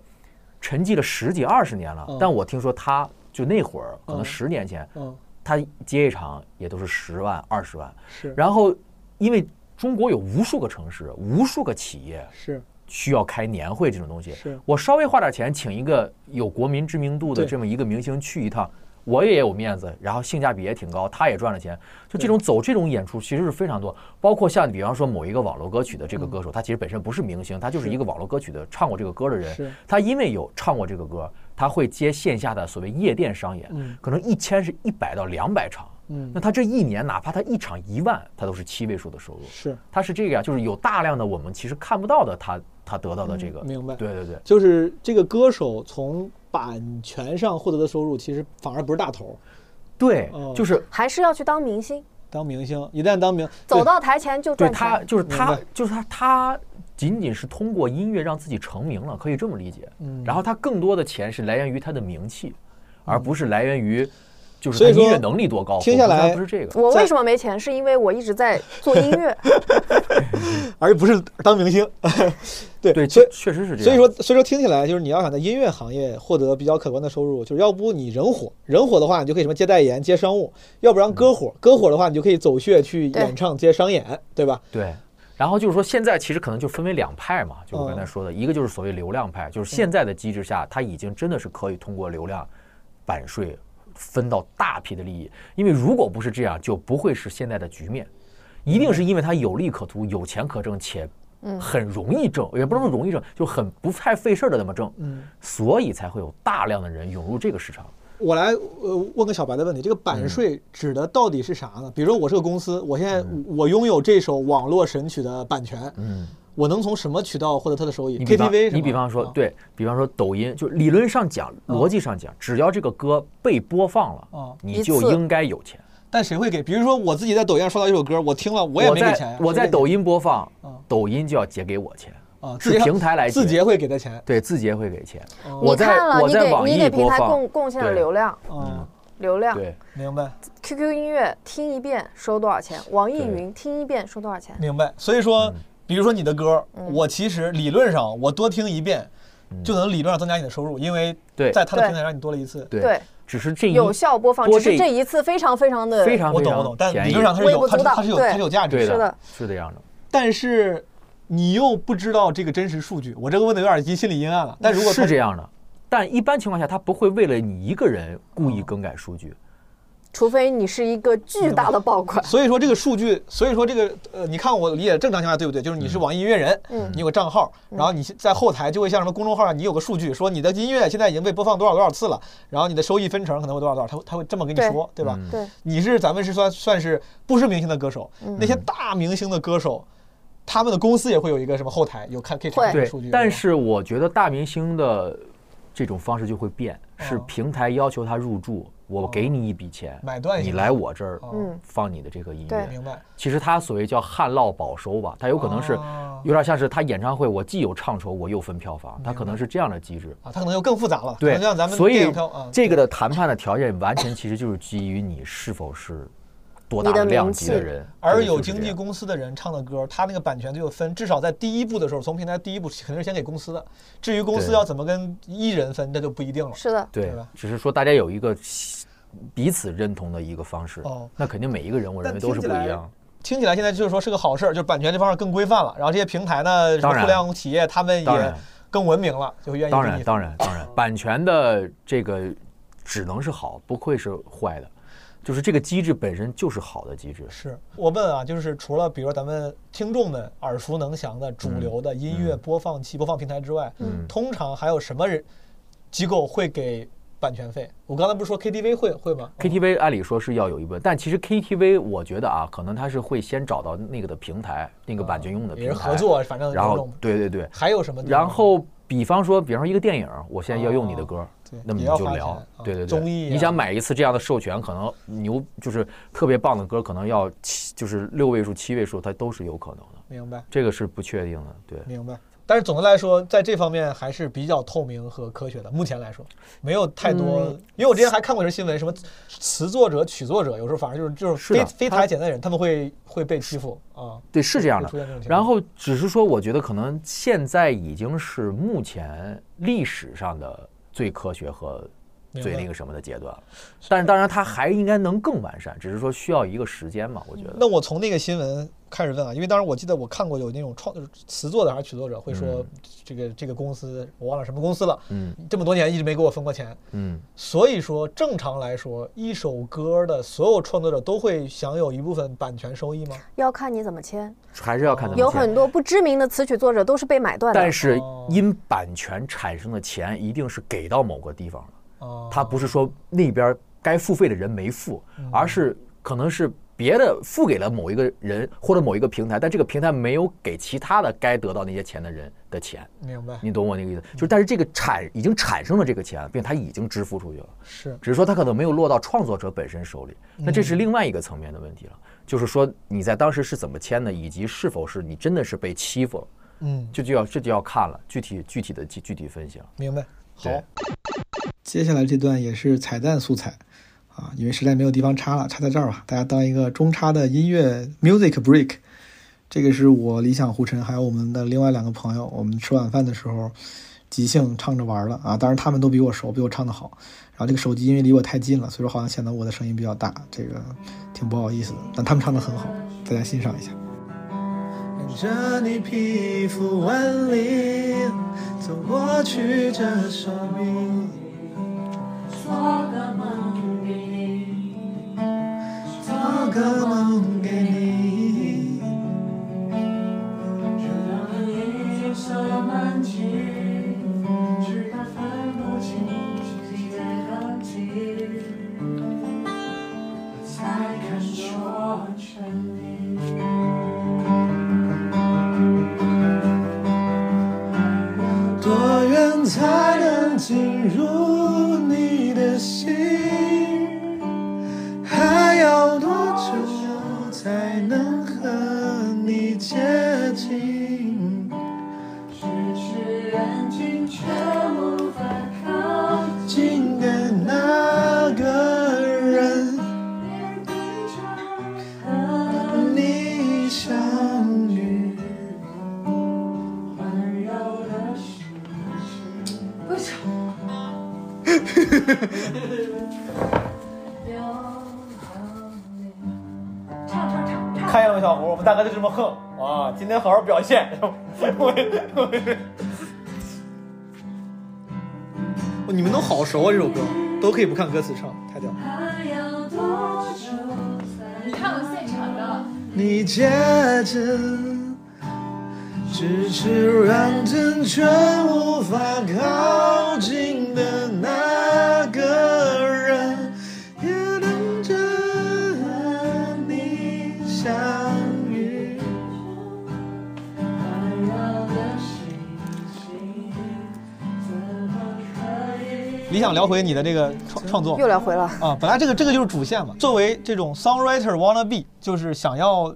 Speaker 6: 沉寂了十几二十年了
Speaker 3: 嗯，
Speaker 6: 但我听说他就那会儿可
Speaker 3: 嗯
Speaker 6: 能十年前，
Speaker 3: 嗯
Speaker 6: 他接一场也都是十万二十万，
Speaker 3: 是
Speaker 6: 然后因为中国有无数个城市，无数个企业，
Speaker 3: 是
Speaker 6: 需要开年会这种东西
Speaker 3: 是，
Speaker 6: 我稍微花点钱请一个有国民知名度的
Speaker 3: 对
Speaker 6: 这么一个明星去一趟，我也有面子，然后性价比也挺高，他也赚了钱。就这种走这种演出其实是非常多，包括像比方说某一个网络歌曲的这
Speaker 3: 嗯
Speaker 6: 个歌手，他其实本身不是明星，他就是一个网络歌曲的唱过这个歌的
Speaker 3: 是
Speaker 6: 人，他因为有唱过这个歌，他会接线下的所谓夜店商演，
Speaker 3: 嗯
Speaker 6: 可能一签是一百到两百场，
Speaker 3: 嗯
Speaker 6: 那他这一年哪怕他一场一万，他都是七位数的收入。
Speaker 3: 是
Speaker 6: 它是这个呀，就是有大量的我们其实看不到的他他得到的这个，
Speaker 3: 嗯明白
Speaker 6: 对对对，
Speaker 3: 就是这个歌手从版权上获得的收入，其实反而不是大头儿。
Speaker 6: 对，
Speaker 3: 哦
Speaker 6: 就是
Speaker 5: 还是要去当明星，
Speaker 3: 当明星一旦当明，
Speaker 5: 走
Speaker 3: 对
Speaker 5: 到台前就
Speaker 6: 对
Speaker 5: 赚
Speaker 6: 他
Speaker 5: 钱。
Speaker 6: 就是他
Speaker 3: 明白
Speaker 6: 就是他他仅仅是通过音乐让自己成名了，可以这么理解。
Speaker 3: 嗯
Speaker 6: 然后他更多的钱是来源于他的名气，而不是来源于就是
Speaker 3: 所
Speaker 6: 他
Speaker 3: 以说
Speaker 6: 音乐能力多高。
Speaker 3: 听下
Speaker 6: 我不是
Speaker 3: 来
Speaker 6: 不是这个，
Speaker 5: 我
Speaker 3: 在
Speaker 5: 为什么没钱？是因为我一直在做音
Speaker 6: *laughs*
Speaker 5: 乐。
Speaker 3: 而不是当明星。 *laughs* 对
Speaker 6: 对，
Speaker 3: 所以
Speaker 6: 确确实是这样。
Speaker 3: 所以说，所以说听起来就是你要想在音乐行业获得比较可观的收入，就是要不你人火，人火的话你就可以什么接代言、接商务；要
Speaker 6: 嗯
Speaker 3: 不然歌火，歌火的话你就可以走穴去
Speaker 5: 对
Speaker 3: 演唱、接商演，对吧？
Speaker 6: 对。然后就是说，现在其实可能就分为两派嘛，就我刚才
Speaker 3: 嗯
Speaker 6: 说的，一个就是所谓流量派，就是现在的机制下，它已经真的是可以通过流量版税分到大批的利益，因为如果不是这样，就不会是现在的局面，一定是因为它有利可图、有钱可挣且很容易挣，也不能说容易挣，就很不太费事儿的那么挣，所以才会有大量的人涌入这个市场。
Speaker 3: 我来呃问个小白的问题，这个版税指的到底是啥呢？比如说我是个公司，我现在
Speaker 6: 嗯
Speaker 3: 我拥有这首网络神曲的版权，嗯，我能从什么渠道获得它的嗯收益
Speaker 6: 你比方
Speaker 3: ？KTV 是吗
Speaker 6: 你比方说，
Speaker 3: 啊
Speaker 6: 对比方说抖音，就理论上讲、逻辑上讲，只要这个歌被播放了，
Speaker 3: 哦
Speaker 6: 你就应该有钱。
Speaker 3: 但谁会给？比如说我自己在抖音上刷到一首歌，我听了我也
Speaker 6: 我
Speaker 3: 没给钱呀
Speaker 6: 在，我在抖音播放
Speaker 3: 嗯，
Speaker 6: 抖音就要结给我钱，
Speaker 3: 啊，
Speaker 6: 是
Speaker 3: 字节
Speaker 6: 平台来
Speaker 3: 字
Speaker 6: 结
Speaker 3: 节会给他钱，
Speaker 6: 对，字节会给钱。我
Speaker 5: 你
Speaker 6: 在
Speaker 5: 看了，
Speaker 6: 我
Speaker 5: 你
Speaker 6: 在
Speaker 5: 给
Speaker 6: 网
Speaker 5: 你
Speaker 6: 易
Speaker 5: 给平
Speaker 6: 播
Speaker 5: 台
Speaker 6: 放
Speaker 5: 贡，贡献了
Speaker 6: 对
Speaker 5: 流量，
Speaker 3: 嗯，
Speaker 5: 流量。
Speaker 6: 对，
Speaker 3: 明白。
Speaker 5: QQ 音乐听一遍收多少钱？网易
Speaker 6: 对
Speaker 5: 云听一遍收多少钱？
Speaker 3: 明白。所以
Speaker 6: 嗯
Speaker 3: 说，比如说你的歌，
Speaker 5: 嗯
Speaker 3: 我其实理论上我多听一遍，就能理论上增加你的收入，因为
Speaker 6: 嗯对
Speaker 3: 在他的
Speaker 5: 对
Speaker 3: 平台上你多了一次。
Speaker 6: 对
Speaker 5: 对
Speaker 6: 只是这一
Speaker 5: 有效播放，
Speaker 6: 多
Speaker 5: 只是
Speaker 6: 这
Speaker 5: 这一次非常非常的
Speaker 6: 非常
Speaker 3: 我
Speaker 6: 非
Speaker 3: 懂，我
Speaker 6: 常
Speaker 3: 懂，但
Speaker 6: 便
Speaker 3: 理
Speaker 6: 宜
Speaker 3: 论上它是
Speaker 5: 微
Speaker 3: 有，
Speaker 5: 不
Speaker 3: 它
Speaker 5: 足
Speaker 3: 是
Speaker 5: 道
Speaker 3: 它是有
Speaker 5: 对
Speaker 3: 它是有价值
Speaker 6: 对
Speaker 5: 是的
Speaker 6: 的，是这样的。
Speaker 3: 但是你又不知道这个真实数据。我这个问的有点阴心理阴暗了，但如果它
Speaker 6: 是这样的，但一般情况下，他不会为了你一个人故意更改数据。
Speaker 5: 除非你是一个巨大的爆
Speaker 6: *laughs*
Speaker 5: 款。
Speaker 3: 所以说这个数据，所以说这个呃，你看我理解正常情况下对不对？就是你是网易音乐人，
Speaker 5: 嗯
Speaker 3: 你有个账号，然后你现在后台就会像什么公众号上，你有个数据说你的音乐现在已经被播放多少多少次了，然后你的收益分成可能会多少多少，他会他会这么跟你
Speaker 5: 对
Speaker 3: 说，对吧？
Speaker 6: 嗯
Speaker 5: 对，
Speaker 3: 你是咱们是算算是不是明星的歌手，
Speaker 5: 嗯
Speaker 3: 那些大明星的歌手，他们的公司也会有一个什么后台有看可以看
Speaker 5: 会
Speaker 3: 这个
Speaker 6: 对
Speaker 3: 数据，，吧
Speaker 6: 但是我觉得大明星的这种方式就会变，是
Speaker 3: 哦
Speaker 6: 平台要求他入驻，我给你一笔钱，
Speaker 3: 买断一哦
Speaker 6: 你
Speaker 3: 下
Speaker 6: 来我这儿
Speaker 5: 嗯
Speaker 6: 放你的这个音
Speaker 5: 对
Speaker 6: 乐。
Speaker 3: 明白
Speaker 6: 其实他所谓叫旱涝保收吧，他有可能是
Speaker 3: 哦
Speaker 6: 有点像是他演唱会，我既有唱酬，我又分票房，他可能是这样的机制。
Speaker 3: 啊，他可能又更复杂了，可
Speaker 6: 对
Speaker 3: 能像咱，们
Speaker 6: 所
Speaker 3: 电
Speaker 6: 以
Speaker 3: 影票啊，
Speaker 6: 这个的谈判的条件完全其实就是基于你是否是多大
Speaker 5: 你的
Speaker 6: 的
Speaker 5: 名
Speaker 6: 量级
Speaker 5: 气
Speaker 6: 的人，
Speaker 3: 而
Speaker 6: 对就
Speaker 3: 有
Speaker 6: 是这
Speaker 3: 经纪
Speaker 6: 样
Speaker 3: 公司的人唱的歌，他那个版权就有分，至少在第一步的时候，从平台第一步肯定是先给公司的。至于公司
Speaker 6: 对
Speaker 3: 要怎么跟艺人分，那就不一定了。
Speaker 5: 是的，
Speaker 6: 对
Speaker 3: 对吧，
Speaker 6: 只是说大家有一个彼此认同的一个方式
Speaker 3: 哦。
Speaker 6: 那肯定每一个人，我认
Speaker 3: 但
Speaker 6: 为都是
Speaker 3: 听起
Speaker 6: 不一
Speaker 3: 来
Speaker 6: 样。
Speaker 3: 听起来现在就是说是个好事儿，就是版权这方面更规范了，然后这些平台呢，什
Speaker 6: 当
Speaker 3: 么
Speaker 6: 然
Speaker 3: 互联网企业他们
Speaker 6: 当
Speaker 3: 也
Speaker 6: 然
Speaker 3: 更文明了，就愿意
Speaker 6: 当
Speaker 3: 跟
Speaker 6: 然，
Speaker 3: 你
Speaker 6: 当然，
Speaker 3: *laughs*
Speaker 6: 当然，版权的这个只能是好，不会是坏的。就是这个机制本身就是好的机制。
Speaker 3: 是我问啊，就是除了比如说咱们听众们耳熟能详的主流的音乐播放器、播放平台之外，
Speaker 6: 嗯
Speaker 3: 通常还有什么人机构会给版权费？我刚才不是说 KTV 会会吗
Speaker 6: KTV 按理说是要有一部分，但其实 KTV 我觉得啊，可能他是会先找到那个的平台，那个版权用的
Speaker 3: 啊也
Speaker 6: 平
Speaker 3: 是
Speaker 6: 台
Speaker 3: 合，作，反正
Speaker 6: 然
Speaker 3: 有
Speaker 6: 后
Speaker 3: 种
Speaker 6: 对对对，
Speaker 3: 还有什么地方？
Speaker 6: 然后比方说，比方说一个电影，我现在要用你的歌，
Speaker 3: 哦对
Speaker 6: 那么
Speaker 3: 也
Speaker 6: 你
Speaker 3: 要
Speaker 6: 就
Speaker 3: 花
Speaker 6: 聊
Speaker 3: 钱啊，
Speaker 6: 对对对，
Speaker 3: 综艺啊
Speaker 6: 你想买一次这样的授权，可能牛就是特别棒的歌，可能要七就是六位数、七位数，它都是有可能的，
Speaker 3: 明白
Speaker 6: 这个是不确定的，对。
Speaker 3: 明白。但是总的来说，在这方面还是比较透明和科学的。目前来说，没有太多，
Speaker 6: 嗯
Speaker 3: 因为我之前还看过一些新闻，什么词作者、曲作者，有时候反而就是就是
Speaker 6: 是
Speaker 3: 非
Speaker 6: 的
Speaker 3: 非台简单人，他们会会被欺负啊。
Speaker 6: 对，是这样
Speaker 3: 会出现这种
Speaker 6: 的。
Speaker 3: 情况
Speaker 6: 然后只是说，我觉得可能现在已经是目前历史上的最科学和
Speaker 3: 明
Speaker 6: 最
Speaker 3: 白
Speaker 6: 那个什么的阶段了。但是当然，它还应该能更完善，只是说需要一个时间嘛。我觉得
Speaker 3: 那我从那个新闻开始问啊，因为当时我记得我看过有那种创就是词作者还是曲作者会说
Speaker 6: 嗯
Speaker 3: 这个这个公司我忘了什么公司了，
Speaker 6: 嗯
Speaker 3: 这么多年一直没给我分过钱，
Speaker 6: 嗯，
Speaker 3: 所以说，正常来说，一首歌的所有创作者都会享有一部分版权收益吗？
Speaker 5: 要看你怎么签。
Speaker 6: 还是要看怎
Speaker 5: 有
Speaker 6: 么签。
Speaker 5: 很多不知名的词曲作者都是被买断的。
Speaker 6: 但是
Speaker 3: 哦
Speaker 6: 因版权产生的钱一定是给到某个地方了。
Speaker 9: 哦
Speaker 3: 啊、
Speaker 6: 他不是说那边该付费的人没付，而是可能是别的付给了某一个人或者某一个平台，但这个平台没有给其他的该得到那些钱的人的钱，
Speaker 3: 明白，
Speaker 6: 你懂我那个意思？就是但是这个产已经产生了这个钱，并且他已经支付出去了，
Speaker 3: 是
Speaker 6: 只是说他可能没有落到创作者本身手里，那这是另外一个层面的问题了，就是说你在当时是怎么签的，以及是否是你真的是被欺负了，
Speaker 3: 嗯，
Speaker 6: 这就要这就要看了具体具体的具具体分析了。
Speaker 3: 明白。好，
Speaker 6: 对
Speaker 9: 接下来这段也是彩蛋素材啊，因为实在没有地方插了，插在这儿吧，大家当一个中插的音乐 music break。这个是我理想胡晨还有我们的另外两个朋友，我们吃晚饭的时候即兴唱着玩儿了啊。当然他们都比我熟，比我唱的好。然后这个手机因为离我太近了，所以说好像显得我的声音比较大，这个挺不好意思的。但他们唱的很好，大家欣赏一下。
Speaker 1: 看着你皮肤纹理，走过去这手臂。做个梦给你，多远才能进入你的心？还要多久才能和你接近？咫尺远近却无法靠近的那个人，和你相遇。
Speaker 3: 看见了吗，小胡？我们大哥就这么横啊！今天好好表现。我我你们都好熟啊，这首歌都可以不看歌词唱，太屌了。
Speaker 11: 你看过现场的？
Speaker 1: 你戒指，咫尺远近却无法靠近的那个人，也等着和你相遇。
Speaker 3: 理想聊回你的这个创创作
Speaker 5: 又聊回了，
Speaker 3: 啊，本来这个这个就是主线嘛。作为这种 songwriter wanna be，就是想要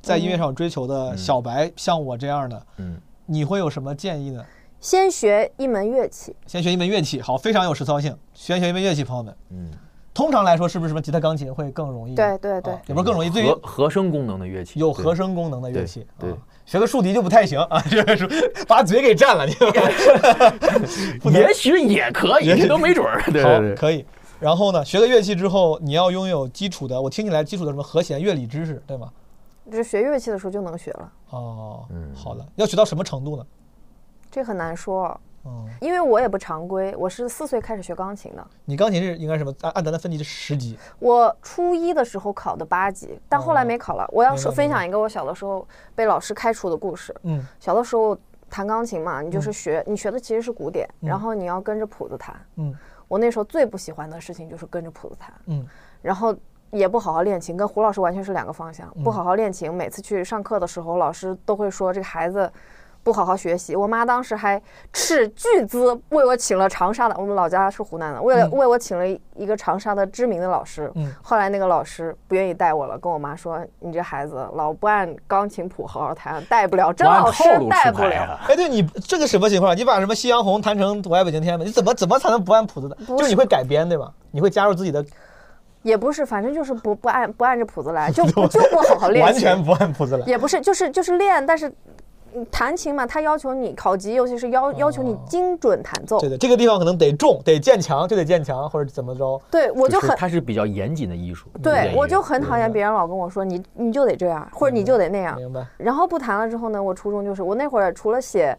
Speaker 3: 在音乐上有追求的小白，像我这样的，
Speaker 6: 嗯，
Speaker 3: 你会有什么建议呢？
Speaker 5: 先学一门乐器，
Speaker 3: 先学一门乐器，好，非常有实操性。先学一门乐器，朋友们。
Speaker 6: 嗯，
Speaker 3: 通常来说，是不是什么吉他、钢琴会更容易？
Speaker 5: 对对对
Speaker 3: 啊也不是更容易，最
Speaker 6: 和和声功能的乐器
Speaker 3: 有
Speaker 6: 对
Speaker 3: 和声功能的乐器。
Speaker 6: 对
Speaker 3: 啊
Speaker 6: 对
Speaker 3: 学个竖笛就不太行啊， *laughs* 就是说把嘴给占了，你不能
Speaker 6: 也许也可以，这都没
Speaker 3: *laughs*
Speaker 6: 准儿。对
Speaker 3: 好，可以。然后呢，学个乐器之后，你要拥有基础的，我听起来基础的什么和弦、乐理知识，对吗？
Speaker 5: 就是学乐器的时候就能学了，
Speaker 3: 哦，
Speaker 6: 嗯
Speaker 3: 好的，要学到什么程度呢？
Speaker 5: 这很难说，哦
Speaker 3: 嗯，
Speaker 5: 因为我也不常规，我是四岁开始学钢琴的，
Speaker 3: 你钢琴是应该什么？按按咱的分级是十级，
Speaker 5: 我初一的时候考的八级，但后来哦没考了。我要说
Speaker 3: 明白
Speaker 5: 分
Speaker 3: 明白
Speaker 5: 享一个我小的时候被老师开除的故事，
Speaker 3: 嗯，
Speaker 5: 小的时候弹钢琴嘛，你就是学，你学的其实是古典，然后你要跟着谱子弹。
Speaker 3: 嗯，
Speaker 5: 我那时候最不喜欢的事情就是跟着谱子弹。
Speaker 3: 嗯，
Speaker 5: 然后也不好好练琴，跟胡
Speaker 6: 嗯
Speaker 5: 老师完全是两个方向。不好好练琴，每次去上课的时候，老师都会说这个孩子不好好学习。我妈当时还斥巨资为我请了长沙的，我们老家是湖南的，为了、
Speaker 3: 嗯
Speaker 5: 为我请了一个长沙的知名的老师。
Speaker 3: 嗯
Speaker 5: 后来那个老师不愿意带我了，跟我妈说：“你这孩子老不按钢琴谱好好弹，带不了，真
Speaker 6: 不按
Speaker 5: 老师
Speaker 6: 套路出
Speaker 5: 带不
Speaker 6: 牌
Speaker 5: 了。
Speaker 6: 啊。
Speaker 3: 哎，对你这个什么情况？你把什么《夕阳红》弹成《我爱北京天安门》，你怎么怎么才能不按谱子的？
Speaker 5: 不
Speaker 3: 就是你会改编对吧？你会加入自己的，
Speaker 5: 也不是，反正就是不不按不按着谱子来，
Speaker 6: *laughs*
Speaker 5: 就不就不好好练
Speaker 3: 完
Speaker 5: 琴。
Speaker 3: 全不按谱子来。
Speaker 5: 也不是，就是就是练，但是嗯弹琴嘛，它要求你考级，尤其是要要求你精准弹奏。
Speaker 3: 对哦的，这个地方可能得重，得建墙，就得建墙，或者怎么着。
Speaker 5: 对，我就是很
Speaker 6: 它是比较严谨的艺术。
Speaker 5: 对
Speaker 6: 演，
Speaker 5: 我
Speaker 6: 绎
Speaker 5: 就很讨厌别人老跟我说你你就得这样，或者
Speaker 3: 嗯
Speaker 5: 你就得那样。
Speaker 3: 明白？
Speaker 5: 然后不弹了之后呢，我初中就是我那会儿除了写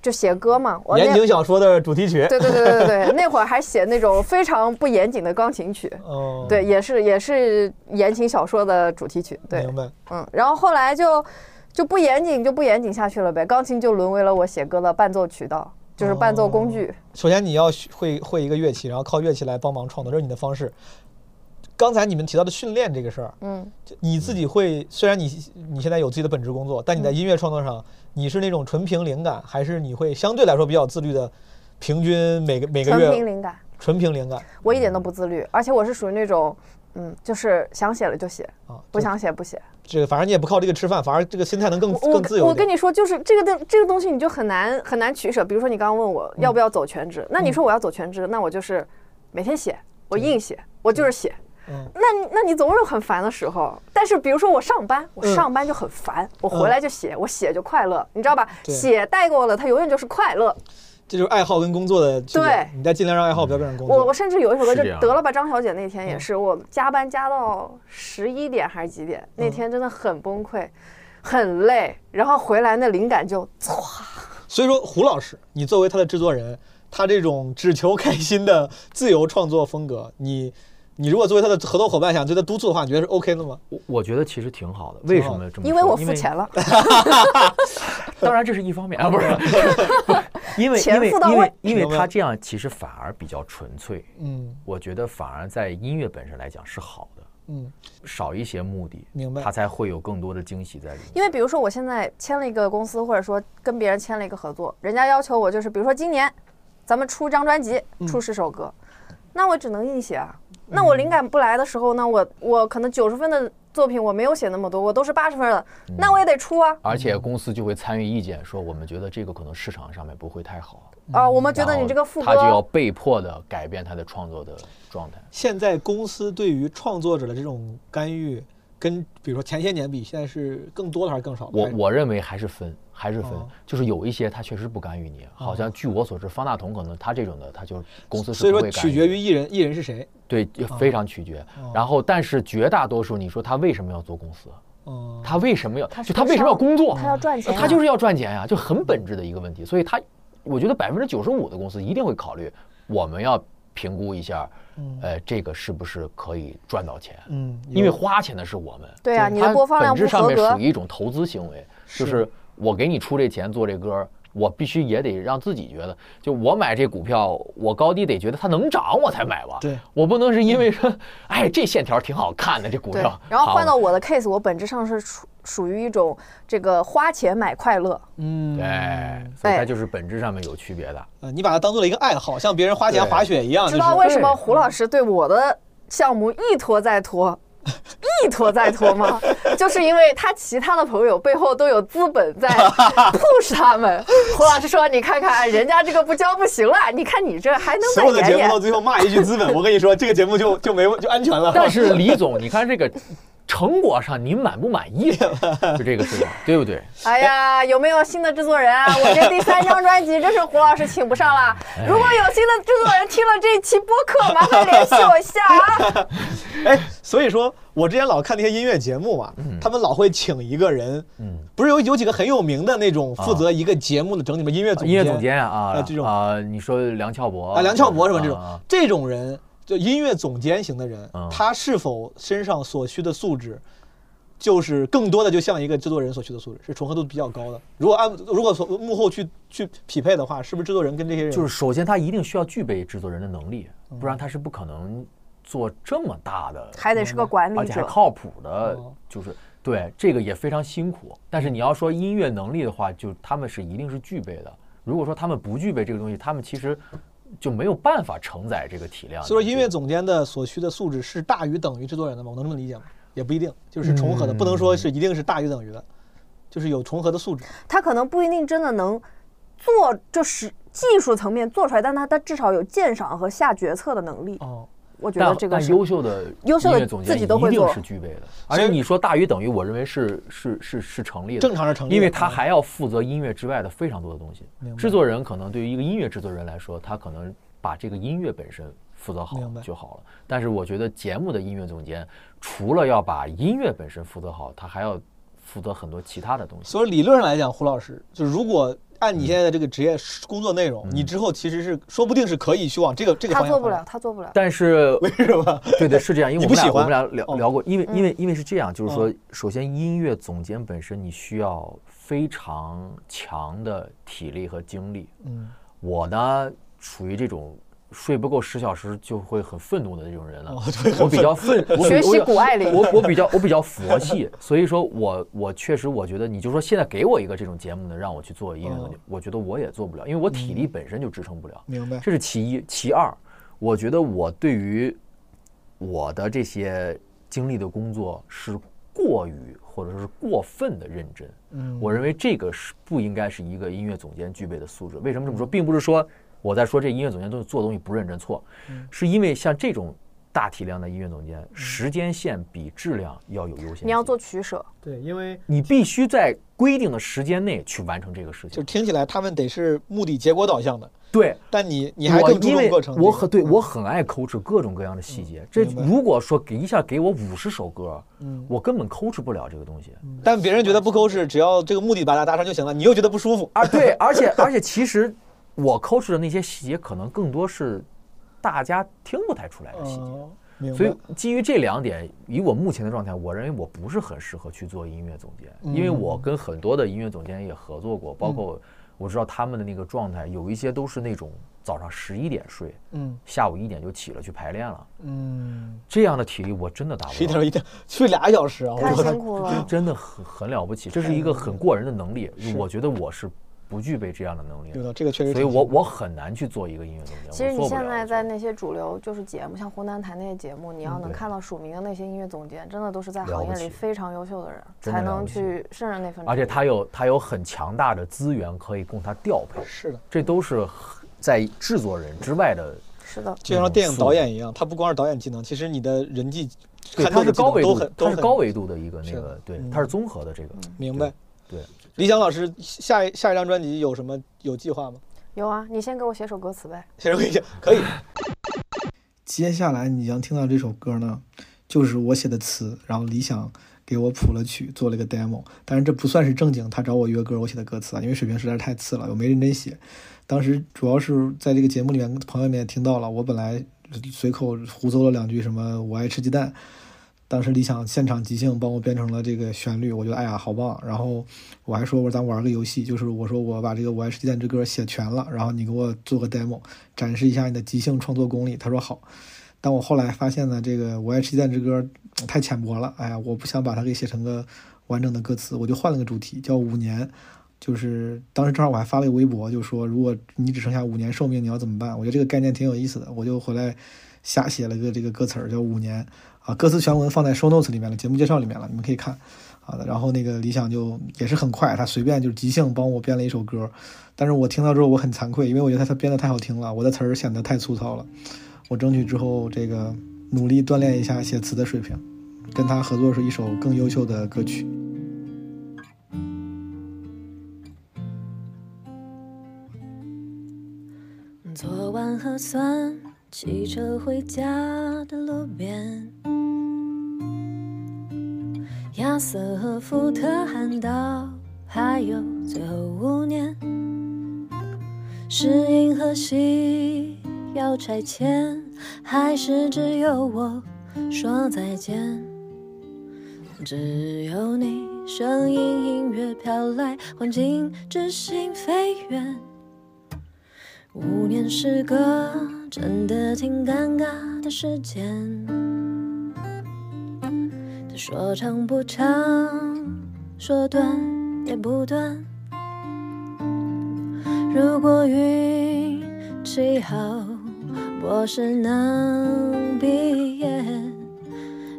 Speaker 5: 就写歌嘛，我那
Speaker 3: 言情小说的主题曲。
Speaker 5: 对对对对对对，那会儿还写那种非常不严谨的钢琴曲。
Speaker 3: 哦，
Speaker 5: 对，，也是也是言情小说的主题曲。对
Speaker 3: 明，白。
Speaker 5: 嗯，然后后来就就不严谨，就不严谨下去了呗。钢琴就沦为了我写歌的伴奏渠道，就是伴奏工具。
Speaker 3: 首先你要学会会一个乐器，然后靠乐器来帮忙创作，这是你的方式。刚才你们提到的训练这个事儿，
Speaker 5: 嗯，
Speaker 3: 就你自己会，虽然你你现在有自己的本职工作，但你在音乐创作上，你是那种纯凭灵感，还是你会相对来说比较自律的，平均每个每个
Speaker 5: 纯凭
Speaker 3: 月
Speaker 5: 灵感，
Speaker 3: 纯凭灵感
Speaker 5: 我一点都不自律，而且我是属于那种，嗯，就是想写了就写，
Speaker 3: 啊？
Speaker 5: 不
Speaker 3: 就
Speaker 5: 想写不写。
Speaker 3: 这个，反正你也不靠这个吃饭，反而这个心态能更
Speaker 5: 我
Speaker 3: 更自
Speaker 5: 我
Speaker 3: 由
Speaker 5: 我
Speaker 3: 一
Speaker 5: 跟
Speaker 3: 点。
Speaker 5: 你说，就是这个东这个东西你就很难很难取舍。比如说你刚刚问我
Speaker 3: 嗯
Speaker 5: 要不要走全职，那你说我要走全职，那我就是每天写，我硬写，我就是写。
Speaker 3: 嗯
Speaker 5: 那你那你总有很烦的时候，但是比如说我上班，我
Speaker 3: 嗯
Speaker 5: 上班就很烦，我回来就写，我写就快乐，你知道吧？
Speaker 3: 对
Speaker 5: 写带给我了，它永远就是快乐。
Speaker 3: 这就是爱好跟工作的区别
Speaker 5: 对
Speaker 3: 你在尽量让爱好不要变成工
Speaker 5: 我我
Speaker 3: 作。嗯
Speaker 5: 甚至有一首歌
Speaker 6: 是
Speaker 5: 就
Speaker 6: 这样
Speaker 5: 得了吧张小姐那天也是，我加班加到十一点还是几点，
Speaker 3: 嗯
Speaker 5: 那天真的很崩溃，很累，然后回来那灵感就
Speaker 3: 所以说，胡老师，你作为他的制作人，他这种只求开心的自由创作风格，你你如果作为他的合作伙伴想对他督促的话，你觉得是 OK 的吗？
Speaker 6: 我我觉得其实挺好的。为什
Speaker 3: 好
Speaker 6: 么这么说？
Speaker 5: 因为我付钱了。
Speaker 6: 当然这是一方
Speaker 5: *laughs*
Speaker 6: 面啊，不是， *laughs* 因为
Speaker 5: 钱
Speaker 6: 因为
Speaker 5: 付到
Speaker 6: 因为
Speaker 5: 位
Speaker 6: 因为
Speaker 3: 明白
Speaker 6: 他这样其实反而比较纯粹，
Speaker 3: 嗯
Speaker 6: 我觉得反而在音乐本身来讲是好的，
Speaker 3: 嗯，
Speaker 6: 少一些目的，
Speaker 3: 明白
Speaker 6: 他才会有更多的惊喜在里面。
Speaker 5: 因为比如说我现在签了一个公司，或者说跟别人签了一个合作，人家要求我就是，比如说今年咱们出张专辑，
Speaker 12: 嗯
Speaker 5: 出十首歌，那我只能硬写啊。那我灵感不来的时候呢，我我可能九十分的作品我没有写那么多，我都是八十分的，
Speaker 12: 嗯
Speaker 5: 那我也得出啊。
Speaker 12: 而且公司就会参与意见，说我们觉得这个可能市场上面不会太好，
Speaker 5: 啊，我们觉得
Speaker 12: 嗯然后
Speaker 5: 你这个副
Speaker 12: 他就要
Speaker 5: 歌，
Speaker 12: 被迫的改变他的创作的状态。
Speaker 3: 现在公司对于创作者的这种干预，跟比如说前些年比，现在是更多了还是更少了？
Speaker 12: 我
Speaker 3: 还是
Speaker 12: 我认为还是分，还是分
Speaker 3: 哦，
Speaker 12: 就是有一些他确实不干预你，好像据我所知，方大同可能他这种的，他就是公司是
Speaker 3: 所以
Speaker 12: 不
Speaker 3: 说
Speaker 12: 会干
Speaker 3: 取
Speaker 12: 预
Speaker 3: 决
Speaker 12: 的
Speaker 3: 于艺嗯人，艺人是谁？
Speaker 12: 对，就非常取决。然后，但是绝大多数，你说他为什么要做公司？
Speaker 3: 嗯，
Speaker 12: 他为什么要？
Speaker 5: 他
Speaker 12: 就他为什么要工作？
Speaker 5: 他要赚钱啊
Speaker 12: 他就是要赚钱呀、就很本质的一个问题。所以他，我觉得百分之九十五的公司一定会考虑，我们要评估一下，
Speaker 5: 嗯
Speaker 12: 呃，这个是不是可以赚到钱？
Speaker 3: 嗯，
Speaker 12: 因为花钱的是我们。
Speaker 5: 对啊，你的
Speaker 12: 它
Speaker 5: 播放量不
Speaker 12: 本质上
Speaker 5: 合
Speaker 12: 面
Speaker 5: 格
Speaker 12: 属于，一种投资行为，就是我给你出这钱做这歌，我必须也得让自己觉得，就我买这股票，我高低得觉得它能涨我才买吧。
Speaker 3: 对，
Speaker 12: 我不能是因为说，哎，这线条挺好看的，这股
Speaker 5: 对
Speaker 12: 票。。
Speaker 5: 然后换到
Speaker 12: 好
Speaker 5: 我的 case，我本质上是属属于一种这个花钱买快乐，
Speaker 3: 嗯，
Speaker 12: 对，所以
Speaker 5: 哎
Speaker 12: 它就是本质上面有区
Speaker 3: *laughs*
Speaker 12: 别的。
Speaker 3: 呃，你把它当做了一个爱好，像别人花钱
Speaker 12: 对
Speaker 3: 滑雪一样，
Speaker 5: 知
Speaker 3: 啊就
Speaker 5: 道
Speaker 3: 是
Speaker 5: 为什么胡老师对我的项目一拖再拖，一拖再拖吗？ *laughs* 就是因为他其他的朋友背后都有资本
Speaker 3: *laughs*
Speaker 5: 在 push 他们。胡老师说：“你看看人家这个不交不行了，你看你这还能
Speaker 3: 所
Speaker 5: 再
Speaker 3: 有的
Speaker 5: 演
Speaker 3: 节目到
Speaker 5: 演。
Speaker 3: 最后骂一句资本，我跟你说，这个节目就就没就安全
Speaker 5: *laughs*
Speaker 3: 了。
Speaker 12: 但是李总，你看这个成果上你满不满
Speaker 3: *laughs*
Speaker 12: 意？就这个事情，对不对？”
Speaker 5: 哎呀，有没有新的制作人啊？我这第三张专辑真是胡老师请不上了。
Speaker 3: 哎
Speaker 5: 如果有新的制作人听了这一期播客，麻烦联系我一下啊。
Speaker 3: *laughs* 哎，所以说我之前老看那些音乐节目嘛，
Speaker 6: 嗯
Speaker 3: 他们老会请一个人，不是有有几个很有名的那种负责一个节目的整体的音乐总
Speaker 6: 音乐总监啊，
Speaker 3: 啊这种
Speaker 6: 啊，你说梁翘柏
Speaker 3: 啊，梁翘柏什么这
Speaker 6: 啊
Speaker 3: 种这种人，就音乐总监型的人
Speaker 6: 嗯，
Speaker 3: 他是否身上所需的素质，就是更多的就像一个制作人所需的素质，是重合度比较高的。如果按如果从幕后去去匹配的话，是不是制作人跟这些人嗯
Speaker 6: 就是首先他一定需要具备制作人的能力，不然他是不可能做这么大的，
Speaker 5: 还得是个管理
Speaker 6: 而且还
Speaker 5: 者
Speaker 6: 靠谱的，就是对这个也非常辛苦。但是你要说音乐能力的话，就他们是一定是具备的。如果说他们不具备这个东西，他们其实就没有办法承载这个体量。
Speaker 13: 所以说，音乐总监的所需的素质是大于等于制作人的吗？我能这么理解吗？也不一定，就是重合的，
Speaker 6: 嗯
Speaker 13: 不能说是一定是大于等于的，就是有重合的素质。
Speaker 5: 他可能不一定真的能做，就是技术层面做出来，但他他至少有鉴赏和下决策的能力。
Speaker 13: 哦，
Speaker 5: 我觉得
Speaker 6: 但
Speaker 5: 这个
Speaker 6: 但
Speaker 5: 是
Speaker 6: 优秀的
Speaker 5: 优秀的
Speaker 6: 音乐总监
Speaker 5: 自己都会
Speaker 6: 一
Speaker 5: 做
Speaker 6: 定是具备的。而且你说大于等于，我认为是是是是成立的，
Speaker 13: 正常是成立的嗯
Speaker 6: 因为他还要负责音乐之外的非常多的东西
Speaker 13: 明。白
Speaker 6: 制作人可能对于一个音乐制作人来说，他可能把这个音乐本身负责好就好了。但是我觉得节目的音乐总监除了要把音乐本身负责好，他还要负责很多其他的东西。
Speaker 13: 所以理论上来讲，胡老师，就是如果按
Speaker 6: 嗯
Speaker 13: 你现在的这个职业工作内容，你之后其实是说不定是可以去往这个这个
Speaker 5: 他
Speaker 13: 方
Speaker 5: 做
Speaker 13: 向
Speaker 5: 不
Speaker 13: 发展。
Speaker 5: 了，他做不了。
Speaker 6: 但是
Speaker 13: 为什么？
Speaker 6: *laughs* 对对，是这样，因为
Speaker 13: 你
Speaker 6: 我
Speaker 13: 不
Speaker 6: 们
Speaker 13: 喜
Speaker 6: 俩我
Speaker 13: 欢哦
Speaker 6: 们俩聊聊过，因为因为因为是这样，就是说
Speaker 13: 嗯，
Speaker 6: 首先音乐总监本身你需要非常强的体力和精力。
Speaker 13: 嗯，
Speaker 6: 我呢属于这种。睡不够十小时就会很愤怒的这种人了
Speaker 13: 哦对，
Speaker 6: *laughs* 我比较愤，我比
Speaker 5: 学习
Speaker 6: 我比较
Speaker 5: 谷爱凌
Speaker 6: 我我比较我比较佛系，所以说我我确实我觉得，你就说现在给我一个这种节目呢，让我去做音乐总监，我觉得我也做不了，因为我体力本身就支撑不了。
Speaker 13: 哦嗯明白。
Speaker 6: 这是其一。其二，我觉得我对于我的这些经历的工作是过于或者是过分的认真。
Speaker 13: 嗯
Speaker 6: 我认为这个是不应该是一个音乐总监具备的素质。为什么这么说？并不是说我在说这音乐总监都做东西不认真错，
Speaker 13: 嗯
Speaker 6: 是因为像这种大体量的音乐总监，时间线比质量要有优先级。
Speaker 5: 你要做取舍，
Speaker 6: 哦
Speaker 13: 对，因为
Speaker 6: 你必须在规定的时间内去完成这个事
Speaker 13: 就
Speaker 6: 情。
Speaker 13: 听起来他们得是目的结果导向的，
Speaker 6: 对，
Speaker 13: 但你你还
Speaker 6: 我
Speaker 13: 更注
Speaker 6: 因
Speaker 13: 重
Speaker 6: 为
Speaker 13: 过程。
Speaker 6: 我很对我很爱抠 o 各种各样的细节。这
Speaker 13: 嗯明白
Speaker 6: 如果说给一下给我五十首歌，
Speaker 13: 嗯
Speaker 6: 我根本抠 o 不了这个东西。
Speaker 13: 但别人觉得不抠是只要这个目的把它达成就行了，你又觉得不舒服。
Speaker 6: 啊，对，而且而且其实我抠 o 的那些细节，可能更多是大家听不太出来的细节。
Speaker 13: 哦，明
Speaker 6: 所
Speaker 13: 白
Speaker 6: 以。基于这两点，以我目前的状态，我认为我不是很适合去做音乐总监，
Speaker 13: 嗯
Speaker 6: 因为我跟很多的音乐总监也合作过，包括我知道他们的那个状态，有一些都是那种早上十一点睡，
Speaker 13: 嗯
Speaker 6: 下午一点就起了去排练了。
Speaker 13: 嗯，
Speaker 6: 这样的体力我真的达不
Speaker 13: 十一
Speaker 6: 到
Speaker 13: 点，一点去俩小时啊，我
Speaker 5: 太
Speaker 13: 觉
Speaker 5: 辛
Speaker 13: 得
Speaker 5: 苦
Speaker 6: 这
Speaker 5: 了。
Speaker 6: 真的很很了不起，这是一个很过人的能力。我觉得我是不具备这样的能力
Speaker 13: 有
Speaker 6: 的，
Speaker 13: 的这个确实挺
Speaker 6: 所以
Speaker 13: 辛苦。
Speaker 6: 我我很难去做一个音乐总监。
Speaker 5: 其实
Speaker 6: 我
Speaker 5: 你
Speaker 6: 做不了
Speaker 5: 现在
Speaker 6: 我
Speaker 5: 在
Speaker 6: 觉得
Speaker 5: 那些主流就是节目，像湖南台那些节目，你要
Speaker 6: 嗯
Speaker 5: 能
Speaker 6: 对
Speaker 5: 看到署名的那些音乐总监，真的都是在
Speaker 6: 了
Speaker 5: 行
Speaker 6: 不
Speaker 5: 业里
Speaker 6: 起
Speaker 5: 非常优秀的人，
Speaker 6: 真
Speaker 5: 才
Speaker 6: 的了
Speaker 5: 能
Speaker 6: 不起
Speaker 5: 去胜任那份职业。
Speaker 6: 而且他有他有很强大的资源可以供他调配，
Speaker 13: 是的，
Speaker 6: 这都是在制作人之外的。
Speaker 5: 是的，
Speaker 13: 就像电影导演一样，他不光是导演技能，其实你的人际
Speaker 6: 对，
Speaker 13: 看
Speaker 6: 它
Speaker 13: 待
Speaker 6: 是
Speaker 13: 的技
Speaker 6: 高
Speaker 13: 能
Speaker 6: 维
Speaker 13: 都
Speaker 6: 度
Speaker 13: 很
Speaker 6: 的，
Speaker 13: 都
Speaker 6: 它
Speaker 13: 很
Speaker 6: 是高维度的一个
Speaker 13: 是
Speaker 6: 那
Speaker 13: 的
Speaker 6: 个，对
Speaker 13: 嗯，
Speaker 6: 它是综合的这个。
Speaker 13: 明白。
Speaker 6: 对，
Speaker 5: *laughs*
Speaker 13: 李想老师下一下一张专辑有什么有计划吗？
Speaker 5: 有啊，你先给我写首歌词呗。
Speaker 13: 先生可以讲可以。
Speaker 3: 接下来你将听到这首歌呢，就是我写的词，然后理想给我谱了曲，做了个 demo，但是这不算是正经，他找我约歌，我写的歌词啊，因为水平实在是太次了，我没认真写。当时主要是在这个节目里面，朋友们也听到了，我本来随口胡诌了两句什么“我爱吃鸡蛋”，当时理想现场即兴帮我编成了这个旋律，我觉得哎呀好棒。然后我还说我说咱玩个游戏，就是我说我把这个《我爱吃鸡蛋》这歌写全了，然后你给我做个 demo，展示一下你的即兴创作功力。他说好。但我后来发现呢，这个《我爱吃鸡蛋》这歌嗯太浅薄了，哎呀，我不想把它给写成个完整的歌词，我就换了个主题，叫五年。就是当时正好我还发了一个微博，就说如果你只剩下五年寿命，你要怎么办？我觉得这个概念挺有意思的，我就回来瞎写了个这个歌词儿，叫五年啊，歌词全文放在 show notes 里面了，节目介绍里面了，你们可以看。好的，然后那个理想就也是很快，他随便就即兴帮我编了一首歌，但是我听到之后我很惭愧，因为我觉得他编的太好听了，我的词儿显得太粗糙了。我争取之后这个努力锻炼一下写词的水平，跟他合作是一首更优秀的歌曲。
Speaker 14: 昨晚核酸，骑车回家的路边，亚瑟和福特喊道：“还有最后五年。”是银河系要拆迁，还是只有我说再见？只有你，声音音乐飘来，环境之心飞远。五年是个真的挺尴尬的时间。他说长不长，说短也不短。如果运气好，博士能毕业，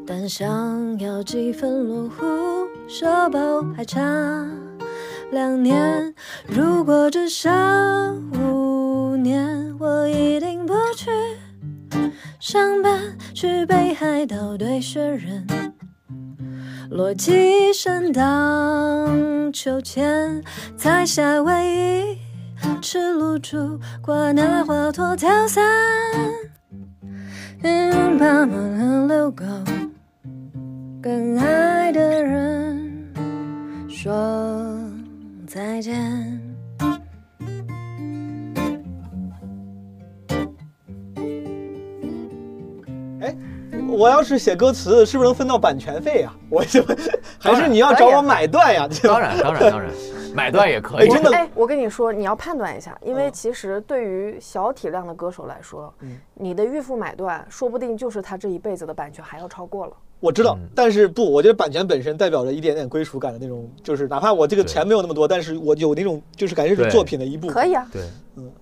Speaker 14: 但想要几分落户社保还差两年。如果只剩五年，我一定不去上班，去北海道堆雪人。落基山荡秋千，在夏威夷吃露珠，挂那花托跳伞，嗯，爸妈能遛狗，跟爱的人说再见。
Speaker 3: 我要是写歌词，是不是能分到版权费啊？ *laughs* 我就还是你要找
Speaker 5: 当然
Speaker 3: 我买断呀？
Speaker 6: 当然，当然，当然，买断也可以。
Speaker 5: 我哎，我跟你说，你要判断一下，因为其实对于小体量的歌手来说，
Speaker 3: 嗯
Speaker 5: 你的预付买断，说不定就是他这一辈子的版权还要超过了。
Speaker 3: 我知
Speaker 6: 嗯
Speaker 3: 道，但是不，我觉得版权本身代表着一点点归属感的那种，就是哪怕我这个钱没有那么多，但是我有那种就是感觉是
Speaker 6: 对
Speaker 3: 作品的一部分。
Speaker 5: 可以啊，
Speaker 6: 对，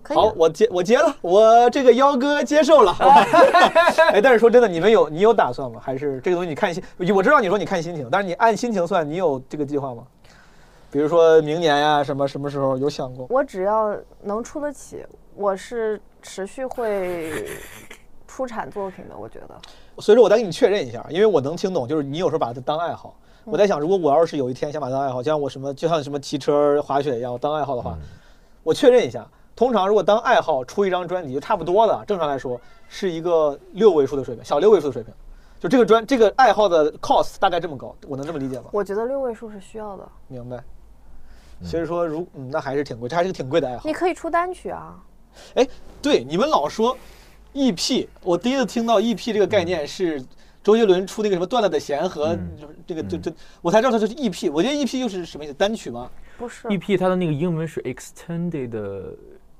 Speaker 5: 可以啊
Speaker 3: 好，我接我接了，我这个幺哥接受了。 *laughs* 哎，但是说真的，你们有你有打算吗？还是这个东西你看心？我知道你说你看心情，但是你按心情算，你有这个计划吗？比如说明年呀、什么什么时候有想过？
Speaker 5: 我只要能出得起，我是持续会出产作品的。我觉得，
Speaker 3: 所以说我再跟你确认一下，因为我能听懂，就是你有时候把它当爱好。
Speaker 5: 嗯
Speaker 3: 我在想，如果我要是有一天想把它当爱好，就像我什么，就像什么骑车、滑雪一样，我当爱好的话，我确认一下。通常如果当爱好出一张专辑，就差不多的，正常来说是一个六位数的水平，小六位数的水平。就这个专这个爱好的 cost 大概这么高，我能这么理解吗？
Speaker 5: 我觉得六位数是需要的。
Speaker 3: 明白。所以说如，嗯，那还是挺贵，这还是个挺贵的爱好。
Speaker 5: 你可以出单曲啊，
Speaker 3: 哎，对，你们老说 EP，我第一次听到 EP 这个
Speaker 6: 嗯
Speaker 3: 概念是周杰伦出那个什么《断了的弦》和这
Speaker 6: 嗯
Speaker 3: 个这这，我才知道它就是 EP。我觉得 EP 又是什么意思？单曲吗？
Speaker 5: 不是
Speaker 6: EP 它的那个英文是 extended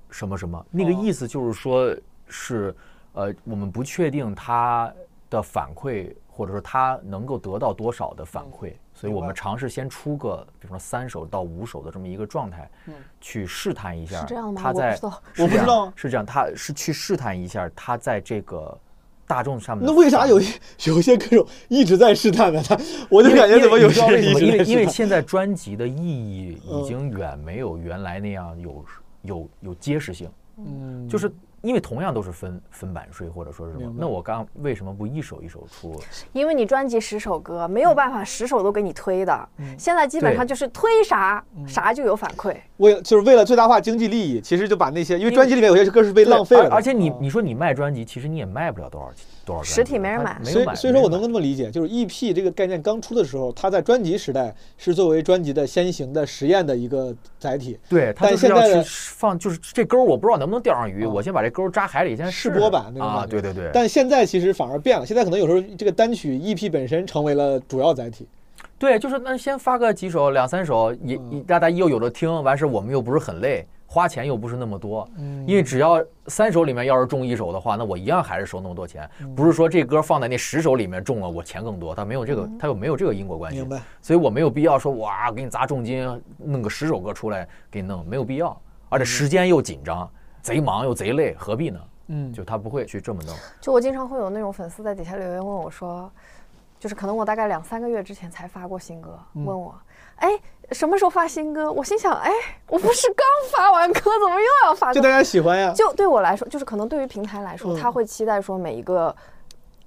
Speaker 6: 什么什么，那
Speaker 3: 哦
Speaker 6: 个意思就是说是呃，我们不确定它的反馈，或者说它能够得到多少的反
Speaker 3: 嗯
Speaker 6: 馈，所以我们尝试先出个，比方说三首到五首的这么一个状态，
Speaker 3: 嗯
Speaker 6: 去试探一下
Speaker 5: 是这样吗
Speaker 6: 它
Speaker 5: 我不
Speaker 6: 在
Speaker 5: 知道
Speaker 6: 是
Speaker 3: 我不
Speaker 6: 这
Speaker 3: 知
Speaker 6: 样
Speaker 3: 道啊
Speaker 6: 是这样，它是去试探一下它在这个大众上面
Speaker 3: 那
Speaker 6: 的
Speaker 3: 为啥
Speaker 6: 反
Speaker 3: 有些 *laughs* 有些歌手一直在试探呢？他我就
Speaker 6: 因为
Speaker 3: 感觉
Speaker 6: 因
Speaker 3: 怎么
Speaker 6: 为
Speaker 3: 有
Speaker 6: 你知
Speaker 3: 些
Speaker 6: 道为
Speaker 3: 人
Speaker 6: 什
Speaker 3: 一
Speaker 6: 么？
Speaker 3: 直在试 *laughs*
Speaker 6: 因为因为
Speaker 3: 探
Speaker 6: 现在专辑的意义
Speaker 3: 嗯
Speaker 6: 已经远没有原来那样有有有结实性，
Speaker 3: 嗯
Speaker 6: 就是因为同样都是分分版税或者说是什么
Speaker 3: 明，白
Speaker 6: 那我刚为什么不一首一首出？
Speaker 5: 因为你专辑十首歌没有办法十首都给你推的，现在基本上
Speaker 6: 对
Speaker 5: 就是推啥啥就有反馈。
Speaker 3: 为了就是为了最大化经济利益，其实就把那些因为专辑里面有些歌是被
Speaker 6: 对
Speaker 3: 浪费了
Speaker 6: 而
Speaker 3: 的，
Speaker 6: 而且你你说你卖专辑，其实你也卖不了多少多少专辑，
Speaker 5: 嗯实体没人
Speaker 6: 它
Speaker 5: 买
Speaker 6: 没
Speaker 3: 所
Speaker 6: 有
Speaker 3: 以
Speaker 6: 买。
Speaker 3: 所以说我
Speaker 6: 没
Speaker 3: 能
Speaker 6: 人买
Speaker 3: 够这么理解，就是 EP 这个概念刚出的时候，它在专辑时代是作为专辑的先行的实验的一个载体，
Speaker 6: 对，它
Speaker 3: 但
Speaker 6: 就是
Speaker 3: 现在
Speaker 6: 要
Speaker 3: 的嗯
Speaker 6: 去放，就是这钩儿我不知道能不能钓上鱼，我先把这钩儿扎海里先
Speaker 3: 试
Speaker 6: 试
Speaker 3: 播
Speaker 6: 试
Speaker 3: 版那种
Speaker 6: 啊，
Speaker 3: 感觉
Speaker 6: 对对对，
Speaker 3: 但现在其实反而变了，现在可能有时候这个单曲 EP 本身成为了主要载体。
Speaker 6: 对，就是那先发个几首、两三首，也
Speaker 3: 嗯
Speaker 6: 也大家又有的听，完事我们又不是很累，花钱又不是那么多，
Speaker 3: 嗯
Speaker 6: 因为只要三首里面要是中一首的话，那我一样还是收那么多钱，
Speaker 3: 嗯
Speaker 6: 不是说这歌放在那十首里面中了我钱更多，它没有这个，它又没有这个因果关
Speaker 3: 嗯
Speaker 6: 系
Speaker 3: 明白，
Speaker 6: 所以我没有必要说哇给你砸重金弄个十首歌出来给你弄，没有必要，而且时间又紧张，贼忙又贼累，何必呢？
Speaker 3: 嗯
Speaker 6: 就他不会去这么弄，
Speaker 5: 就我经常会有那种粉丝在底下留言问我说，就是可能我大概两三个月之前才发过新歌，
Speaker 3: 嗯
Speaker 5: 问我，哎，什么时候发新歌？我心想，哎，我不是刚发完歌，怎么又要发
Speaker 3: 就
Speaker 5: 歌
Speaker 3: 大？家喜欢呀，
Speaker 5: 就对我来说，就是可能对于平台来说，
Speaker 3: 嗯
Speaker 5: 他会期待说每一个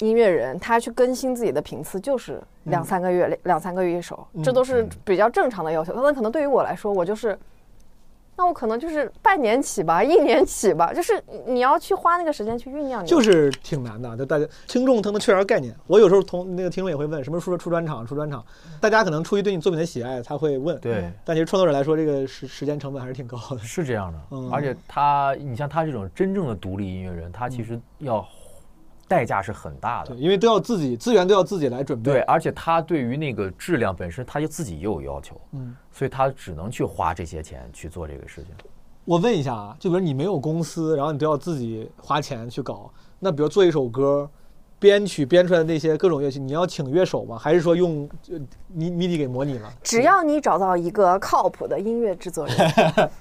Speaker 5: 音乐人他去更新自己的频次，就是
Speaker 3: 嗯
Speaker 5: 两三个月、两三个月一首，这都是比较正常的要求。那可能对于我来说，我就是。那我可能就是半年起吧，一年起吧，就是你要去花那个时间去酝酿你的
Speaker 3: 就是挺难的。就大家听众他能确认概念，我有时候同那个听众也会问，什么时候出专场？出专场，大家可能出于对你作品的喜爱，他会问。
Speaker 6: 对。
Speaker 3: 但其实创作者来说，这个时时间成本还是挺高的。
Speaker 6: 是这样的，
Speaker 3: 嗯
Speaker 6: 而且他，你像他这种真正的独立音乐人，他其实要代价是很大的
Speaker 3: 嗯对，。因为都要自己资源都要自己来准备。
Speaker 6: 对，，而且他对于那个质量本身，他就自己也有要求，
Speaker 3: 嗯，
Speaker 6: 所以他只能去花这些钱去做这个事情。
Speaker 3: 我问一下啊，就比如你没有公司，然后你都要自己花钱去搞，那比如做一首歌，编曲编出来的那些各种乐器，你要请乐手吗？还是说用呃迷 MIDI 给模拟了？
Speaker 5: 只要你找到一个靠谱的音乐制作
Speaker 6: *laughs*
Speaker 5: 人，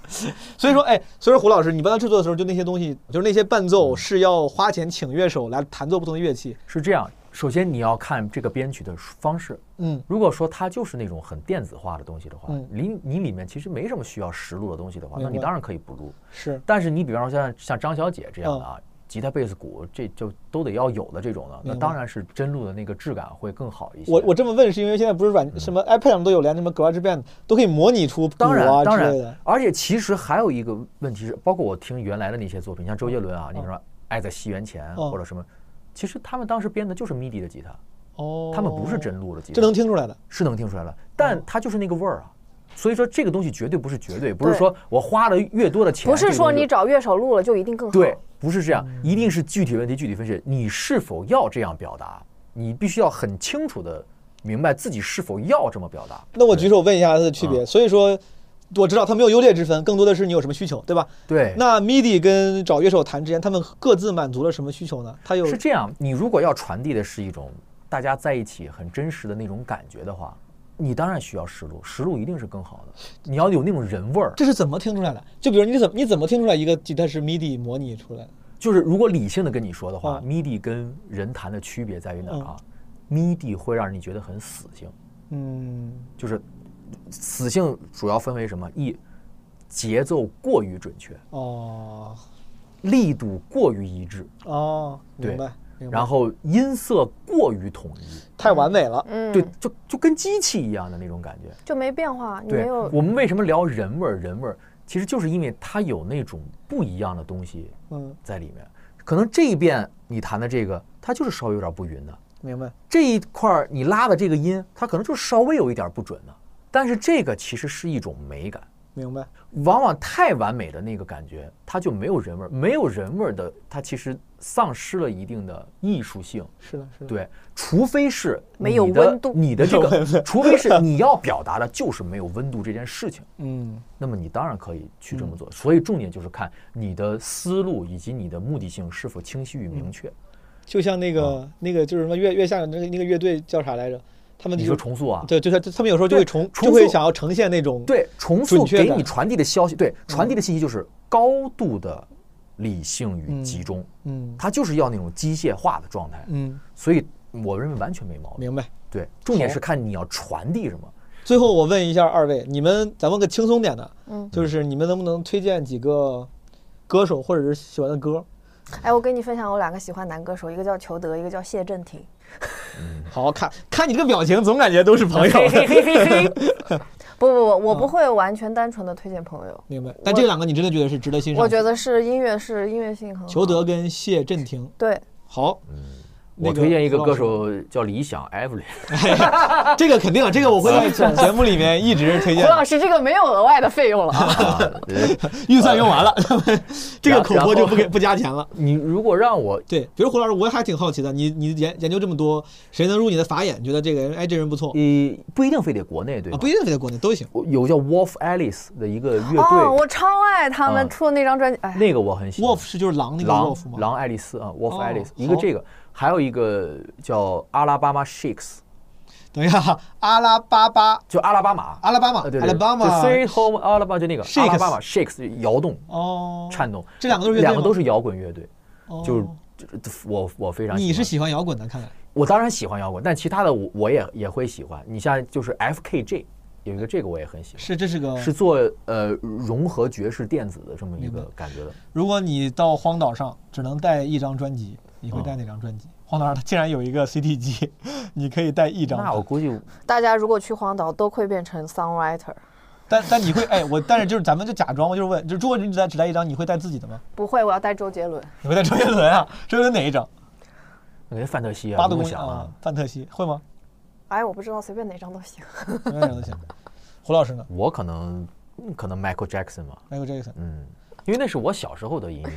Speaker 3: *laughs* 所以说，哎，所以说胡老师，你帮他制作的时候，就那些东西，就是那些伴奏是要花钱请乐手来弹奏不同的乐器。
Speaker 6: 是这样，首先你要看这个编曲的方式。
Speaker 3: 嗯，
Speaker 6: 如果说它就是那种很电子化的东西的话
Speaker 3: 嗯，
Speaker 6: 你你里面其实没什么需要实录的东西的话，
Speaker 3: 明白
Speaker 6: 那你当然可以不录。
Speaker 3: 是，
Speaker 6: 但是你比方说像像张小姐这样的啊，吉他、贝斯、鼓这就都得要有的这种的，那
Speaker 3: 嗯明白
Speaker 6: 当然是真录的那个质感会更好一些。
Speaker 3: 我我这么问是因为现在不是软什么 iPad 上都有，连什么 GarageBand 都可以模拟出鼓
Speaker 6: 嗯当然，
Speaker 3: 啊
Speaker 6: 当
Speaker 3: 之
Speaker 6: 然
Speaker 3: 类的。，
Speaker 6: 而且其实还有一个问题是，包括我听原来的那些作品，像周杰伦啊，你比如说《爱在西元前》
Speaker 3: 嗯
Speaker 6: 或者什么，其实他们当时编的就是 MIDI 的吉他，
Speaker 3: 哦，
Speaker 6: 他们不是真录的吉他，
Speaker 3: 这能听哦出来的。
Speaker 6: 是能听出来了，但它就是那个味儿啊。所以说这个东西绝对不是绝对，不是
Speaker 5: 对
Speaker 6: 说我花了越多的钱，
Speaker 5: 不是说
Speaker 6: 这个东西
Speaker 5: 你找乐手录了就一 *laughs* 定更好。
Speaker 6: 对，不是这样，一定是具体问题具体分析。你是否要这样表达？你必须要很清楚的明白自己是否要这么表达。
Speaker 3: 那我举手问一下它的区别。所以说，我知道它没有优劣之分，更多的是你有什么需求，对吧？
Speaker 6: 对
Speaker 3: 那 MIDI 跟找乐手谈之间，他们各自满足了什么需求呢？它有
Speaker 6: 是这样，你如果要传递的是一种大家在一起很真实的那种感觉的话，你当然需要实录，实录一定是更好的。你要有那种人味儿。
Speaker 3: 这是怎么听出来的？就比如你怎么你怎么听出来一个吉他是 MIDI 模拟出来的？
Speaker 6: 就是如果理性的跟你说的话、m i d i 跟人弹的区别在于哪儿啊、m i d i 会让你觉得很死性，
Speaker 3: 嗯，
Speaker 6: 就是死性主要分为什么？一节奏过于准确，
Speaker 3: 哦
Speaker 6: 力度过于一致，
Speaker 3: 哦，明
Speaker 6: 对
Speaker 3: 白。明，白
Speaker 6: 然后音色过于统一，
Speaker 3: 太完美了。
Speaker 5: 嗯
Speaker 6: 对，就就跟机器一样的那种感觉。
Speaker 5: 就没变化，你没
Speaker 6: 对
Speaker 5: 有，
Speaker 6: 我们为什么聊人味儿？人味儿其实就是因为它有那种不一样的东西
Speaker 3: 嗯，
Speaker 6: 在里面。可能这一遍你弹的这个，它就是稍微有点不匀的；
Speaker 3: 明白。
Speaker 6: 这一块儿你拉的这个音，它可能就稍微有一点不准的。但是这个其实是一种美感。
Speaker 3: 明白。
Speaker 6: 往往太完美的那个感觉，它就没有人味儿，没有人味儿的，它其实丧失了一定的艺术性。
Speaker 3: 是的，是的。
Speaker 6: 对，除非是
Speaker 3: 没有
Speaker 6: 你的
Speaker 3: 温度
Speaker 6: 你的这
Speaker 3: 没有温度
Speaker 6: 个，除非是你要表达的就是没有温度这件事情，
Speaker 3: 嗯，
Speaker 6: 那么你当然可以去这么做。所以重点就是看你的思路以及你的目的性是否清晰与明确。
Speaker 3: 就像那个、
Speaker 6: 嗯
Speaker 3: 那个就是什么月月下那个那个乐队叫啥来着？他们就
Speaker 6: 你说重塑啊
Speaker 3: 对，就是他们有时候就会重
Speaker 6: 重
Speaker 3: 就会
Speaker 6: 塑
Speaker 3: 想要呈现那种
Speaker 6: 对，重
Speaker 3: 准
Speaker 6: 塑
Speaker 3: 确嗯
Speaker 6: 给
Speaker 3: 感
Speaker 6: 你传递的消息，对，传递的信息就是高度的理性与集中，
Speaker 3: 嗯
Speaker 6: 它就是要那种机械化的状态。
Speaker 3: 嗯，
Speaker 6: 所以我认为完全没毛病。
Speaker 3: 明白。
Speaker 6: 对，重点
Speaker 3: 好
Speaker 6: 是看你要传递什么。
Speaker 3: 最后我问一下二位，你们咱问个轻松点的，
Speaker 5: 嗯
Speaker 3: 就是你们能不能推荐几个歌手或者是喜欢的歌？
Speaker 5: 哎，我跟你分享，我两个喜欢男歌手，一个叫裘德，一个叫谢震
Speaker 6: *laughs*
Speaker 5: 廷。
Speaker 3: 好看看你这个表情，总感觉都是朋友。
Speaker 5: *laughs* 不不不，
Speaker 6: 嗯
Speaker 5: 我不会完全单纯的推荐朋友，
Speaker 3: *laughs* 明白。但这两个你真的觉得是值得欣赏？
Speaker 5: 我觉得是音乐是音乐性很好。
Speaker 3: 裘德跟谢震廷。
Speaker 5: 对，
Speaker 3: 好，那
Speaker 6: 嗯我推荐一个
Speaker 3: 胡
Speaker 6: 歌
Speaker 3: 老师，
Speaker 6: 手叫李想 *laughs* Evelyn，
Speaker 3: 这个肯定，这个我会在
Speaker 5: 啊
Speaker 3: 节目里面一直推
Speaker 5: 胡 *laughs*
Speaker 3: 荐。
Speaker 5: 老师这个没有额外的费用了啊。
Speaker 3: 预算用完了， *laughs* 这个口播就不给
Speaker 6: 然后
Speaker 3: 不加钱了。
Speaker 6: 你如果让我
Speaker 3: 对，比如胡老师，我还挺好奇的，你你研研究这么多，谁能入你的法眼？觉得这个人，哎，这人不错，啊
Speaker 6: 呃，不一定非得国内对吧？
Speaker 3: 不一定非得国内都行。
Speaker 6: 有叫 Wolf Alice 的一个乐
Speaker 5: 哦，
Speaker 6: 队，
Speaker 5: 我超爱他们
Speaker 6: 嗯
Speaker 5: 出的那张专辑，哎，
Speaker 6: 那个我很喜欢。
Speaker 3: Wolf 是就是狼那个
Speaker 6: 狼
Speaker 3: Wolf 吗？
Speaker 6: 狼爱丽丝啊，Wolf
Speaker 3: 哦
Speaker 6: Alice，一
Speaker 3: 好
Speaker 6: 个这个，还有一个叫阿拉巴马 Shakes，
Speaker 3: 等一下，阿拉巴巴
Speaker 6: 就阿拉巴马，
Speaker 3: 阿拉巴马，
Speaker 6: 呃对
Speaker 3: 阿拉
Speaker 6: 对，
Speaker 3: 巴马啊
Speaker 6: 就 Three Home Alabama 就那个
Speaker 3: Shakes
Speaker 6: 阿拉巴马 Shakes 摇动
Speaker 3: 哦，
Speaker 6: 颤动，
Speaker 3: 这两个都是乐队吗
Speaker 6: 两个都是摇滚乐队，
Speaker 3: 哦
Speaker 6: 就是这这我我非常喜欢
Speaker 3: 你是喜欢摇滚的，看来
Speaker 6: 我当然喜欢摇滚，但其他的我我也也会喜欢。你像就是 FKJ 有一个这个我也很喜欢，
Speaker 3: 是这是个
Speaker 6: 是做呃融合爵士电子的这么一个感觉的。
Speaker 3: 如果你到荒岛上只能带一张专辑，你会带哪张
Speaker 6: 哦
Speaker 3: 专辑？荒岛上它竟然有一个 CD 机， *laughs* 你可以带一张。
Speaker 6: 那我估计，
Speaker 5: 大家如果去荒岛都会变成 songwriter，
Speaker 3: 但但你会哎，我但是就是咱们就假装，我就是问，就如果你只带只带一张，你会带自己的吗？
Speaker 5: 不会，我要带周杰伦。
Speaker 3: 你会带周杰伦
Speaker 6: *laughs*
Speaker 3: 啊？周杰伦哪一张？
Speaker 6: 那个范特西
Speaker 3: 八
Speaker 6: 啊，
Speaker 3: 度
Speaker 6: 梦
Speaker 3: 空间
Speaker 6: 想
Speaker 3: 啊
Speaker 6: 啊，，
Speaker 3: 范特西
Speaker 6: *laughs*
Speaker 3: 会吗？
Speaker 5: 哎，我不知道，随便哪张都行。
Speaker 3: 随便哪都行。胡老师呢？
Speaker 6: 我可能嗯可能 Michael Jackson 吧，
Speaker 3: Michael Jackson。
Speaker 6: 嗯，因为那是我小时候的音乐。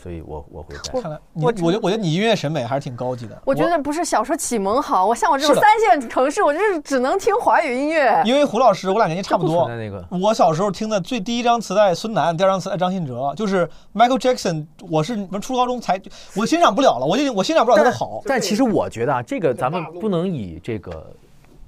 Speaker 6: 所以我我会
Speaker 5: 我
Speaker 6: 带。
Speaker 5: 看来
Speaker 3: 你我觉得我觉得你音乐审美还是挺高级的。
Speaker 5: 我觉得不是小说启蒙好，我像我这种
Speaker 3: 是的
Speaker 5: 三线城市，我就是只能听华语音乐。
Speaker 3: 因为胡老师，我俩年纪差不多。
Speaker 6: 存在那个
Speaker 3: 我小时候听的最第一张磁带孙楠，第二张磁带张信哲，就是 Michael Jackson。我是我们初高中才，我欣赏不了了，我就我欣赏不了他的好。
Speaker 6: 但其实我觉得啊，这个咱们不能以这个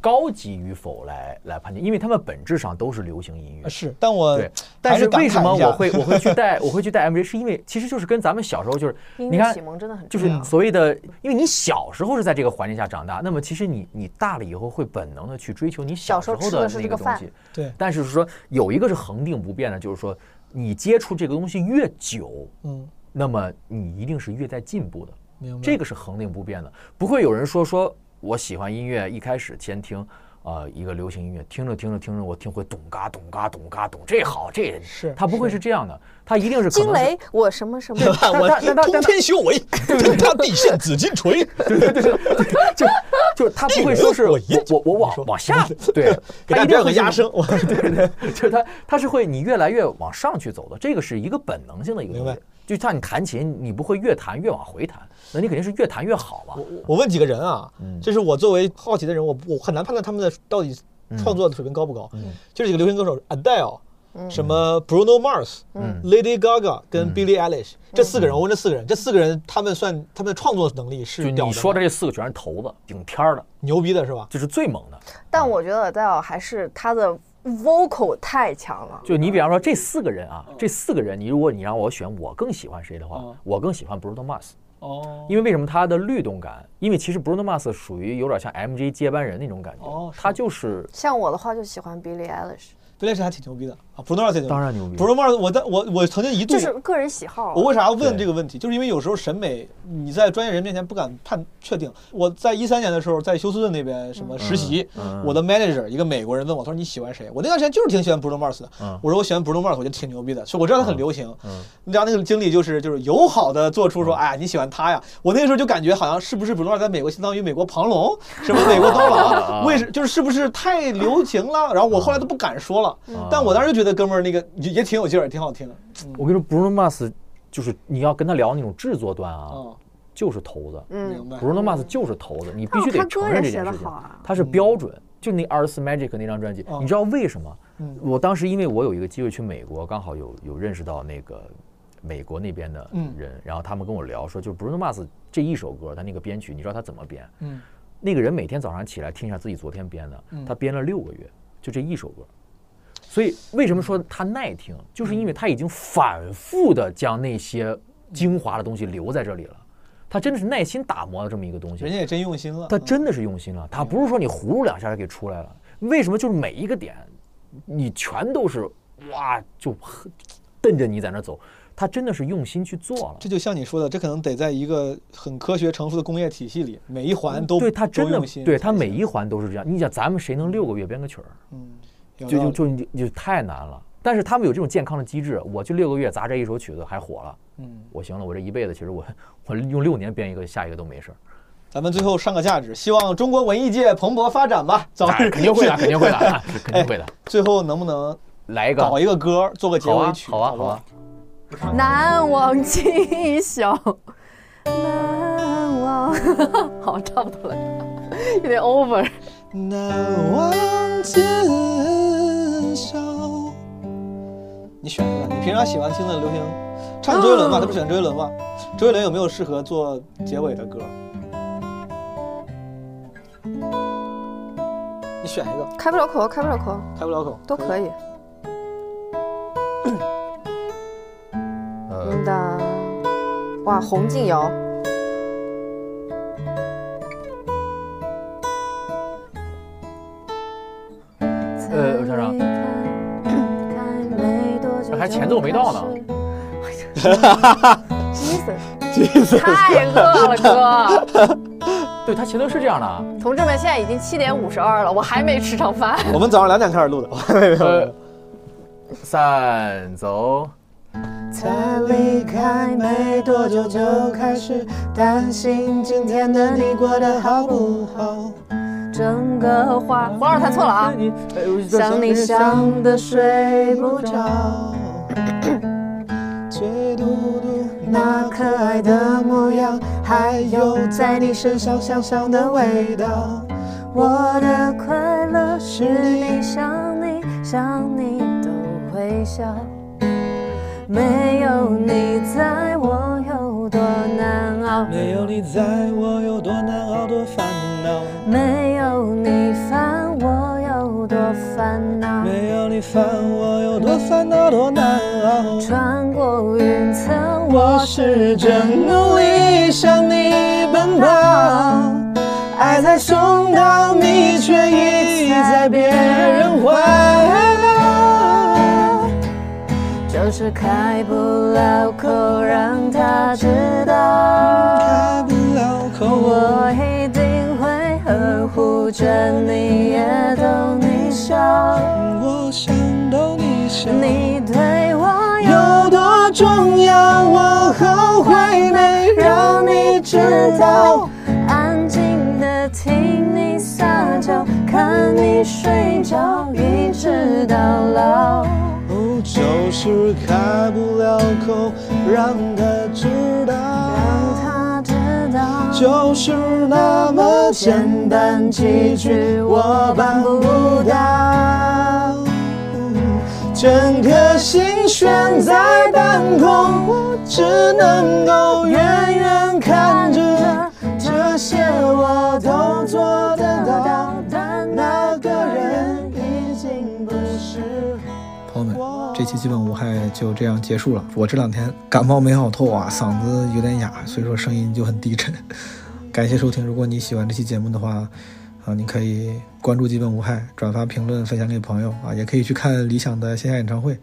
Speaker 6: 高级与否来来判定，因为他们本质上都是流行音乐。
Speaker 3: 呃是，但我
Speaker 6: 对，
Speaker 3: 还
Speaker 6: 但
Speaker 3: 是
Speaker 6: 是为什么
Speaker 3: 感慨一下
Speaker 6: 我
Speaker 3: *laughs*
Speaker 6: 会 *laughs* 我会去带我会去带 MJ，是因为其实就是跟咱们小时候就是
Speaker 5: 音
Speaker 6: 你
Speaker 5: 乐
Speaker 6: 看
Speaker 5: 启蒙真的很
Speaker 6: 就
Speaker 5: 重
Speaker 6: 是
Speaker 5: 要。
Speaker 6: 所谓的，因为你小时候是在这个环境下长大，那么其实你你大了以后会本能的去追求你小时候
Speaker 5: 小时候吃的是
Speaker 6: 那
Speaker 5: 这个
Speaker 6: 个东
Speaker 5: 饭
Speaker 6: 西。
Speaker 3: 对，
Speaker 6: 但是说有一个是恒定不变的，就是说你接触这个东西越久，
Speaker 3: 嗯，
Speaker 6: 那么你一定是越在进步的。
Speaker 3: 明白
Speaker 6: 这个是恒定不变的，不会有人说说我喜欢音乐，一开始先听。呃，一个流行音乐，听着听着听着，我听会咚嘎咚嘎咚嘎咚，这好，这
Speaker 3: 是
Speaker 6: 它不会是这样的，它一定是可
Speaker 5: 惊
Speaker 6: 能是
Speaker 5: 雷，我什么什么，
Speaker 3: 我通天修 *laughs*
Speaker 6: *laughs*
Speaker 3: 为，天塌地陷紫金锤。
Speaker 6: *laughs* 就就是他不会说是我我我往往下，对，
Speaker 3: 给大
Speaker 6: 他
Speaker 3: 家
Speaker 6: 一定
Speaker 3: 有个
Speaker 6: 会
Speaker 3: 压
Speaker 6: 是 *laughs*
Speaker 3: 声，
Speaker 6: 对对对，就是他他是会你越来越往上去走的，这个是一个本能性的一个东西。就像你弹琴，你不会越弹越往回弹，那你肯定是越弹越好嘛。
Speaker 3: 我问几个人啊，
Speaker 6: 嗯
Speaker 3: 这是我作为好奇的人，我我很难判断他们的到底创作的水平高不高。
Speaker 6: 嗯
Speaker 3: 就是几个流行歌手，Adele，
Speaker 5: 嗯
Speaker 3: 什么 Bruno Mars，
Speaker 5: 嗯
Speaker 3: Lady Gaga
Speaker 6: 嗯
Speaker 3: 跟 Billie Eilish 这四个人，我问这四个人，这四个人他们算他们的创作能力
Speaker 6: 就是
Speaker 3: 屌
Speaker 6: 你
Speaker 3: 的
Speaker 6: 说
Speaker 3: 吗，
Speaker 6: 的这四个全是头子，顶天儿的，
Speaker 3: 牛逼的是吧？
Speaker 6: 就是最猛的。
Speaker 5: 但我觉得 a d e 还是他的 vocal 太强了。
Speaker 6: 就你比方说这四个人啊，这四个人，你如果你让我选，我更喜欢谁的话
Speaker 3: 嗯，
Speaker 6: 我更喜欢 Bruno Mars。
Speaker 3: 哦
Speaker 6: 因为为什么他的律动感？因为其实 Bruno Mars 属于有点像 MJ 接班人那种感觉，他就是
Speaker 5: 像我的话就喜欢 Billie Eilish，
Speaker 3: Billie Eilish 还挺牛逼的啊，Bruno Mars 也
Speaker 6: 当然牛逼
Speaker 3: Bruno Mars，我在我我曾经一度
Speaker 5: 就是个人喜好。
Speaker 3: 我为啥问这个问题？就是因为有时候审美你在专业人面前不敢判确定。我在一三年的时候在休斯顿那边什么实习，
Speaker 6: 嗯嗯
Speaker 3: 我的 manager 一个美国人问我，他说你喜欢谁？我那段时间就是挺喜欢 Bruno Mars 的。
Speaker 6: 嗯
Speaker 3: 我说我喜欢 Bruno Mars，我觉得挺牛逼的。所以我知道他很流行。
Speaker 6: 嗯
Speaker 3: 你知道那个经历就是就是友好的做出说，哎呀你喜欢他呀。我那个时候就感觉好像是不是 Bruno Mars 在美国相当于美国庞龙，什么美国刀
Speaker 6: *laughs* 啊
Speaker 3: 郎，为什就是是不是太流行了？然后我后来都不敢说了。
Speaker 6: 嗯
Speaker 3: 但我当时就觉得哥们儿那个也也挺有劲儿，也挺好听的。
Speaker 6: 我跟你说，Bruno Mars 就是你要跟他聊那种制作端啊，
Speaker 3: 嗯
Speaker 6: 就是头子。
Speaker 5: 嗯
Speaker 3: 明白
Speaker 6: Bruno Mars 就是头子，你必须
Speaker 5: 但
Speaker 6: 得
Speaker 5: 他歌
Speaker 6: 承认
Speaker 5: 也
Speaker 6: 这
Speaker 5: 写
Speaker 6: 件
Speaker 5: 得
Speaker 6: 事情
Speaker 5: 好啊。
Speaker 6: 他是标准，就那《二十四 Magic》那张专辑，
Speaker 3: 嗯
Speaker 6: 你知道为什么？我当时因为我有一个机会去美国，刚好有有认识到那个美国那边的
Speaker 3: 嗯
Speaker 6: 人，然后他们跟我聊说，就是 Bruno Mars 这一首歌，他那个编曲，你知道他怎么编？
Speaker 3: 嗯，
Speaker 6: 那个人每天早上起来听一下自己昨天编的
Speaker 3: 嗯，
Speaker 6: 他编了六个月，就这一首歌。所以为什么说他耐听，就是因为他已经反复的将那些精华的东西留在这里了，他真的是耐心打磨了这么一个东西
Speaker 3: 人。家也真用心了。嗯
Speaker 6: 他真的是用心了，他不是说你葫芦两下就给出来了。为什么就是每一个点，你全都是哇就很瞪着你在那走，他真的是用心去做了。
Speaker 3: 这就像你说的，这可能得在一个很科学成熟的工业体系里，每一环都
Speaker 6: 嗯对他真
Speaker 3: 都
Speaker 6: 的
Speaker 3: 用心，
Speaker 6: 对他每一环都是这样。你想咱们谁能六个月编个曲儿，
Speaker 3: 嗯，有
Speaker 6: 就
Speaker 3: 道
Speaker 6: 就
Speaker 3: 理
Speaker 6: 就你就太难了。但是他们有这种健康的机制，我就六个月砸这一首曲子还火了，
Speaker 3: 嗯，
Speaker 6: 我行了，我这一辈子其实我我用六年编一个下一个都没事儿。
Speaker 3: 咱们最后上个价值，希望中国文艺界蓬勃发展吧， *laughs* 早日
Speaker 6: 哎肯定会的，肯
Speaker 3: *laughs*
Speaker 6: 定会的，肯定会的。
Speaker 3: 最后能不能
Speaker 6: 来一个，
Speaker 3: 哎搞一个歌做个结
Speaker 6: 好
Speaker 3: 尾
Speaker 6: 啊，
Speaker 3: 曲？
Speaker 6: 好啊，好啊。
Speaker 5: 难忘今宵，难忘。 *laughs* 好，差不多了，有点 over。
Speaker 3: 难忘今宵。你选一个，你平常喜欢听的流行，唱周杰伦吧，他不是喜欢周杰伦吗？周杰伦有没有适合做结尾的歌？你选一个，
Speaker 5: 开不了口，开不了口，
Speaker 3: 开不了口
Speaker 5: 都可以。
Speaker 6: 呃
Speaker 5: 嗯的，哇，洪静瑶，
Speaker 6: 呃，我想想。还前奏没到呢。
Speaker 5: 太饿了，哥。
Speaker 6: 对他前奏是这样的啊，
Speaker 5: 同志们，现在已经七点五十二了，我还没吃上饭。
Speaker 3: 我们早上两点开始录的，没有没有没有。
Speaker 6: 散走，
Speaker 1: 才离开没多久就开始担心今天的你过得好不好？
Speaker 15: 整个花。
Speaker 5: 黄老师弹错了啊！
Speaker 1: 想你
Speaker 5: *coughs*
Speaker 1: 想的睡不着，却嘟嘟那可爱的模样，还有在你身上香香的味道。
Speaker 14: 我的快乐是你想你想你都会笑，没有你在我有多难熬，
Speaker 5: 没有你在我有多难熬，多烦恼。
Speaker 14: 没有你烦我有多烦恼，
Speaker 5: 没有你烦我有多烦恼，多难熬。
Speaker 14: 穿过云层，
Speaker 1: 我试着努力向你奔跑，爱才送到你，却已在别人怀抱。
Speaker 14: 就是开不了口，让他知道。开不了口，我一定会呵护着你，也逗你笑。我想逗你笑，你对我有
Speaker 1: 有多重要，我后悔没让你知道。
Speaker 14: 安静的听你撒娇，看你睡着，一直到老。
Speaker 1: 哦
Speaker 5: 就是开不了口，让他知道，
Speaker 14: 他知道，
Speaker 5: 就是那么简单几句，我办不到。
Speaker 1: 整颗心悬在半空，我只能够远远看着，这些我都做得到，但那个人已经不是
Speaker 3: 朋友们，这期基本无害就这样结束了。我这两天感冒没好透啊，嗓子有点哑，所以说声音就很低沉。 *laughs* 感谢收听，如果你喜欢这期节目的话，啊，你可以关注基本无害，转发、评论、分享给朋友啊，也可以去看理想的线下演唱会。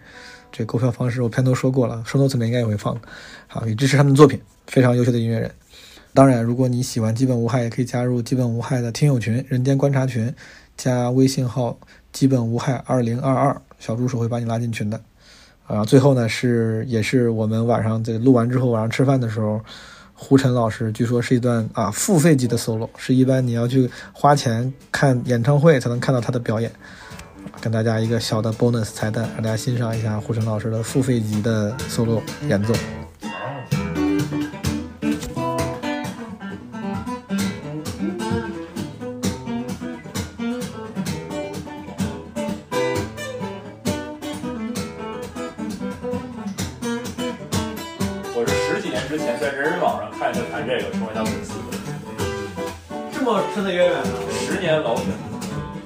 Speaker 3: 这购票方式我片头说过了，收 notes 里面应该也会放的。好，也支持他们的作品，非常优秀的音乐人。当然，如果你喜欢基本无害，也可以加入基本无害的听友群、人间观察群，加微信号基本无害二零二二，小助手会把你拉进群的。啊，最后呢是也是我们晚上这录完之后，晚上吃饭的时候，胡晨老师据说是一段啊付费级的 solo，是一般你要去花钱看演唱会才能看到他的表演。跟大家一个小的 bonus 彩蛋，让大家欣赏一下胡晨老师的付费级的 solo 演奏。
Speaker 16: 我是十几年之前在人人网上看见他弹这个，成为他粉丝的。这么深的
Speaker 5: 啊
Speaker 16: 渊源啊呢？十年老粉，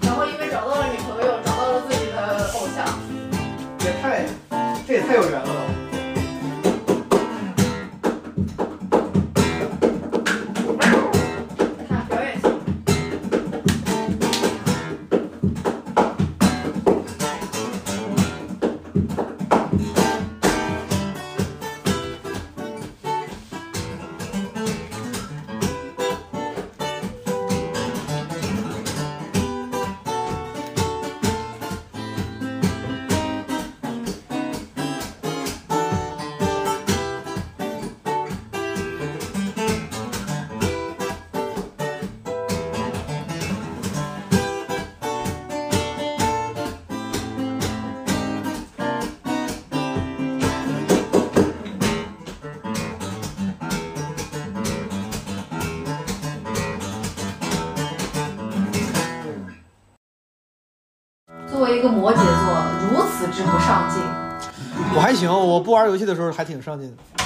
Speaker 2: 然后因为找到了女朋友，找到了自己的偶像。
Speaker 5: 也太，这也太有缘了吧！
Speaker 2: 作为一个摩羯座，如此之不上进。
Speaker 17: 我还行，我不玩游戏的时候还挺上进的。